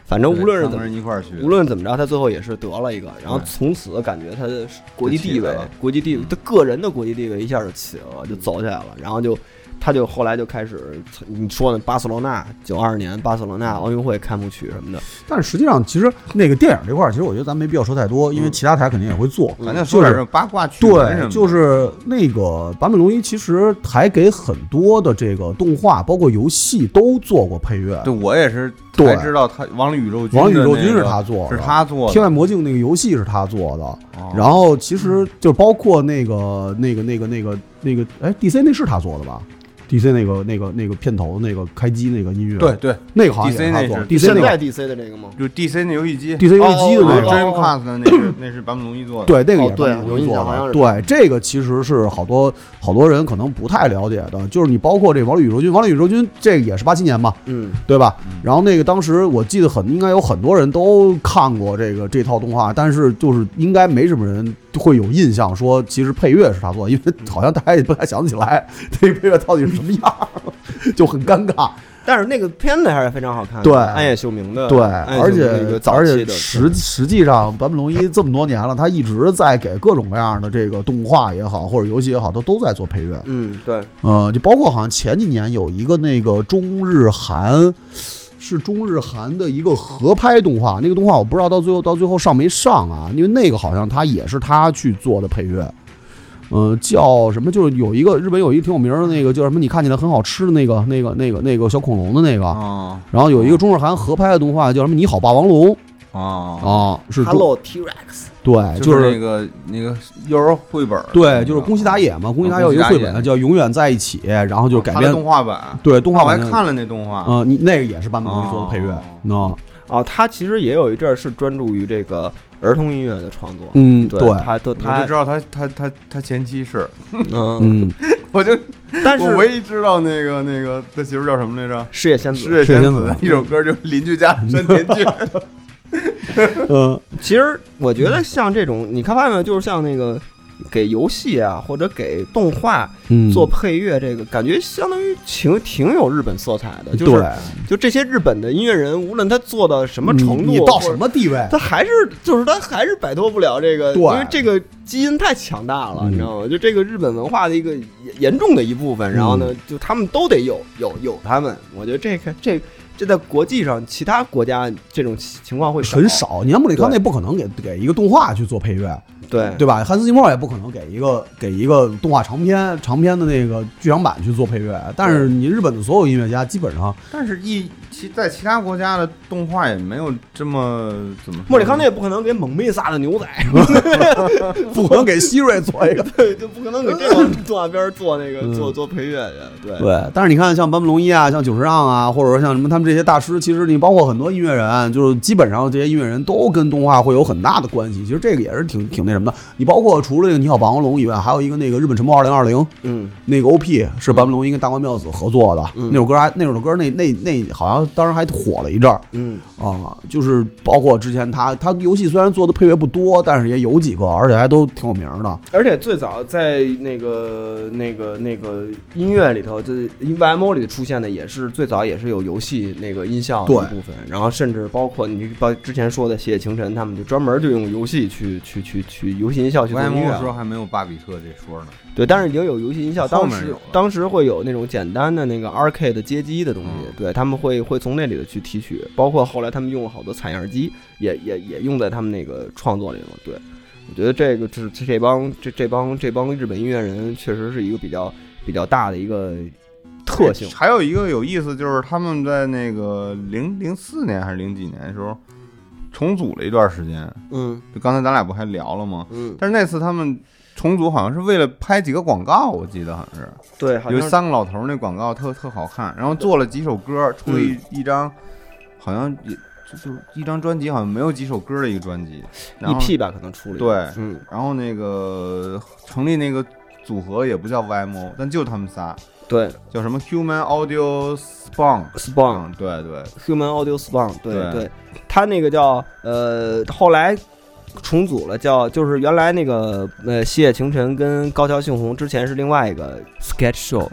Speaker 5: 反正无论是怎么，
Speaker 7: 人一块儿去，
Speaker 5: 无论怎么着，他最后也是得了一个，然后
Speaker 7: 对
Speaker 5: 从此感觉他的国际地
Speaker 7: 就起
Speaker 5: 位
Speaker 7: 来了、
Speaker 5: 国际地位，他个人的国际地位一下就起来了，就走起来
Speaker 6: 嗯
Speaker 5: 了。然后就，他就后来就开始，你说的巴塞罗那九二年巴塞罗
Speaker 6: 嗯
Speaker 5: 那奥运会开幕曲什么的，
Speaker 6: 但是实际上，其实那个电影这块儿，其实我觉得咱没必要说太多，因为其他台肯定也会做。
Speaker 7: 嗯咱就说点这八卦趣闻什么
Speaker 6: 对，
Speaker 7: 的，
Speaker 6: 就是那个坂本龙一，其实还给很多的这个动画，包括游戏都做过配乐。
Speaker 7: 对我也是
Speaker 6: 对
Speaker 7: 才知道他王宇宙军的那个，
Speaker 6: 王宇宙军是他做的
Speaker 7: 是他做
Speaker 6: 天
Speaker 7: 的，
Speaker 6: 外魔镜那个游戏是他做的，
Speaker 7: 哦
Speaker 6: 然后其实就包括那个那个那个那个那个，哎，DC 那是他做的吧？DC 那个那个那个片头那个开机那个音乐，
Speaker 7: 对，对，
Speaker 6: 那个好像也
Speaker 7: DC
Speaker 6: 他做
Speaker 7: 那是
Speaker 6: 的，DC
Speaker 5: 现
Speaker 6: 那
Speaker 5: 在
Speaker 6: 个
Speaker 5: DC 的这个吗？
Speaker 7: 就是 DC 那游戏机
Speaker 6: DC 游戏机的那
Speaker 7: 那
Speaker 5: 哦
Speaker 6: 个
Speaker 5: 哦哦
Speaker 7: Dreamcast 的那是那是坂本龙一做的，
Speaker 6: 对，那个也
Speaker 5: 哦对
Speaker 6: 是蛮有意思
Speaker 5: 有印象好像
Speaker 6: 的。
Speaker 5: 是
Speaker 6: 对，这个其实是好多好多人可能不太了解的，就是你包括这《王力宇宙军》，《王力宇宙军》这个也是八七年嘛，
Speaker 5: 嗯，
Speaker 6: 对吧？然后那个当时我记得很，应该有很多人都看过这个这套动画，但是就是应该没什么人会有印象说其实配乐是他做的，因为好像大家也不太想起来 [LAUGHS] 这配乐到底是什么样儿，就很尴尬。
Speaker 5: 但是那个片子还是非常好看的，
Speaker 6: 对
Speaker 5: 暗夜秀明的，
Speaker 6: 对，
Speaker 5: 暗夜
Speaker 6: 而
Speaker 5: 秀
Speaker 6: 且
Speaker 5: 明的一个早
Speaker 6: 而
Speaker 5: 期
Speaker 6: 且
Speaker 5: 的
Speaker 6: 实实际上，坂本龙一这么多年了，他一直在给各种各样的这个动画也好，或者游戏也好，他都在做配乐。
Speaker 5: 嗯，对，
Speaker 6: 呃，就包括好像前几年有一个那个中日韩，是中日韩的一个合拍动画，那个动画我不知道到最后到最后上没上啊，因为那个好像他也是他去做的配乐。呃，叫什么？就是有一个日本有一个挺有名的那个叫什么？你看起来很好吃的那个、那个、那个、那个小恐龙的那个，
Speaker 7: 啊
Speaker 6: 然后有一个中日韩合拍的动画叫什么？你好，霸王龙
Speaker 7: 啊，
Speaker 6: 啊，是中
Speaker 5: Hello T Rex，
Speaker 6: 对，
Speaker 7: 就是那个啊那个幼儿绘本儿，
Speaker 6: 对，就是宫崎达也嘛，宫崎达也有
Speaker 7: 啊
Speaker 6: 一个绘本叫《永远在一起》，然后就是改
Speaker 7: 他的
Speaker 6: 编
Speaker 7: 动画版，
Speaker 6: 对动画
Speaker 7: 我还
Speaker 6: 版的。
Speaker 7: 看了那动
Speaker 5: 啊
Speaker 7: 画，
Speaker 6: 呃，你那个也是坂本龙一做的配乐
Speaker 7: 哦，
Speaker 6: 那
Speaker 5: 哦，他其实也有一阵儿是专注于这个儿童音乐的创作，
Speaker 6: 嗯
Speaker 5: 对
Speaker 6: 对，
Speaker 5: 他都
Speaker 7: 我就
Speaker 5: 他
Speaker 7: 知道他他他他前妻是，
Speaker 5: 嗯，
Speaker 6: 嗯，
Speaker 7: 我就
Speaker 5: 但是
Speaker 7: 我唯一知道那个那个他媳妇叫什么来着？
Speaker 5: 事业先子
Speaker 7: 是月
Speaker 6: 是
Speaker 7: 仙
Speaker 6: 仙
Speaker 7: 子
Speaker 6: 子
Speaker 7: 的一首歌就是《邻居家山田俊》
Speaker 6: 呃，
Speaker 5: 其实我觉
Speaker 6: 嗯
Speaker 5: 得像这种，你看发现没有，就是像那个给游戏啊，或者给动画
Speaker 6: 嗯
Speaker 5: 做配乐，这个感觉相当于挺挺有日本色彩的。就是
Speaker 6: 对
Speaker 5: 就这些日本的音乐人，无论他做到什
Speaker 6: 什
Speaker 5: 么程度，
Speaker 6: 你到
Speaker 5: 或者
Speaker 6: 什么地位？
Speaker 5: 他还是就是他还是摆脱不了这个，
Speaker 6: 对
Speaker 5: 因为这个基因太强大了，
Speaker 6: 嗯
Speaker 5: 你知道吗？就这个日本文化的一个严严重的一部分。然后
Speaker 6: 嗯
Speaker 5: 呢，就他们都得有有有他们，我觉得这个这这在国际上其他国家这种情况会
Speaker 6: 很
Speaker 5: 少，
Speaker 6: 少，你像莫里康内不可能给给一个动画去做配乐，
Speaker 5: 对
Speaker 6: 对吧？汉斯季默也不可能给一个给一个动画长篇长篇的那个剧场版去做配乐，但是你日本的所有音乐家基本上 [LAUGHS]
Speaker 7: 但是一其在其他国家的动画也没有这么怎么说
Speaker 5: 莫里康内也不可能给蒙面萨的牛仔，
Speaker 6: 不可能给希瑞做一个。
Speaker 5: 对，就不可能给这种动画片儿做那个、做做配乐去，对
Speaker 6: 嗯对，但是你看，像坂本龙一啊，像久石让啊，或者说像什么他们这些大师，其实你包括很多音乐人，就是基本上这些音乐人都跟动画会有很大的关系。其实这个也是挺挺那什么的。你包括除了这个《你好，霸王龙》以外，还有一个那个日本沉没二零二零，
Speaker 5: 嗯，
Speaker 6: 那个 OP 是坂本龙一跟大关妙子合作的，
Speaker 5: 嗯
Speaker 6: 那首歌还那首歌那那那好像当时还火了一阵儿
Speaker 5: 嗯
Speaker 6: 啊，就是包括之前他他游戏虽然做的配乐不多，但是也有几个，而且还都挺有名儿的。
Speaker 5: 而且最早在那个、那个、那个音乐里头，就是 UMO 里出现的，也是最早也是有游戏那个音效的
Speaker 6: 对
Speaker 5: 一部分，然后甚至包括你包之前说的《血液情尘》，他们就专门就用游戏去去去去游戏音效去
Speaker 7: 我
Speaker 5: 做
Speaker 7: 还
Speaker 5: 音
Speaker 7: 没
Speaker 5: 乐
Speaker 7: 有
Speaker 5: 了
Speaker 7: 说还没有巴比特这说呢，
Speaker 5: 对，但是已经有游戏音效，
Speaker 7: 后
Speaker 5: 当
Speaker 7: 面
Speaker 5: 时
Speaker 7: 有了
Speaker 5: 当时会有那种简单的那个 R K 的街机的东西，
Speaker 7: 嗯
Speaker 5: 对他们会会从那里头去提取，包括后来他们用了好多采样机，也也也用在他们那个创作里了。对，我觉得这个这这帮这这帮这帮日本音乐人确实是一个比较比较大的一个特性。
Speaker 7: 哎还有一个有意思就是他们在那个零零四年还是零几年的时候重组了一段时间，
Speaker 5: 嗯
Speaker 7: 就刚才咱俩不还聊了吗？
Speaker 5: 嗯，
Speaker 7: 但是那次他们重组好像是为了拍几个广告，我记得好像是。
Speaker 5: 对，好
Speaker 7: 有
Speaker 5: 像
Speaker 7: 三个老头儿那广告特特好看，然后做了几首歌，出
Speaker 5: 嗯
Speaker 7: 一一张，好像也就就一张专辑，好像没有几首歌的一个专辑，然
Speaker 5: 一
Speaker 7: 后
Speaker 5: P 吧，可能出了一
Speaker 7: 对
Speaker 5: 个嗯
Speaker 7: 然后那个成立那个组合也不叫 YMO，但就他们仨，
Speaker 5: 对
Speaker 7: 叫什么 Human Audio Spawn，
Speaker 5: ，Spawn
Speaker 7: 嗯，对对，
Speaker 5: Human Audio Spawn，对
Speaker 7: 对
Speaker 5: 他那个叫呃，后来重组了，叫就是原来那个呃《西野晴臣》跟高桥幸宏之前是另外一个 Sketch Show，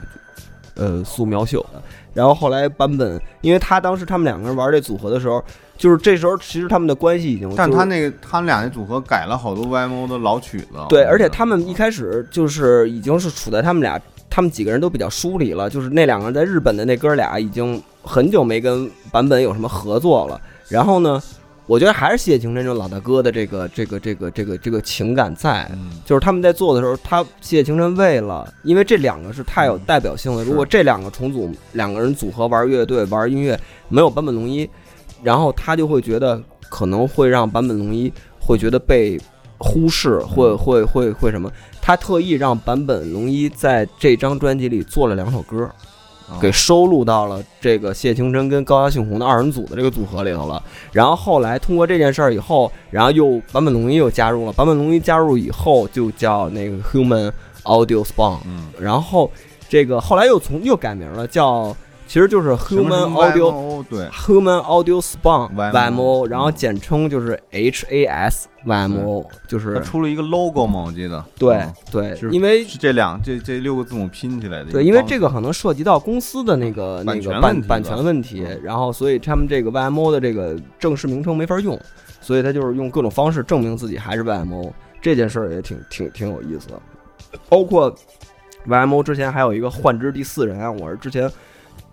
Speaker 5: 呃素描秀的，然后后来版本，因为他当时他们两个人玩这组合的时候，就是这时候其实他们的关系已经，
Speaker 7: 但
Speaker 5: 就是
Speaker 7: 他那个他们俩那组合改了好多 YMO 的老曲子，
Speaker 5: 对，而且他们一开始就是已经是处在他们俩，他们几个人都比较疏离了，就是那两个人在日本的那哥俩已经很久没跟版本有什么合作了。然后呢，我觉得还是谢霆锋这种老大哥的这个这个这个这个这个情感在，
Speaker 7: 嗯，
Speaker 5: 就是他们在做的时候，他谢霆锋为了，因为这两个是太有代表性了，如果这两个重组，两个人组合玩乐队玩音乐，没有坂本龙一，然后他就会觉得可能会让坂本龙一会觉得被忽视，
Speaker 7: 嗯
Speaker 5: 会会会会什么？他特意让坂本龙一在这张专辑里做了两首歌，
Speaker 7: 啊
Speaker 5: 给收录到了这个谢霆锋跟高桥幸宏的二人组的这个组合里头了。然后后来通过这件事儿以后，然后又坂本龙一又加入了，坂本龙一加入以后就叫那个 Human Audio Spawn，
Speaker 7: 嗯，
Speaker 5: 然后这个后来又从又改名了，叫其实就是
Speaker 7: 什么
Speaker 5: Human
Speaker 7: 什么
Speaker 5: Audio
Speaker 7: YMO 对
Speaker 5: Human Audio Spawn
Speaker 7: YMO
Speaker 5: YMO，然后简称就是 HAS YMO，就
Speaker 7: 他
Speaker 5: 是
Speaker 7: 出了一个 logo 嘛，我记得，
Speaker 5: 对
Speaker 7: 嗯
Speaker 5: 对
Speaker 7: 是，
Speaker 5: 因为
Speaker 7: 是这两这这六个字母拼起来的。
Speaker 5: 对，因为这个可能涉及到公司的那个那
Speaker 7: 版权
Speaker 5: 个
Speaker 7: 问
Speaker 5: 版
Speaker 7: 题
Speaker 5: 版
Speaker 7: 吧
Speaker 5: 权问题
Speaker 7: 嗯，
Speaker 5: 然后所以他们这个 YMO 的这个正式名称没法用，所以他就是用各种方式证明自己还是 YMO，这件事儿也挺挺挺有意思的，包括 YMO 之前还有一个幻之第四人啊，我是之前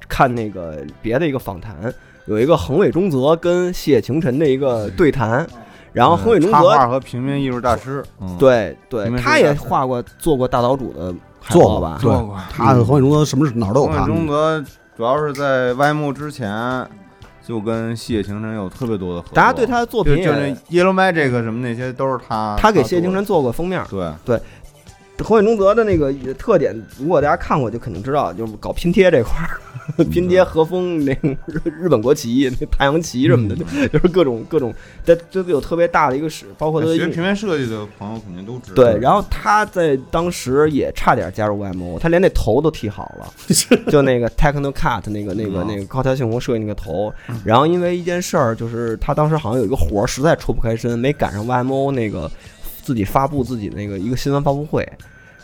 Speaker 5: 看那个别的一个访谈，有一个横尾中泽跟谢晴臣的一个
Speaker 7: 嗯
Speaker 5: 对谈，然后横尾中
Speaker 7: 插
Speaker 5: 泽
Speaker 7: 画和平面艺术大师，嗯，
Speaker 5: 对对
Speaker 7: 因，为
Speaker 5: 他
Speaker 7: 是
Speaker 5: 也
Speaker 7: 大师
Speaker 5: 画过做过大岛主的海
Speaker 6: 做
Speaker 5: 报
Speaker 6: 过
Speaker 5: 吧，
Speaker 6: 对
Speaker 7: 做过
Speaker 6: 他
Speaker 5: 嗯
Speaker 6: 和黄永中什么哪儿都有
Speaker 7: 宫
Speaker 6: 他
Speaker 7: 本。中泽主要是在歪幕之前就跟谢霆锋有特别多的合作，
Speaker 5: 大家对他的作
Speaker 7: 就
Speaker 5: 品
Speaker 7: 就那
Speaker 5: 也，
Speaker 7: Yellow Magic 什么那些都是他，
Speaker 5: 他给
Speaker 7: 做
Speaker 5: 谢
Speaker 7: 的
Speaker 5: 霆锋做过封面。
Speaker 7: 对，
Speaker 5: 红野中泽的那个特点，如果大家看过就肯定知道，就是搞拼贴这块儿，拼贴和风那个日日本国旗、那太阳旗什么的，就就是各种各种，这这个有特别大的一个史，包括他的
Speaker 7: 学
Speaker 5: 用
Speaker 7: 平面设计的朋友肯定都知道。
Speaker 5: 对，然后他在当时也差点加入 YMO，他连那头都剃好了，就那个 Techno Cut 那个那个
Speaker 7: 嗯
Speaker 5: 那个高桥幸宏设计那个头。然后因为一件事儿，就是他当时好像有一个活儿实在抽不开身，没赶上 YMO 那个自己发布自己那个一个新闻发布会，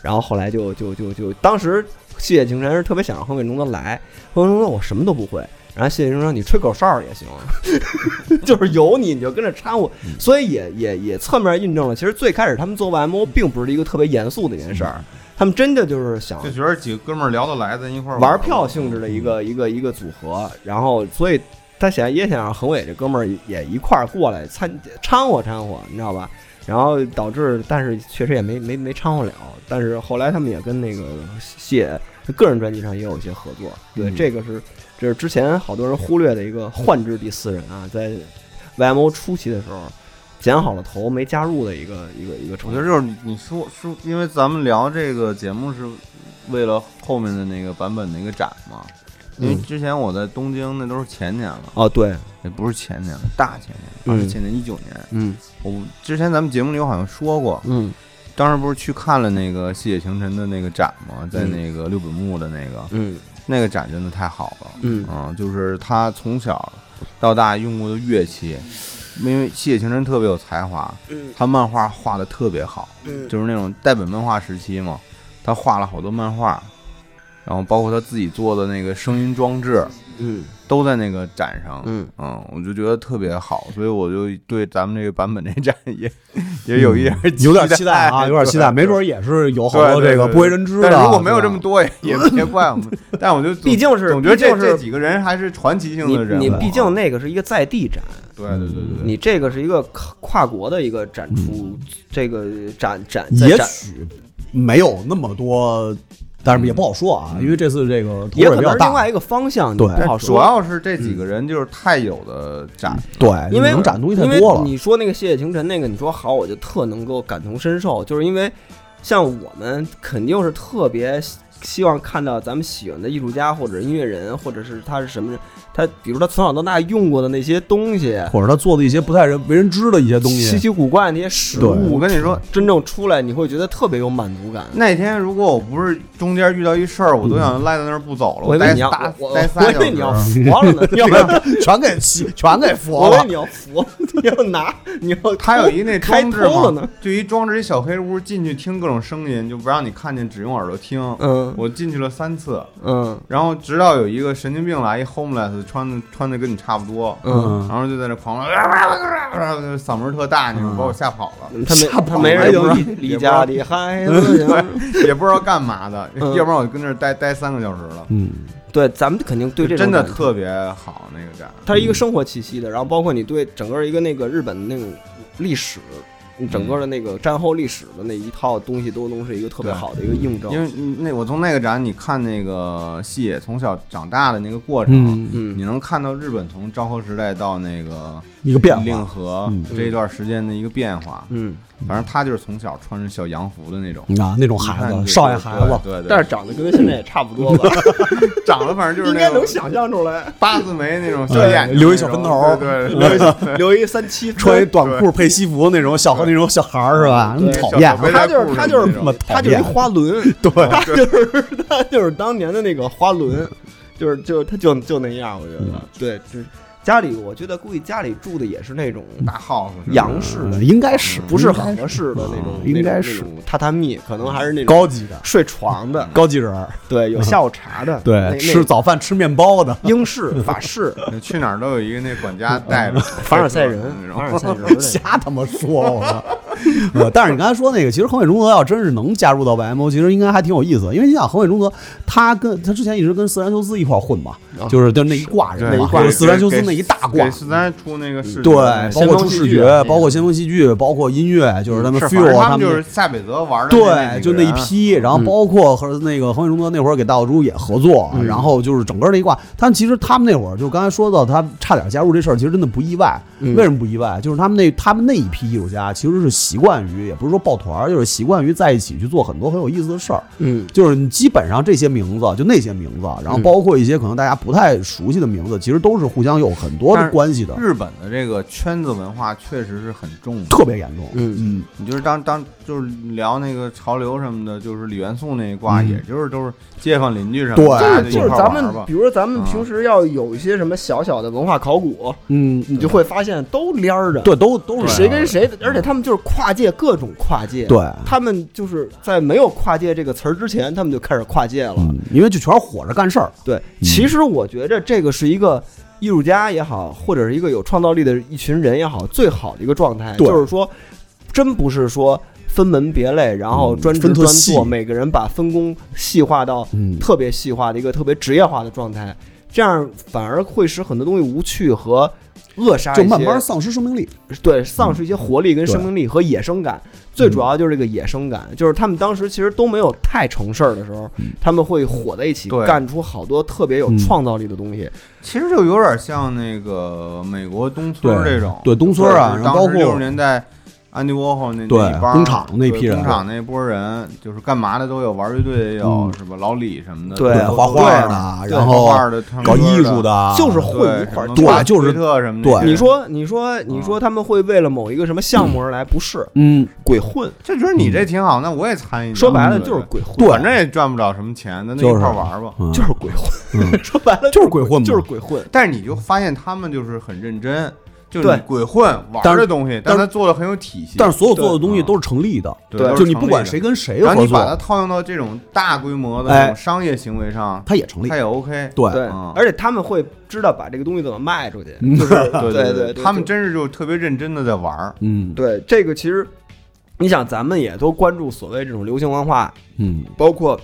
Speaker 5: 然后后来就就就就当时谢霆锋是特别想让横尾中泽来，横尾中泽我什么都不会。然后谢霆锋说：“你吹口哨儿也行， [LAUGHS] 就是有你你就跟着掺和，所以也也也侧面印证了，其实最开始他们做 YMO 并不是一个特别严肃的一件事儿，他们真的就是想
Speaker 7: 就觉得几个哥们儿聊得来，咱一块儿
Speaker 5: 玩嗯票性质的一个一个一个组合，然后所以他想也想让恒伟这哥们儿也一块儿过来参掺和掺和，你知道吧？然后导致，但是确实也没没没掺和了。但是后来他们也跟那个谢个人专辑上也有一些合作，对，这个是这是之前好多人忽略的一个幻之第四人啊，在 YMO 初期的时候剪好了头没加入的一个一个一个
Speaker 7: 我
Speaker 5: 成
Speaker 7: 觉得
Speaker 5: 员。
Speaker 7: 就是你你说说，因为咱们聊这个节目是为了后面的那个版本的一个展嘛。因为
Speaker 5: 嗯
Speaker 7: 之前我在东京，那都是前年了，
Speaker 5: 哦，对，
Speaker 7: 也不是前年，大前年，二是
Speaker 5: 嗯
Speaker 7: 前年一九年。
Speaker 5: 嗯
Speaker 7: 我之前咱们节目里我好像说过，
Speaker 5: 嗯
Speaker 7: 当时不是去看了那个《细野晴臣》的那个展吗？在那个六本木的那个，
Speaker 5: 嗯
Speaker 7: 那个展真的太好了，
Speaker 5: 嗯
Speaker 7: 嗯，就是他从小到大用过的乐器，因为细野晴臣特别有才华，
Speaker 5: 嗯
Speaker 7: 他漫画画的特别好，就是那种代本漫画时期嘛，他画了好多漫画，然后包括他自己做的那个声音装置，
Speaker 5: 嗯
Speaker 7: 都在那个展上，
Speaker 5: 嗯
Speaker 7: 我就觉得特别好，所以我就对咱们这个版本这展 [LAUGHS] 也也有一点儿
Speaker 6: 嗯有点
Speaker 7: 期
Speaker 6: 期待啊，有点期待，
Speaker 7: [LAUGHS] 对
Speaker 6: 没准儿也是有好
Speaker 7: 对
Speaker 6: 多
Speaker 7: 对
Speaker 6: 这个
Speaker 7: 对
Speaker 6: 不为人知的。啊
Speaker 7: 但如果没有
Speaker 6: 对吧
Speaker 7: 这么
Speaker 6: [LAUGHS]
Speaker 7: 多，也也别怪我们。但我就总
Speaker 5: 毕竟是
Speaker 7: 总觉得
Speaker 5: 毕
Speaker 7: 这
Speaker 5: 竟是
Speaker 7: 这几个人还是传奇性
Speaker 5: 你
Speaker 7: 的人物啊。
Speaker 5: 你毕竟那个是一个在地展，
Speaker 7: 对对对对对，
Speaker 5: 你这个是一个跨跨国的一个展出，这个展展在
Speaker 6: 嗯也
Speaker 5: 展
Speaker 6: 许没有那么多，但是也不好说啊，因为这次这个投
Speaker 5: 也
Speaker 6: 入
Speaker 5: 可
Speaker 6: 比
Speaker 5: 能
Speaker 6: 较
Speaker 5: 是另
Speaker 6: 大
Speaker 5: 外，一个方向，
Speaker 6: 对
Speaker 5: 你不
Speaker 7: 但
Speaker 5: 好
Speaker 7: 主
Speaker 5: 说。
Speaker 7: 要是这几个人就是太有的展，
Speaker 6: 对，
Speaker 5: 因为
Speaker 6: 能展东西
Speaker 5: 因
Speaker 6: 太
Speaker 5: 为
Speaker 6: 多了。
Speaker 5: 你说那个《谢谢清晨》那个，你说好，我就特能够感同身受，就是因为像我们肯定是特别希希望看到咱们喜欢的艺术家或者音乐人，或者是他是什么人，他比如他从小到大用过的那些东西，
Speaker 6: 或者他做的一些不太人为人知的一些东
Speaker 5: 稀
Speaker 6: 西，
Speaker 5: 奇古怪的那些食
Speaker 6: 对
Speaker 5: 物，
Speaker 7: 我跟你说，
Speaker 5: 真正出来，你会觉得特别有满足感。
Speaker 7: 那天如果我不是中间遇到一事儿，我都想赖在那儿不走了。
Speaker 5: 我以为
Speaker 7: 待
Speaker 5: 你要
Speaker 7: 打
Speaker 5: 我我
Speaker 7: 待
Speaker 5: 我
Speaker 7: 仨
Speaker 5: 以
Speaker 7: 小
Speaker 5: 为你要
Speaker 7: 时。
Speaker 5: 佛了呢，你要不然
Speaker 6: 全给吸，全给
Speaker 5: 我
Speaker 6: 佛
Speaker 5: 以为
Speaker 6: 了。
Speaker 5: 你要佛， [LAUGHS] 你要拿，你要
Speaker 7: 他有一那
Speaker 5: 开
Speaker 7: 装置
Speaker 5: 偷了呢
Speaker 7: 嘛，，就一装置一小黑屋，进去听各种声音，就不让你看见，只用耳朵听。
Speaker 5: 嗯
Speaker 7: 我进去了三次，
Speaker 5: 嗯
Speaker 7: 然后直到有一个神经病来，一 homeless，穿的穿的跟你差不多，
Speaker 5: 嗯，
Speaker 7: 然后就在那狂乱， [LAUGHS] 嗓门儿特大，你
Speaker 6: 嗯
Speaker 7: 们把我吓跑了，
Speaker 5: 他没他没
Speaker 7: 也
Speaker 5: 人
Speaker 7: 不知道
Speaker 5: 离
Speaker 7: 也
Speaker 5: 离
Speaker 7: 不知道
Speaker 5: 家里 [LAUGHS] 孩子呀。
Speaker 7: [LAUGHS] 也不知道干嘛的，
Speaker 5: 嗯
Speaker 7: 要不然我就跟那儿待待三个小时了。
Speaker 6: 嗯，
Speaker 5: 对，咱们肯定对这种
Speaker 7: 真的
Speaker 5: 感觉嗯
Speaker 7: 特别好那个展，
Speaker 5: 它是一个生活气息的，然后包括你对整个一个那个日本的那种历史，你整个的那个战后历史的那一套东西都都是一个特别
Speaker 7: 对
Speaker 5: 好的一个印
Speaker 6: 嗯
Speaker 5: 证。
Speaker 7: 因为那我从那个展，你看那个细野从小长大的那个过程
Speaker 6: 嗯，
Speaker 5: 嗯
Speaker 7: 你能看到日本从昭和时代到那个
Speaker 6: 一个变
Speaker 7: 令
Speaker 6: 化，
Speaker 7: 和
Speaker 6: 嗯
Speaker 7: 这一段时间的一个变化。
Speaker 5: 嗯，
Speaker 7: 反正他就是从小穿着小洋服的那种
Speaker 6: 啊，那种
Speaker 7: 一看
Speaker 6: 孩
Speaker 7: 就
Speaker 6: 子，
Speaker 7: 是
Speaker 6: 少爷孩子，
Speaker 7: 对对对，
Speaker 5: 但是长得跟现在也差不多吧，
Speaker 7: 长得反 [LAUGHS] 正就是
Speaker 5: 应
Speaker 7: 那
Speaker 5: 该
Speaker 7: 种
Speaker 5: 能想象
Speaker 7: [LAUGHS]
Speaker 5: 出来，
Speaker 7: 八字眉那种小
Speaker 6: 对
Speaker 7: 眼睛那种，
Speaker 6: 留一小分头儿
Speaker 7: 对对对，
Speaker 5: 留留一三七分
Speaker 6: 穿一短裤配西服那种小那种小孩儿是吧？那么
Speaker 5: 对
Speaker 6: 讨
Speaker 7: 小
Speaker 6: 厌啊
Speaker 7: 小，背
Speaker 5: 他
Speaker 7: 带
Speaker 5: 就是
Speaker 7: 裤
Speaker 5: 他
Speaker 7: 什
Speaker 5: 就
Speaker 7: 么
Speaker 5: 是
Speaker 7: 那种
Speaker 5: 他就是一花轮，对，他就是他就是当年的那个花轮，就是就是他就就那样，我觉得，对，就是家里我觉得估计家里住的也是那种
Speaker 7: 大耗子，
Speaker 5: 洋式的，
Speaker 6: 嗯应该是
Speaker 5: 不是合适的那种，
Speaker 6: 嗯应该是
Speaker 5: 那种榻榻米，可能还是那种
Speaker 6: 高级的
Speaker 5: 睡床的，
Speaker 6: 高级人儿，
Speaker 5: 对，有下午茶的，那
Speaker 6: 对，
Speaker 5: 那
Speaker 6: 吃早饭吃面包的，
Speaker 5: 英式、法式、
Speaker 7: 去哪儿都有一个那管
Speaker 6: [LAUGHS]
Speaker 7: 家带着
Speaker 5: 凡尔赛人
Speaker 7: 那，
Speaker 5: 凡
Speaker 7: 种。
Speaker 5: 尔赛人那种，
Speaker 6: 瞎他妈说，我操！呃，但是你刚才说那个，其实横尾中泽要真是能加入到 YMO，其实应该还挺有意思的。因为你想，横尾中泽他跟他之前一直跟四山修司一块儿混嘛，就是就那一挂人
Speaker 7: 对
Speaker 6: 嘛，
Speaker 7: 给
Speaker 6: 就是四山修司
Speaker 7: 给
Speaker 6: 那一大挂
Speaker 7: 给，十三出那个视
Speaker 6: 对，
Speaker 7: 频
Speaker 6: 包括出
Speaker 5: 先锋
Speaker 6: 视
Speaker 5: 戏剧
Speaker 6: 觉
Speaker 5: 啊那，个
Speaker 6: 包括先锋戏剧，包括音乐，就是啊他们
Speaker 7: 是
Speaker 6: feel
Speaker 7: 他
Speaker 6: 们
Speaker 7: 就
Speaker 6: 那
Speaker 7: 是塞北泽玩的，
Speaker 6: 对，就那
Speaker 7: 那
Speaker 6: 一批，然后包括和那个恒伟中泽那会儿给大岛猪也合作，然后就是整个那一挂。但其实他们那会儿就刚才说到他差点加入这事儿，其实真的不意外。
Speaker 5: 嗯
Speaker 6: 为什么不意外？就是他们那他们那一批艺术家其实是习惯于，也不是说抱团儿，就是习惯于在一起去做很多很有意思的事儿。
Speaker 5: 嗯
Speaker 6: 就是你基本上这些名字，就那些名字，然后
Speaker 5: 嗯
Speaker 6: 包括一些可能大家不太熟悉的名字，其实都是互相有很多
Speaker 7: 但
Speaker 6: 的
Speaker 7: 是
Speaker 6: 关系的，
Speaker 7: 日本的这个圈子文化确实是很重的。
Speaker 6: 特别严重。
Speaker 5: 嗯，
Speaker 6: 嗯，
Speaker 7: 你就是当当就是聊那个潮流什么的，就是李元素那一挂，
Speaker 6: 嗯
Speaker 7: 也就是都是街坊邻居什么
Speaker 6: 对
Speaker 7: 的，大家
Speaker 5: 就是就
Speaker 7: 一
Speaker 5: 是
Speaker 7: 块
Speaker 5: 咱
Speaker 7: 玩
Speaker 5: 们，
Speaker 7: 吧
Speaker 5: 比。如说咱们
Speaker 7: 嗯
Speaker 5: 平时要有一些什么小小的文化考古，
Speaker 6: 嗯，
Speaker 5: 你就会发现都连儿着，
Speaker 6: 对，都都是
Speaker 5: 谁跟谁，而且他们就是跨界各种跨界，
Speaker 6: 对。
Speaker 5: 他们就是在没有“跨界”这个词儿之前，他们就开始跨界了。
Speaker 6: 嗯，因为就全是火着干事儿，
Speaker 5: 对，其实我觉着这个是一个艺术家也好，或者是一个有创造力的一群人也好，最好的一个状态，
Speaker 6: 对
Speaker 5: 就是说，真不是说分门别类，然后
Speaker 6: 嗯
Speaker 5: 专职
Speaker 6: 分特
Speaker 5: 专
Speaker 6: 细
Speaker 5: 做，每个人把分工细化到
Speaker 6: 嗯
Speaker 5: 特别细化的一个特别职业化的状态，这样反而会使很多东西无趣和扼杀一些，
Speaker 6: 就慢慢丧失生命力。
Speaker 5: 对，丧失一些活力跟
Speaker 6: 对
Speaker 5: 生命力和野生感。最主要就是这个野生感，就是他们当时其实都没有太成事儿的时候，他们会火在一起，
Speaker 7: 对
Speaker 5: 干出好多特别有
Speaker 6: 嗯
Speaker 5: 创造力的东西。
Speaker 7: 其实就有点像那个美国东村
Speaker 6: 对
Speaker 7: 这种，
Speaker 6: 对东村啊
Speaker 7: 就是
Speaker 6: 然后包
Speaker 7: 当
Speaker 6: 括
Speaker 7: 时六十年代。安迪沃霍那
Speaker 6: 对
Speaker 7: 那一帮
Speaker 6: 工厂那批
Speaker 7: 对
Speaker 6: 人
Speaker 7: 工厂那波人就是干嘛的都有，玩乐队的也有
Speaker 6: 嗯，
Speaker 7: 是吧？老李什么的，
Speaker 5: 对
Speaker 7: 都都
Speaker 6: 画画
Speaker 7: 对
Speaker 6: 的，
Speaker 5: 对
Speaker 6: 然
Speaker 7: 画画
Speaker 6: 后
Speaker 7: 的，唱歌
Speaker 6: 搞艺术
Speaker 7: 的，
Speaker 6: 的，啊
Speaker 7: [LAUGHS]
Speaker 5: 就是
Speaker 7: 对
Speaker 5: 混一块儿
Speaker 7: 什么
Speaker 6: 对
Speaker 7: 巴菲
Speaker 6: 就是
Speaker 7: 特什么那些
Speaker 6: 对
Speaker 7: 人
Speaker 5: 你说，你说，你说他们会为了某一个什么项目而来？不是，
Speaker 6: 嗯，
Speaker 5: 鬼混。
Speaker 7: 就觉得你这挺好，那我也参与呢。
Speaker 5: 说白了
Speaker 7: 对
Speaker 5: 就是
Speaker 7: 对
Speaker 5: 鬼混，
Speaker 6: 对
Speaker 7: 反正也赚不了什么钱，咱那
Speaker 6: 就是
Speaker 7: 一块儿玩吧。
Speaker 5: 就是鬼混。
Speaker 6: 嗯
Speaker 5: 说白了
Speaker 6: 就是鬼混嘛
Speaker 5: 就是鬼混。
Speaker 7: 但是你就发现他们就是很认真，就是你
Speaker 5: 对
Speaker 7: 鬼混玩
Speaker 6: 但是
Speaker 7: 的东西，
Speaker 6: 但
Speaker 7: 但
Speaker 6: 是
Speaker 7: 他做的很有体系。
Speaker 6: 但是所有做
Speaker 7: 对
Speaker 6: 的东西都是成立的，
Speaker 7: 对都是
Speaker 6: 就你不
Speaker 7: 成立
Speaker 6: 管
Speaker 7: 的
Speaker 6: 谁跟谁
Speaker 7: 然后
Speaker 6: 合
Speaker 7: 你把它
Speaker 6: 作，
Speaker 7: 套用到这种大规模的
Speaker 6: 哎
Speaker 7: 这种商业行为上，
Speaker 6: 它也成立
Speaker 7: 它。也 OK。
Speaker 6: 对
Speaker 5: 对
Speaker 7: 嗯，
Speaker 5: 而且他们会知道把这个东西怎么卖出去，
Speaker 6: 嗯
Speaker 5: 就是
Speaker 7: 对
Speaker 5: 对
Speaker 7: 对
Speaker 5: 对，
Speaker 7: 他们真是就特别认真的在玩儿。
Speaker 6: 嗯
Speaker 5: 对这个其实，你想咱们也都关注所谓这种流行文化，
Speaker 6: 嗯，
Speaker 5: 包括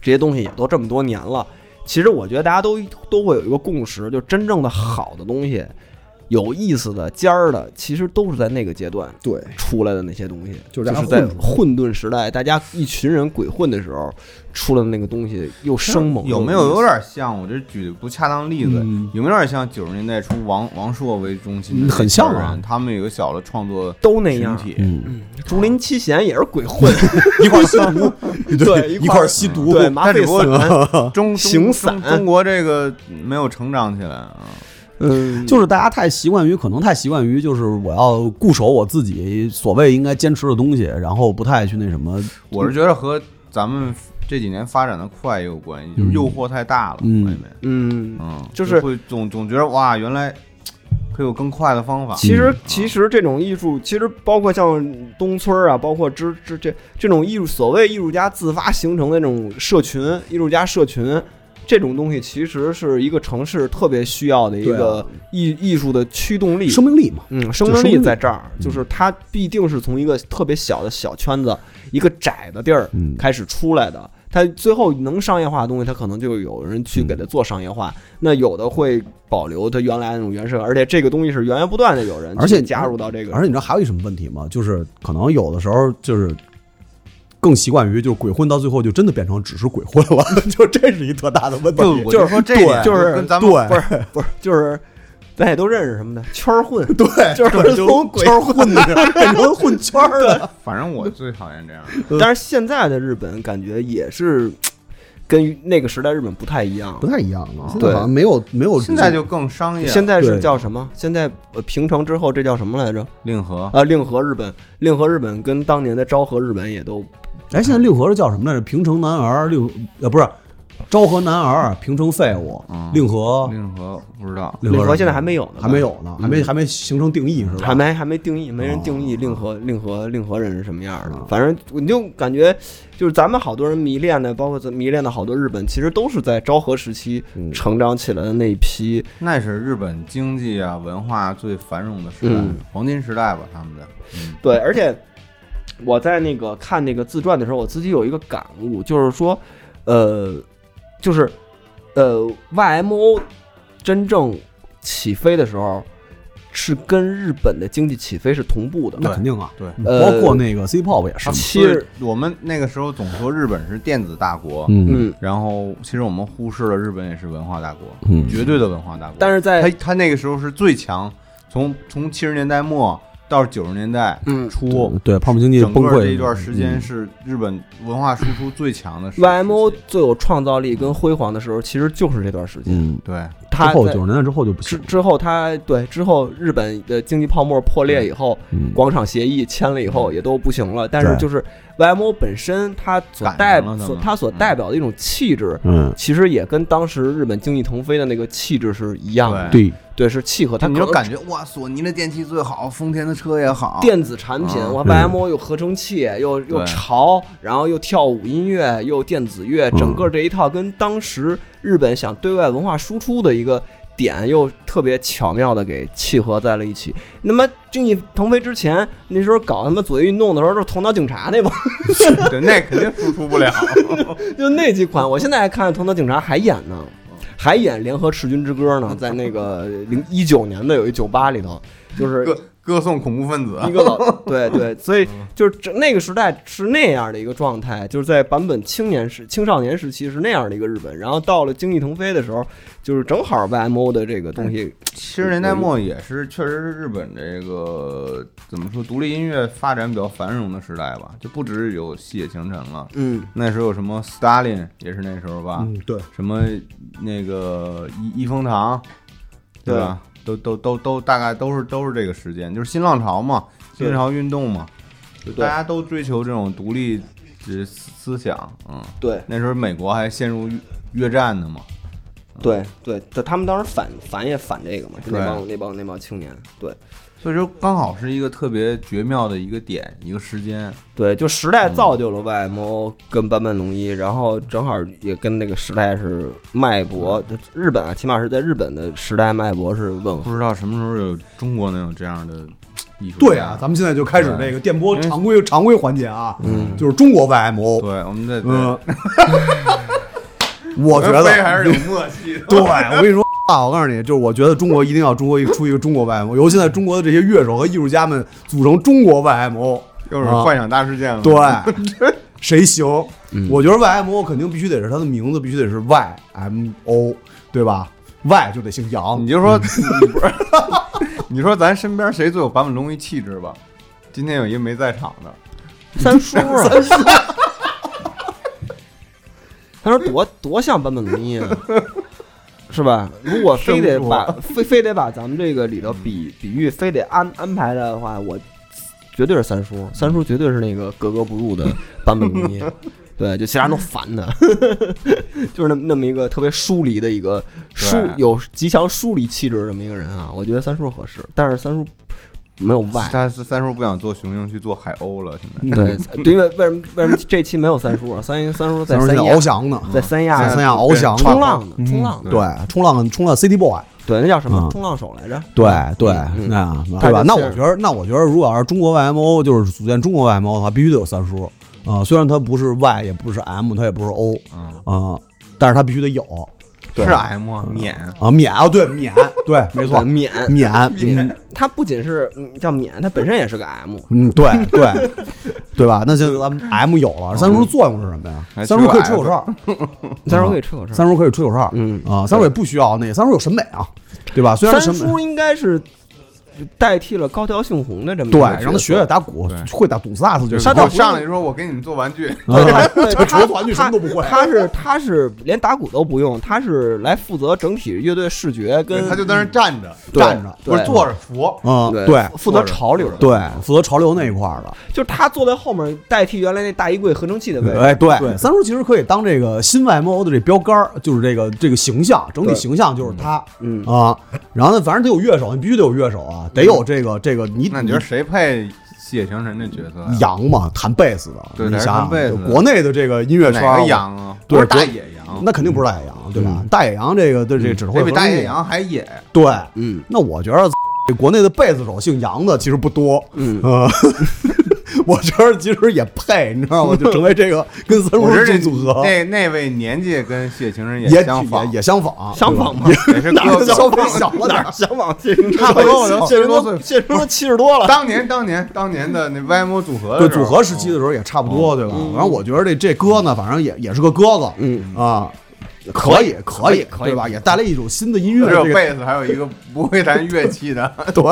Speaker 5: 这些东西也都这么多年了。其实我觉得大家都都会有一个共识，就真正的好的东西、有意思的、尖儿的，其实都是在那个阶段
Speaker 6: 对，
Speaker 5: 出来的那些东西，
Speaker 6: 就
Speaker 5: 就是
Speaker 6: 大家
Speaker 5: 在
Speaker 6: 混
Speaker 5: 混沌时代，大家一群人鬼混的时候出来的那个东西又生猛，
Speaker 7: 有没有有点像？我这举不恰当例子，
Speaker 6: 嗯
Speaker 7: 有没有点像九十年代初王王朔为中心的
Speaker 6: 嗯很像啊
Speaker 7: 那帮人他们有个小的创作
Speaker 5: 都那
Speaker 7: 群
Speaker 5: 样？
Speaker 7: 体，
Speaker 6: 嗯，
Speaker 5: 竹林七贤也是鬼混，
Speaker 6: [LAUGHS] 一块儿吸毒，
Speaker 5: [LAUGHS] 对
Speaker 6: 一
Speaker 5: 一块儿
Speaker 6: 块儿吸毒，
Speaker 5: 对麻
Speaker 7: 但只不
Speaker 5: 醉
Speaker 7: 过
Speaker 5: 散， [LAUGHS]
Speaker 7: 中中
Speaker 5: 行
Speaker 7: 中
Speaker 5: 散
Speaker 7: 中国这个没有成长起来啊。
Speaker 5: 嗯，
Speaker 6: 就是大家太习惯于，可能太习惯于，就是我要固守我自己所谓应该坚持的东西，然后不太去那什么。
Speaker 7: 我是觉得和咱们这几年发展的快也有关系，就是诱惑太大了，
Speaker 6: 嗯
Speaker 7: 朋友们
Speaker 5: [LAUGHS] 嗯，
Speaker 7: 嗯，
Speaker 5: 就是
Speaker 7: 会总总觉得哇，原来可以有更快的方法。
Speaker 5: 其实其实这种艺术，其实包括像东村儿啊，包括之之这这种艺术，所谓艺术家自发形成的那种社群，艺术家社群。这种东西其实是一个城市特别需要的一
Speaker 6: 对
Speaker 5: 个
Speaker 7: 啊
Speaker 5: 艺、艺术的驱动力，
Speaker 6: 生命力嘛，
Speaker 5: 嗯，生
Speaker 6: 就
Speaker 5: 命
Speaker 6: 生嗯命
Speaker 5: 力
Speaker 6: 力
Speaker 5: 在这儿，就是它必定是从一个特别小的小圈子、一个窄的地儿
Speaker 6: 嗯
Speaker 5: 开始出来的。它最后能商业化的东西，它可能就有人去
Speaker 6: 嗯
Speaker 5: 给它做商业化。那有的会保留它原来那种原生，而且这个东西是源源不断的有人去
Speaker 6: 而且
Speaker 5: 加入到这个，
Speaker 6: 而且你知道还有一什么问题吗？就是可能有的时候就是更习惯于就是鬼混，到最后就真的变成只是鬼混了， [LAUGHS] 就这是一特大的问题。
Speaker 7: 就我
Speaker 5: 就是
Speaker 7: 说这
Speaker 5: 对
Speaker 7: 点
Speaker 5: 就是
Speaker 7: 跟咱们
Speaker 6: 对，
Speaker 5: 不是不是就是咱也都认识什么的圈儿混，
Speaker 6: 对，
Speaker 5: 就是从鬼
Speaker 6: 圈混的 [LAUGHS] 变成混圈儿的，
Speaker 7: 反正我最讨厌这样的。
Speaker 5: 但是现在的日本感觉也是跟那个时代日本不太一样，
Speaker 6: 不太一样了。现在
Speaker 5: 对
Speaker 6: 好像没有没有，
Speaker 7: 现在就更商业了，
Speaker 5: 现在
Speaker 6: 对
Speaker 5: 是叫什么？现在呃平成之后这叫什么来着？
Speaker 7: 令和
Speaker 5: 啊，令和日本，令和日本跟当年的昭和日本也都
Speaker 6: 哎，现在六合是叫什么来着？平成男儿六呃不是。昭和男儿，平成废物，
Speaker 7: 嗯
Speaker 6: 令
Speaker 5: 哦
Speaker 6: 和
Speaker 7: 令和不知道，
Speaker 5: 令和
Speaker 6: 人
Speaker 5: 现在还没有呢吧，
Speaker 6: 还没有呢，还没还没形成定义是吧？
Speaker 5: 还没还没定义，没人定义令和令和令和人是什么样的。反正我就感觉，就是咱们好多人迷恋的，包括咱迷恋的好多日本，其实都是在昭和时期成长起来的那一批。
Speaker 7: 那是日本经济啊文化最繁荣的时代
Speaker 5: 嗯，
Speaker 7: 黄金时代吧，他们的。嗯
Speaker 5: 对，而且我在那个看那个自传的时候，我自己有一个感悟，就是说，呃，就是呃，YMO 真正起飞的时候，是跟日本的经济起飞是同步的。
Speaker 6: 那肯定啊，
Speaker 7: 对，啊
Speaker 5: 呃
Speaker 6: 包括那个 C pop 也是
Speaker 7: 他们
Speaker 6: 嘛，
Speaker 5: 其实
Speaker 7: 所以我们那个时候总说日本是电子大国，
Speaker 5: 嗯，
Speaker 7: 然后其实我们忽视了日本也是文化大国，
Speaker 6: 嗯
Speaker 7: 绝对的文化大国。
Speaker 5: 但是在
Speaker 7: 他他那个时候是最强，从从七十年代末到九十年代
Speaker 5: 嗯
Speaker 7: 初，
Speaker 6: 对泡沫经济
Speaker 7: 整
Speaker 6: 崩
Speaker 7: 个
Speaker 6: 溃
Speaker 7: 这一段时间是日本文化输出最强的时时期。
Speaker 5: YMO 最有创造力跟辉煌的时候，其实就是这段时间。
Speaker 6: 嗯，
Speaker 7: 对，
Speaker 6: 之
Speaker 5: 他
Speaker 6: 后
Speaker 5: 在
Speaker 6: 九十年代之后就不
Speaker 5: 之
Speaker 6: 行，
Speaker 5: 之后他，对之后日本的经济泡沫破裂以后，
Speaker 6: 嗯
Speaker 5: 广场协议签了以后也都不行了。但是
Speaker 6: 对
Speaker 5: 就是 YMO 本身它所
Speaker 7: 赶
Speaker 5: 代
Speaker 7: 上了他们
Speaker 5: 所它所代表的一种气质，
Speaker 6: 嗯，
Speaker 5: 其实也跟当时日本经济腾飞的那个气质是一样的，
Speaker 7: 对
Speaker 6: 对，
Speaker 5: 对，是契合。它
Speaker 7: 你
Speaker 5: 可
Speaker 7: 就
Speaker 5: 能
Speaker 7: 感觉哇，索尼的电器最好，丰田的车也好， [LAUGHS]
Speaker 5: 电子产品，
Speaker 7: 啊
Speaker 5: 哇，YMO 又合成器，又又潮，然后又跳舞音乐，又电子乐，整个这一套跟当时日本想对外文化输出的一个点，又特别巧妙的给契合在了一起。那么经济腾飞之前，那时候搞他妈左翼运动的时候，就是头脑警察那帮， [LAUGHS]
Speaker 7: 对，那肯定输出不了。
Speaker 5: 就那几款，我现在还看头脑警察还演呢。还演《联合赤军之歌》呢，在那个零一九年的有一酒吧里头，就是
Speaker 7: 歌歌颂恐怖分子，
Speaker 5: 一个老 [LAUGHS] 对对，所以就是这那个时代是那样的一个状态，就是在版本青年时、青少年时期是那样的一个日本，然后到了经济腾飞的时候，就是正好 YMO 的这个东西，
Speaker 7: 七十年代末也是，确实是日本这个怎么说，独立音乐发展比较繁荣的时代吧，就不只是有细野晴臣了。
Speaker 5: 嗯，
Speaker 7: 那时候有什么 Stalin 也是那时候吧，
Speaker 6: 嗯对，
Speaker 7: 什么那个一一风堂，对
Speaker 5: 对
Speaker 7: 吧？都都都都大概都是都是这个时间，就是新浪潮嘛，新
Speaker 5: 对
Speaker 7: 浪潮运动嘛，就
Speaker 5: 对
Speaker 7: 大家都追求这种独立呃思思想，嗯，
Speaker 5: 对
Speaker 7: 那时候美国还陷入越越战呢嘛，
Speaker 5: 对对，他他们当时反反也反这个嘛，就那
Speaker 7: 对
Speaker 5: 帮那帮那帮青年，对
Speaker 7: 所以说刚好是一个特别绝妙的一个点，一个时间。
Speaker 5: 对，就时代造就了 YMO 跟坂本龙一，然后正好也跟那个时代是脉搏，就日本啊，起码是在日本的时代脉搏是吻合。
Speaker 7: 不知道什么时候有中国能有这样的艺术家？
Speaker 6: 对啊，咱们现在就开始那个电波常规常规环节啊，
Speaker 5: 嗯
Speaker 6: 就是中国 YMO。
Speaker 7: 对，我们在 [LAUGHS]
Speaker 6: 嗯，，我觉得
Speaker 7: 飞还是有默契的。
Speaker 6: 对，我跟你说啊，我告诉你，就是我觉得中国一定要中国一个出一个中国 YMO，尤其现在中国的这些乐手和艺术家们组成中国 YMO，
Speaker 7: [LAUGHS] 又是
Speaker 6: 啊
Speaker 7: 幻想大事件了。
Speaker 6: 对， [LAUGHS] 谁行？我觉得 YMO 肯定必须得是他的名字，必须得是 YMO，对吧？Y 就得姓杨
Speaker 7: 你，就说，你不是， [LAUGHS] 你说咱身边谁最有坂本龙一气质吧？今天有一个没在场的，
Speaker 5: [LAUGHS] 三叔啊，三叔，他说多多像坂本龙一啊，是吧？如果非得把非非得把咱们这个里头比比喻，非得安安排的话，我绝对是三叔，三叔绝对是那个格格不入的坂本 [LAUGHS] 龙一。对，就其他人都烦他， [LAUGHS] 就是那么那么一个特别疏离的一个疏
Speaker 7: 对
Speaker 5: 有极强疏离气质的这么一个人啊，我觉得三叔合适，但是三叔没有外，
Speaker 7: 他是三叔不想做雄鹰，去做海鸥了。现在
Speaker 5: [LAUGHS]
Speaker 6: [LAUGHS]
Speaker 5: 对，因为为什么为什么这期没有三叔啊？三三叔在
Speaker 6: 咱说
Speaker 5: 三
Speaker 6: 现在
Speaker 5: 亚
Speaker 6: 翱翔呢，
Speaker 5: 在三
Speaker 6: 在
Speaker 5: 亚
Speaker 6: 三亚翱翔呢，
Speaker 5: 冲浪呢，冲浪
Speaker 7: 对
Speaker 6: 对，冲浪冲浪 City Boy。
Speaker 5: 对，那叫什么
Speaker 6: 嗯
Speaker 5: 冲浪手来着？
Speaker 6: 对对
Speaker 5: 嗯，
Speaker 6: 那
Speaker 5: 但
Speaker 6: 啊对
Speaker 5: 是
Speaker 6: 吧？那
Speaker 5: 是
Speaker 6: 我觉得，那我觉得，如果要是中国 YMO 就是组建中国 YMO 的话，必须得有三叔啊、虽然他不是 Y，也不是 M，他也不是 O 啊、但是他必须得有
Speaker 7: 嗯是 M 啊，免
Speaker 6: 啊、免啊，对免，对，
Speaker 5: [LAUGHS]
Speaker 6: 没错，
Speaker 5: 缅，
Speaker 6: 免，嗯
Speaker 5: 嗯，它不仅是嗯叫缅，它本身也是个 M。
Speaker 6: 嗯，对对对吧？那就咱们 M 有了，三叔作用是什么
Speaker 7: 还是
Speaker 6: 呀？三
Speaker 7: 个
Speaker 6: 叔可以吹口哨，
Speaker 5: 三叔可以吹口哨，
Speaker 6: [LAUGHS] 三叔可以吹口哨，
Speaker 5: 嗯
Speaker 6: 啊、三叔也不需要那个，三叔有审美啊，对吧？虽然审
Speaker 5: 三
Speaker 6: 美
Speaker 5: 叔应该是代替了高桥幸宏的这么一
Speaker 6: 对，
Speaker 5: 个
Speaker 6: 让他学学
Speaker 5: 角色。
Speaker 6: 打鼓
Speaker 7: 对，
Speaker 6: 会打董斯萨斯就
Speaker 7: 就是
Speaker 6: 行
Speaker 5: 他倒
Speaker 7: 我
Speaker 5: 不是
Speaker 7: 上来就说我给你们做玩具，
Speaker 6: 啊
Speaker 5: 对
Speaker 6: 就
Speaker 5: 他
Speaker 6: 除了团剧什么都不会
Speaker 5: 他他是他是连打鼓都不用，他是来负责整体乐队视觉跟
Speaker 7: 他就在那儿站着，
Speaker 5: 对
Speaker 6: 站着
Speaker 7: 不是
Speaker 5: 对
Speaker 7: 坐着扶。
Speaker 6: 嗯，对
Speaker 5: 负责潮流的，
Speaker 6: 对，负责潮流那一块儿的。
Speaker 5: 就是他坐在后面代替原来那大衣柜合成器的位置。
Speaker 6: 哎，对，三叔其实可以当这个新 YMO 的这标杆儿，就是这个这个形象，整体
Speaker 5: 对
Speaker 6: 形象就是他，
Speaker 5: 嗯
Speaker 6: 啊，然后呢，反正得有乐手，你必须得有乐手啊，得有这个这个你
Speaker 7: 那你觉得谁配谢霆神这角色呀？
Speaker 6: 杨嘛，弹贝斯的，
Speaker 7: 对
Speaker 6: 你
Speaker 7: 他是
Speaker 6: 想想
Speaker 7: 弹贝斯的
Speaker 6: 就国内的这个音乐圈
Speaker 7: 哪
Speaker 6: 儿，
Speaker 7: 个羊啊？
Speaker 6: 对
Speaker 7: 不是大
Speaker 6: 国
Speaker 7: 野羊，
Speaker 6: 那肯定不是大野羊，对吧？大野羊这个对这个只会
Speaker 7: 那比大
Speaker 6: 和
Speaker 7: 野
Speaker 6: 音
Speaker 7: 羊还野。
Speaker 6: 对，
Speaker 5: 嗯
Speaker 6: 那我觉得 [LAUGHS] 这国内的贝斯手姓杨的其实不多，
Speaker 5: 嗯
Speaker 6: 呃 [LAUGHS] 我觉得其实也配，你知道吗？就成为这
Speaker 7: [LAUGHS]
Speaker 6: 个跟三
Speaker 7: 我
Speaker 6: 叔
Speaker 7: 觉得
Speaker 6: 这
Speaker 7: 这
Speaker 6: 组合。
Speaker 7: 那那位年纪跟谢霆神
Speaker 6: 也
Speaker 7: 相仿，
Speaker 6: 也也相仿，
Speaker 5: 相仿
Speaker 6: 对吧
Speaker 5: 吗
Speaker 7: [LAUGHS] 也是
Speaker 6: [LAUGHS] 哪
Speaker 7: 哥
Speaker 6: 儿
Speaker 7: 哥
Speaker 6: 相仿小了点儿？
Speaker 5: 想往谢霆
Speaker 7: 差不多我 [LAUGHS] 都
Speaker 5: 谢霆
Speaker 7: 70多岁
Speaker 5: 锋，谢霆锋七十多了。
Speaker 7: 当年当年当年的那 YMO 组合
Speaker 6: 对
Speaker 7: 的时
Speaker 6: 组
Speaker 7: 候
Speaker 6: 合时期的时候也差不
Speaker 7: 嗯
Speaker 6: 多，对吧？反正我觉得这这哥呢，反正也也是个哥哥，
Speaker 5: 嗯
Speaker 6: 啊，可以可以，
Speaker 5: 可以
Speaker 6: 对吧？也带来一种新的音乐
Speaker 7: 只有
Speaker 6: 这个
Speaker 7: 贝斯，还有一个不会弹乐器的。 [LAUGHS]
Speaker 6: 对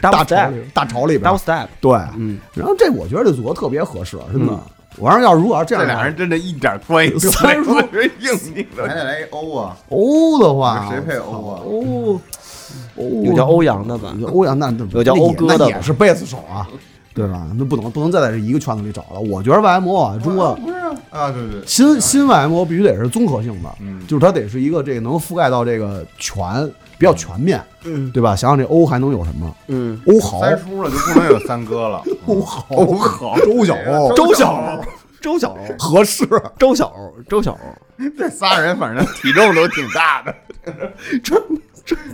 Speaker 6: 大
Speaker 5: Double
Speaker 6: 潮里
Speaker 5: step
Speaker 6: 大潮里边
Speaker 5: Double step，
Speaker 6: 对，
Speaker 5: 嗯，
Speaker 6: 然后这我觉得这组合特别合适，真的。我要是要如果要是这
Speaker 7: 这
Speaker 6: 样的
Speaker 7: 俩
Speaker 6: 话
Speaker 7: 人真的一点关系都没 [LAUGHS]
Speaker 6: 三叔
Speaker 7: 有，是硬拧的。还得来一欧啊，
Speaker 6: 欧哦的话，
Speaker 7: 谁配欧啊
Speaker 6: 欧欧
Speaker 5: 有叫欧阳的吧？
Speaker 6: 有欧阳那那
Speaker 5: 有叫
Speaker 6: 那也
Speaker 5: 欧哥的吧
Speaker 6: 那也是贝斯手啊，对吧？那不能不能再在这一个圈子里找了。我觉得 YMO 啊，中国
Speaker 7: 不是啊？啊，对对，
Speaker 6: 新新 YMO 必须得是综合性的，
Speaker 7: 嗯
Speaker 6: 就是它得是一个这个能覆盖到这个全比较全面，
Speaker 5: 嗯
Speaker 6: 对吧？想想这欧还能有什么？
Speaker 5: 嗯，
Speaker 6: 欧豪、
Speaker 7: 三叔了就不能有三哥了。
Speaker 6: 欧豪、
Speaker 7: 欧豪
Speaker 6: 周晓欧、
Speaker 7: 周
Speaker 6: 晓
Speaker 7: 晓
Speaker 6: 欧
Speaker 7: 欧
Speaker 5: [LAUGHS] 周晓欧，
Speaker 6: 合适。
Speaker 5: 周晓欧，周晓欧，
Speaker 7: 这仨人反正体重都挺大 [LAUGHS] 的。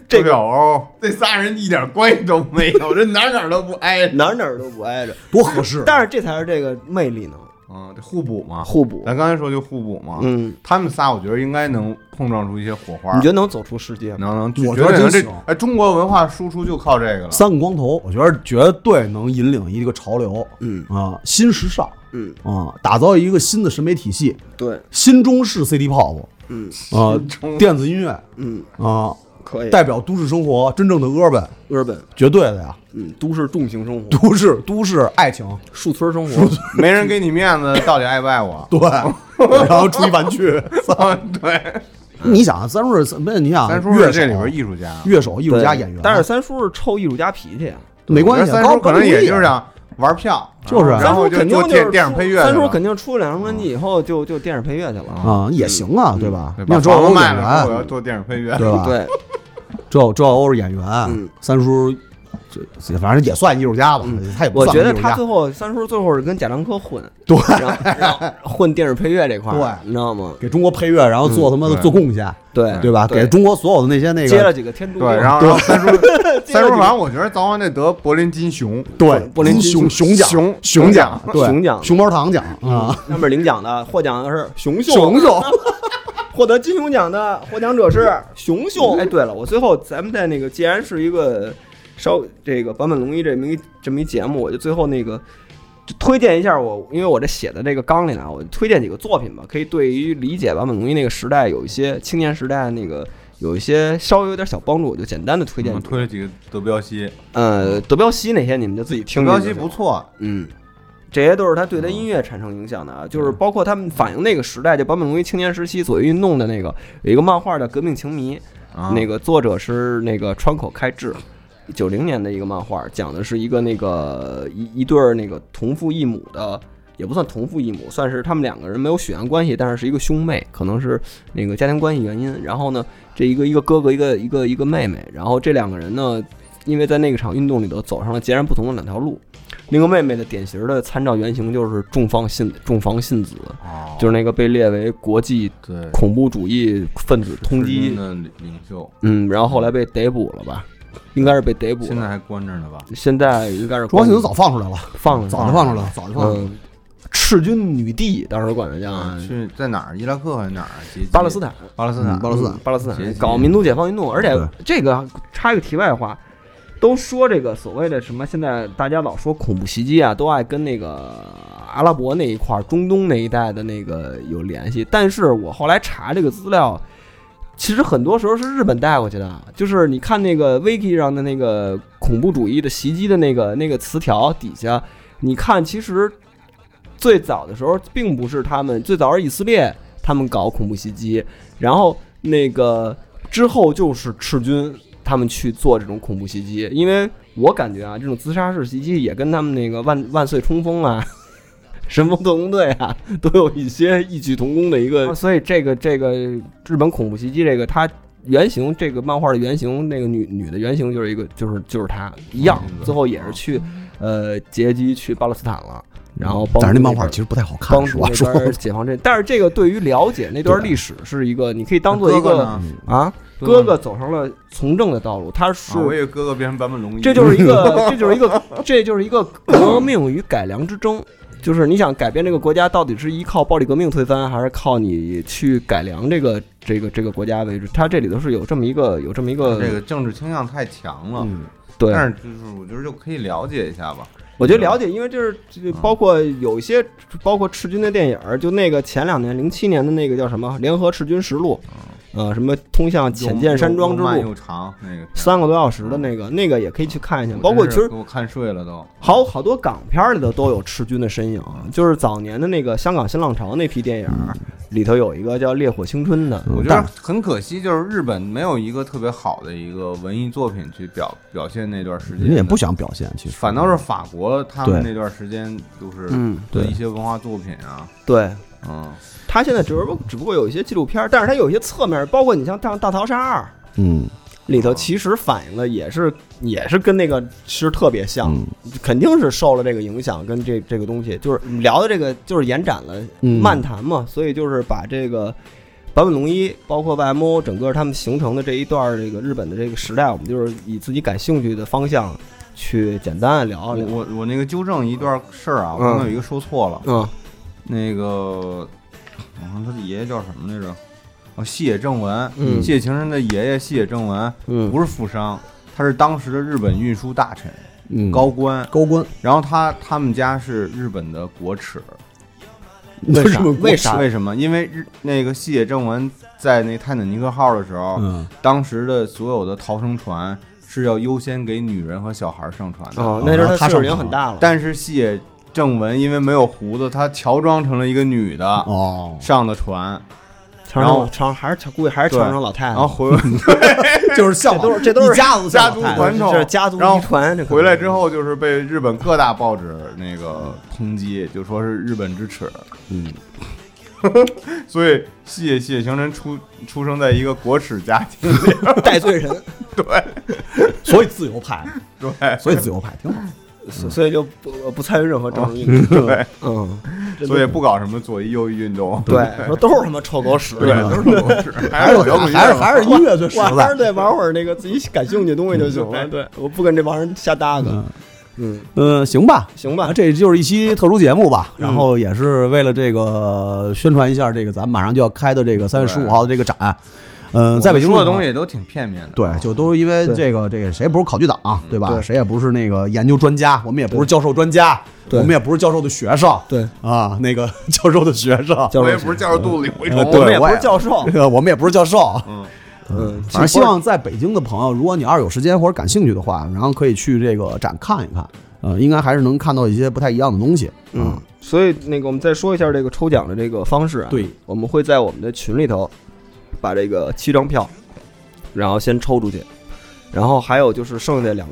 Speaker 5: 这个
Speaker 7: 小欧，这仨人一点关系都没有，这哪哪都不挨着。
Speaker 5: 哪儿哪儿都不挨着，
Speaker 6: 多合适！啊
Speaker 5: 但是这才是这个魅力呢，
Speaker 7: 嗯，这互补嘛，
Speaker 5: 互补。
Speaker 7: 咱刚才说就互补嘛。
Speaker 5: 嗯，
Speaker 7: 他们仨我觉得应该能碰撞出一些火花。
Speaker 5: 你觉得能走出世界吗？
Speaker 7: 能能，
Speaker 6: 我
Speaker 7: 绝
Speaker 6: 觉得
Speaker 7: 对能
Speaker 6: 真
Speaker 7: 这
Speaker 6: 行
Speaker 7: 哎，中国文化输出就靠这个了。
Speaker 6: 三个光头，我觉得绝对能引领一个潮流，
Speaker 5: 嗯
Speaker 6: 啊，新时尚，
Speaker 5: 嗯
Speaker 6: 啊，打造一个新的审美体系，
Speaker 5: 对，
Speaker 6: 新中式 CD pop，
Speaker 5: 嗯
Speaker 6: 啊
Speaker 7: 中，
Speaker 6: 电子音乐
Speaker 5: 嗯，
Speaker 6: 啊，
Speaker 5: 可以。
Speaker 6: 代表都市生活，真正的 urban，
Speaker 5: urban，
Speaker 6: 绝对的呀，
Speaker 5: 嗯，都市重型生活，
Speaker 6: 都市都市爱情，
Speaker 5: [LAUGHS] 树村生活，
Speaker 7: 没人给你面子，到底爱不爱我？
Speaker 5: [LAUGHS]
Speaker 6: 对，然后出一玩具，
Speaker 7: [LAUGHS] 对，
Speaker 6: 你想啊，三叔是那你想啊
Speaker 7: 三叔
Speaker 6: 乐
Speaker 7: 是
Speaker 6: 手
Speaker 7: 这里边艺术家，
Speaker 6: 乐手、艺术家、演员，
Speaker 5: 但是三叔是臭艺术家脾气啊。
Speaker 6: 没关系，
Speaker 7: 三叔可能也就是
Speaker 6: 这样。
Speaker 7: 想，玩票，
Speaker 6: 就是
Speaker 7: 然后就
Speaker 5: 肯定
Speaker 7: 做
Speaker 5: 就
Speaker 7: 电
Speaker 5: 是
Speaker 7: 电影配乐去了，
Speaker 5: 三叔肯定出了两张专辑以后就就电影配乐去了啊。
Speaker 6: 啊，也行啊，对吧？
Speaker 7: 嗯对
Speaker 6: 你
Speaker 7: 把
Speaker 6: 想周
Speaker 7: 房
Speaker 6: 欧
Speaker 7: 子
Speaker 6: 是
Speaker 7: 卖
Speaker 6: 演
Speaker 7: 了，我要
Speaker 6: 员，
Speaker 7: 做电影配乐，
Speaker 6: 对吧？
Speaker 5: 对，
Speaker 6: 周周晓欧是演员，啊
Speaker 5: 嗯
Speaker 6: 三叔这反正也算艺术家吧，他也不
Speaker 5: 我
Speaker 6: 算
Speaker 5: 觉得
Speaker 6: 艺术
Speaker 5: 他
Speaker 6: 家
Speaker 5: 最后三叔最后是跟贾樟柯混，
Speaker 6: 对
Speaker 5: 然后然后混电影配乐这块儿，
Speaker 6: 对
Speaker 5: 你知道吗？
Speaker 6: 给中国配乐，然后做他妈的
Speaker 7: 对
Speaker 6: 做贡献，
Speaker 5: 对
Speaker 6: 对吧？给中国所有的那些那
Speaker 5: 接了
Speaker 6: 个，
Speaker 5: 几个天都
Speaker 7: 对，然后然后三叔 [LAUGHS] 三叔，反正我觉得早晚得得柏林金熊，
Speaker 6: 对，
Speaker 5: 柏林
Speaker 6: 金
Speaker 5: 金
Speaker 7: 熊
Speaker 6: 熊熊奖，
Speaker 7: 熊
Speaker 6: 熊
Speaker 7: 奖
Speaker 6: 对，
Speaker 5: 熊奖
Speaker 6: 熊猫糖奖啊，
Speaker 5: 上面领奖的获奖的是熊啊熊，
Speaker 6: [LAUGHS] 熊熊，
Speaker 5: 获得金熊奖的获奖者是熊熊。哎，对了，我最后咱们在那个既然是一个稍这个坂本龙一这么一这么一节目，我就最后那个。就推荐一下我，因为我这写的这个纲里呢，我推荐几个作品吧，可以对于理解坂本龙一那个时代有一些青年时代那个有一些稍微有点小帮助，我就简单的推荐
Speaker 7: 我们
Speaker 5: 几
Speaker 7: 嗯
Speaker 5: 个。
Speaker 7: 推了几个德彪西，
Speaker 5: 呃，德彪西那些你们就自己听
Speaker 7: 德彪
Speaker 5: 听就行。
Speaker 7: 西不错，
Speaker 5: 嗯，这些都是他对他音乐产生影响的啊，就是包括他们反映那个时代，就坂本龙一青年时期所运动的那个有一个漫画叫《革命情迷》，
Speaker 7: 啊
Speaker 5: 那个作者是那个川口开志。九零年的一个漫画，讲的是一个那个一一对儿那个同父异母的，也不算同父异母，算是他们两个人没有血缘关系，但是是一个兄妹，可能是那个家庭关系原因。然后呢，这一个一个哥哥，一个一个一个妹妹。然后这两个人呢，因为在那个场运动里头走上了截然不同的两条路。那个妹妹的典型的参照原型就是重方信重房信子，就是那个被列为国际
Speaker 7: 哦对
Speaker 5: 恐怖主义分子通缉，
Speaker 7: 的领袖，
Speaker 5: 嗯，然后后来被逮捕了吧，应该是被逮捕
Speaker 7: 现在
Speaker 5: 了。
Speaker 7: 还关着呢吧？
Speaker 5: 现在应该是
Speaker 6: 卓
Speaker 5: 关
Speaker 6: 信子早放出来了，
Speaker 5: 放了，
Speaker 6: 早就放出来了，早就放出来了。
Speaker 5: 嗯，赤军女帝当时管她叫
Speaker 7: 啊，去在哪儿？伊拉克还是哪儿？劫机
Speaker 5: 嗯巴勒斯，坦，
Speaker 7: 巴勒斯坦，
Speaker 6: 巴勒斯坦
Speaker 5: 嗯巴勒斯
Speaker 7: 劫
Speaker 5: 坦
Speaker 7: 机
Speaker 5: 搞民族解放运动，而且
Speaker 6: 对
Speaker 5: 这个插一个题外话，都说这个所谓的什么，现在大家老说恐怖袭击啊，都爱跟那个阿拉伯那一块儿、中东那一带的那个有联系。但是我后来查这个资料，其实很多时候是日本带过去的。就是你看那个 wiki 上的那个恐怖主义的袭击的那个那个词条底下，你看其实最早的时候并不是他们，最早是以色列他们搞恐怖袭击，然后那个之后就是赤军他们去做这种恐怖袭击，因为我感觉啊，这种自杀式袭击也跟他们那个万万岁冲锋啊。 [LAUGHS] 神风特工队啊，都有一些异曲同工的一个，啊所以这个这个日本恐怖袭击这个，它原型这个漫画的原型，那个女女的原型就是一个就是就是她一样，最后也是去呃劫机去巴勒斯坦了，然后帮
Speaker 6: 但是那
Speaker 5: 助
Speaker 6: 漫
Speaker 5: 边
Speaker 6: 画其实不太好看，
Speaker 5: 帮
Speaker 6: 实
Speaker 5: 助
Speaker 6: 话说
Speaker 5: 那， [LAUGHS] 边解放阵，但是这个对于了解那段历史是一个，你可以当做一
Speaker 7: 哥哥
Speaker 5: 个
Speaker 7: 呢
Speaker 5: 啊，哥哥走上了从政的道路，他是
Speaker 7: 啊，我以为哥哥变成版本龙一，
Speaker 5: 这就是
Speaker 7: [LAUGHS]
Speaker 5: 一个这就是一个这就是一个革命与改良之争，就是你想改变这个国家到底是依靠暴力革命推翻，还是靠你去改良这个这个这个国家为主？它这里头是有这么一个有这么一个
Speaker 7: 这个政治倾向太强了。
Speaker 6: 嗯
Speaker 5: 对，
Speaker 7: 但是就是我觉得就可以了解一下吧。
Speaker 5: 我觉得了解，因为这是这包括有一些，包括赤军的电影儿，就那个前两年零七年的那个叫什么《联合赤军实录》，
Speaker 7: 嗯
Speaker 5: 呃，什么通向浅见山庄之
Speaker 7: 又慢
Speaker 5: 路，
Speaker 7: 又长那个，
Speaker 5: 三个多小时的那个，那个也可以去看一下。
Speaker 7: 我
Speaker 5: [LAUGHS] 包括
Speaker 7: 真
Speaker 5: 其
Speaker 7: 是
Speaker 5: 实
Speaker 7: 给我看睡了都。
Speaker 5: 好好多港片儿里头都有赤军的身影，啊就是早年的那个香港新浪潮那批电影儿里头有一个叫《烈火青春》的，
Speaker 7: 我觉得
Speaker 6: 但
Speaker 7: 很可惜，就是日本没有一个特别好的一个文艺作品去表表现那段时间的，
Speaker 6: 人家也不想表现，其实
Speaker 7: 反倒是法国他们
Speaker 6: 对
Speaker 7: 那段时间就是
Speaker 5: 嗯
Speaker 7: 的
Speaker 6: 对
Speaker 7: 一些文化作品啊，
Speaker 5: 对，
Speaker 7: 嗯，
Speaker 5: 他现在只不只不过有一些纪录片儿，但是他有一些侧面儿，包括你像《大大逃杀二》，
Speaker 6: 嗯
Speaker 5: 里
Speaker 7: 啊
Speaker 5: 头其实反映的也是也是跟那个其实特别像，
Speaker 6: 嗯
Speaker 5: 肯定是受了这个影响，跟这这个东西就是聊的这个就是延展了
Speaker 6: 嗯
Speaker 5: 漫谈嘛，所以就是把这个坂本龙一，包括 YMO 整个他们形成的这一段这个日本的这个时代，我们就是以自己感兴趣的方向去简单地聊一聊。
Speaker 7: 我我那个纠正一段事儿啊，我
Speaker 5: 哦嗯
Speaker 7: 刚才有一个说错了，
Speaker 5: 嗯，
Speaker 7: 那个我看他的爷爷叫什么来着？哦，细野正文，
Speaker 5: 嗯
Speaker 7: 细野晴臣的爷爷细野正文，
Speaker 5: 嗯
Speaker 7: 不是富商，他是当时的日本运输大臣、
Speaker 6: 嗯
Speaker 7: 高官，
Speaker 6: 高官，
Speaker 7: 然后他他们家是日本的国耻，
Speaker 5: 为啥
Speaker 6: 日本国
Speaker 5: 为啥
Speaker 7: 为什么？因为日那个细野正文在那泰坦尼克号的时候，
Speaker 6: 嗯，
Speaker 7: 当时的所有的逃生船是要优先给女人和小孩上船的。
Speaker 5: 哦，那时候他岁
Speaker 6: 他
Speaker 5: 数
Speaker 6: 上
Speaker 5: 已经
Speaker 6: 场
Speaker 5: 很大了，
Speaker 7: 但是细野正文因为没有胡子，他乔装成了一个女的、
Speaker 6: 哦，
Speaker 7: 上的船，
Speaker 5: 长
Speaker 7: 然后
Speaker 5: 城长还是长估计还是
Speaker 7: 对
Speaker 5: 长城老太
Speaker 6: 哎
Speaker 5: 太，
Speaker 7: 然后
Speaker 6: [LAUGHS]
Speaker 7: 回
Speaker 6: 就是向往，
Speaker 5: 这都是这都是
Speaker 6: 一家子
Speaker 7: 家
Speaker 6: 向
Speaker 7: 族
Speaker 6: 往太
Speaker 7: 传统
Speaker 5: 这是家族
Speaker 7: 然后
Speaker 5: 遗传，这可能
Speaker 7: 回来之后就是被日本各大报纸那个抨击，就说是日本之耻。
Speaker 6: 嗯，
Speaker 7: [LAUGHS] 所以细野细野晴臣出出生在一个国耻家庭里， [LAUGHS]
Speaker 6: 戴罪人，
Speaker 7: 对
Speaker 6: [LAUGHS] 所以自由派，
Speaker 7: 对，
Speaker 6: 所以自由派挺好。
Speaker 5: 所所以就不呃不参与任何政治运
Speaker 6: 哦
Speaker 5: 动。
Speaker 7: 对，
Speaker 5: 嗯，
Speaker 6: [LAUGHS]
Speaker 7: 所以不搞什么左翼右翼运动，
Speaker 5: 对，说都是他妈臭狗屎。嗯
Speaker 7: 对，都是国耻，还
Speaker 6: 还
Speaker 7: 是
Speaker 6: 是
Speaker 7: 摇滚
Speaker 6: 还是
Speaker 7: 乐吧，
Speaker 6: 还是音乐最
Speaker 5: [LAUGHS]
Speaker 6: 实
Speaker 5: 我还
Speaker 6: 在
Speaker 5: 是。得玩会儿那个自己感兴趣的东西就行了。对，我不跟这帮人瞎搭
Speaker 6: 嗯
Speaker 5: 个。嗯，
Speaker 6: 嗯，行吧，
Speaker 5: 行吧
Speaker 6: 啊，这就是一期特殊节目吧。然后也是为了这个宣传一下这个咱们马上就要开的这个三月十五号的这个展。嗯，在北京
Speaker 7: 说的
Speaker 6: 话
Speaker 7: 东西都挺片面的，
Speaker 6: 对，就都是因为这个这个谁也不是考据党、啊对吧？
Speaker 5: 对
Speaker 6: 谁也不是那个研究专家，我们也不是教授专家，
Speaker 5: 对
Speaker 6: 我们也不是教授的学生，
Speaker 5: 对
Speaker 6: 啊，那个 [LAUGHS] 教授的学生，
Speaker 5: 教
Speaker 7: 我也
Speaker 5: 授，
Speaker 7: 不是叫着肚子里蛔
Speaker 6: 呃
Speaker 7: 虫，
Speaker 6: 对
Speaker 5: 哎我们也不
Speaker 6: 我
Speaker 5: 是
Speaker 6: 也
Speaker 5: 教授。
Speaker 6: [LAUGHS] 这个我们也不是教授。呃
Speaker 5: 嗯，
Speaker 6: 反正希望在北京的朋友，如果你要是有时间或者感兴趣的话，然后可以去这个展看一看，呃，应该还是能看到一些不太一样的东西。
Speaker 5: 嗯，所以那个我们再说一下这个抽奖的这个方式啊。
Speaker 6: 对，
Speaker 5: 我们会在我们的群里头把这个七张票，然后先抽出去，然后还有就是剩下的两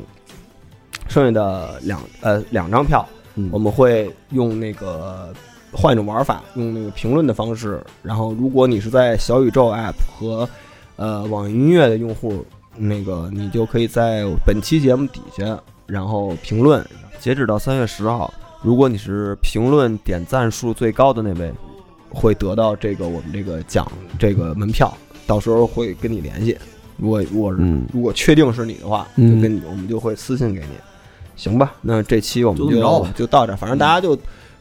Speaker 5: 剩下的两呃两张票，
Speaker 6: 嗯
Speaker 5: 我们会用那个换一种玩法，用那个评论的方式。然后，如果你是在小宇宙 App 和呃网易音乐的用户，那个你就可以在本期节目底下，然后评论。截止到三月十号，如果你是评论点赞数最高的那位，会得到这个我们这个奖这个门票，到时候会跟你联系。如果我是
Speaker 6: 嗯，
Speaker 5: 如果确定是你的话，就
Speaker 6: 嗯
Speaker 5: 跟你我们就会私信给你，行吧？那这期我们
Speaker 6: 就
Speaker 5: 就
Speaker 6: 这么着吧
Speaker 5: 就到这儿，反正大家就。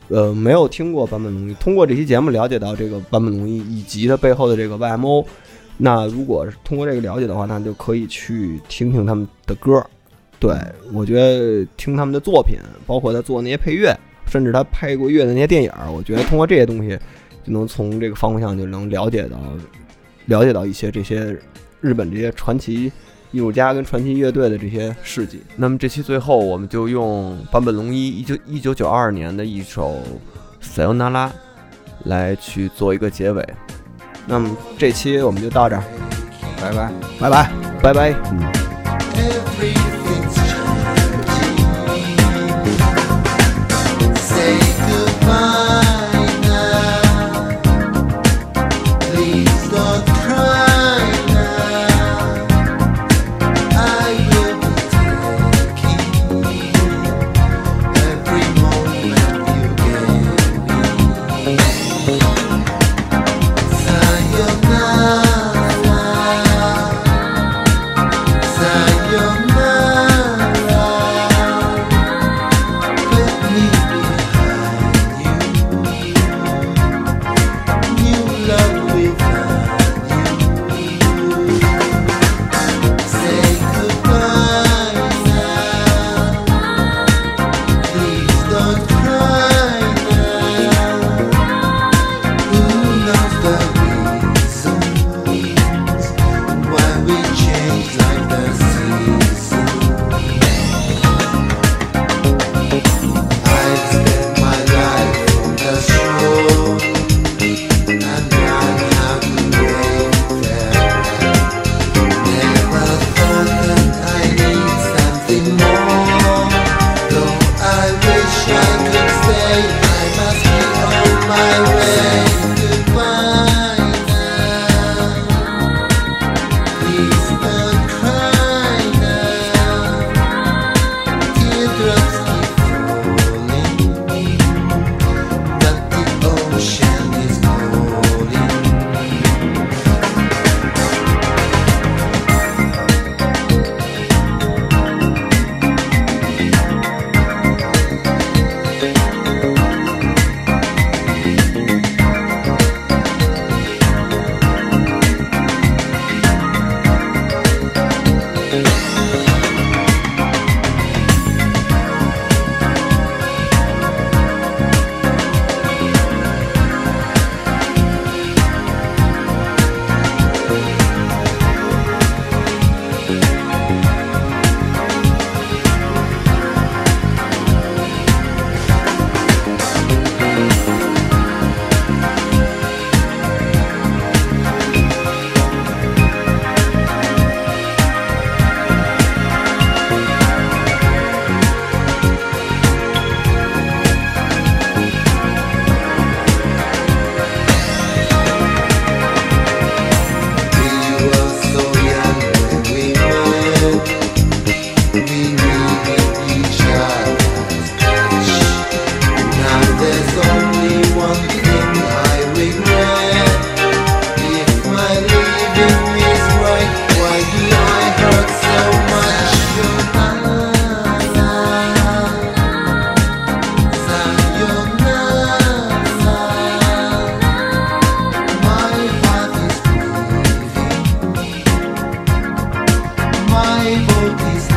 Speaker 5: 呃，没有听过坂本龙一，通过这期节目了解到这个坂本龙一以及他背后的这个 YMO，那如果是通过这个了解的话，那就可以去听听他们的歌。对我觉得听他们的作品，包括他做那些配乐，甚至他拍过乐的那些电影儿，我觉得通过这些东西，就能从这个方向就能了解到了解到一些这些日本这些传奇艺术家跟传奇乐队的这些事迹。
Speaker 8: 那么这期最后，我们就用坂本龙一一九一九九二年的一首《Sayonara》来去做一个结尾。
Speaker 5: 那么这期我们就到这儿，
Speaker 7: 拜拜。
Speaker 6: 拜拜。
Speaker 5: 拜拜。
Speaker 9: Everything's changed. Say goodbye now. Please don't cry now. I will be taking every moment you gave me. Sayonara. Sayonara, let me behind you. New love we you. Say goodbye now. Please don't cry now. Who knows the reasons? Why we change like the season I spent my life on the shore And I have to wait there Never thought that I need something more Though I wish I could stay I must be on my way Goodbye now Please don't cry now. Teardrops keep falling, but the ocean is calling. Say these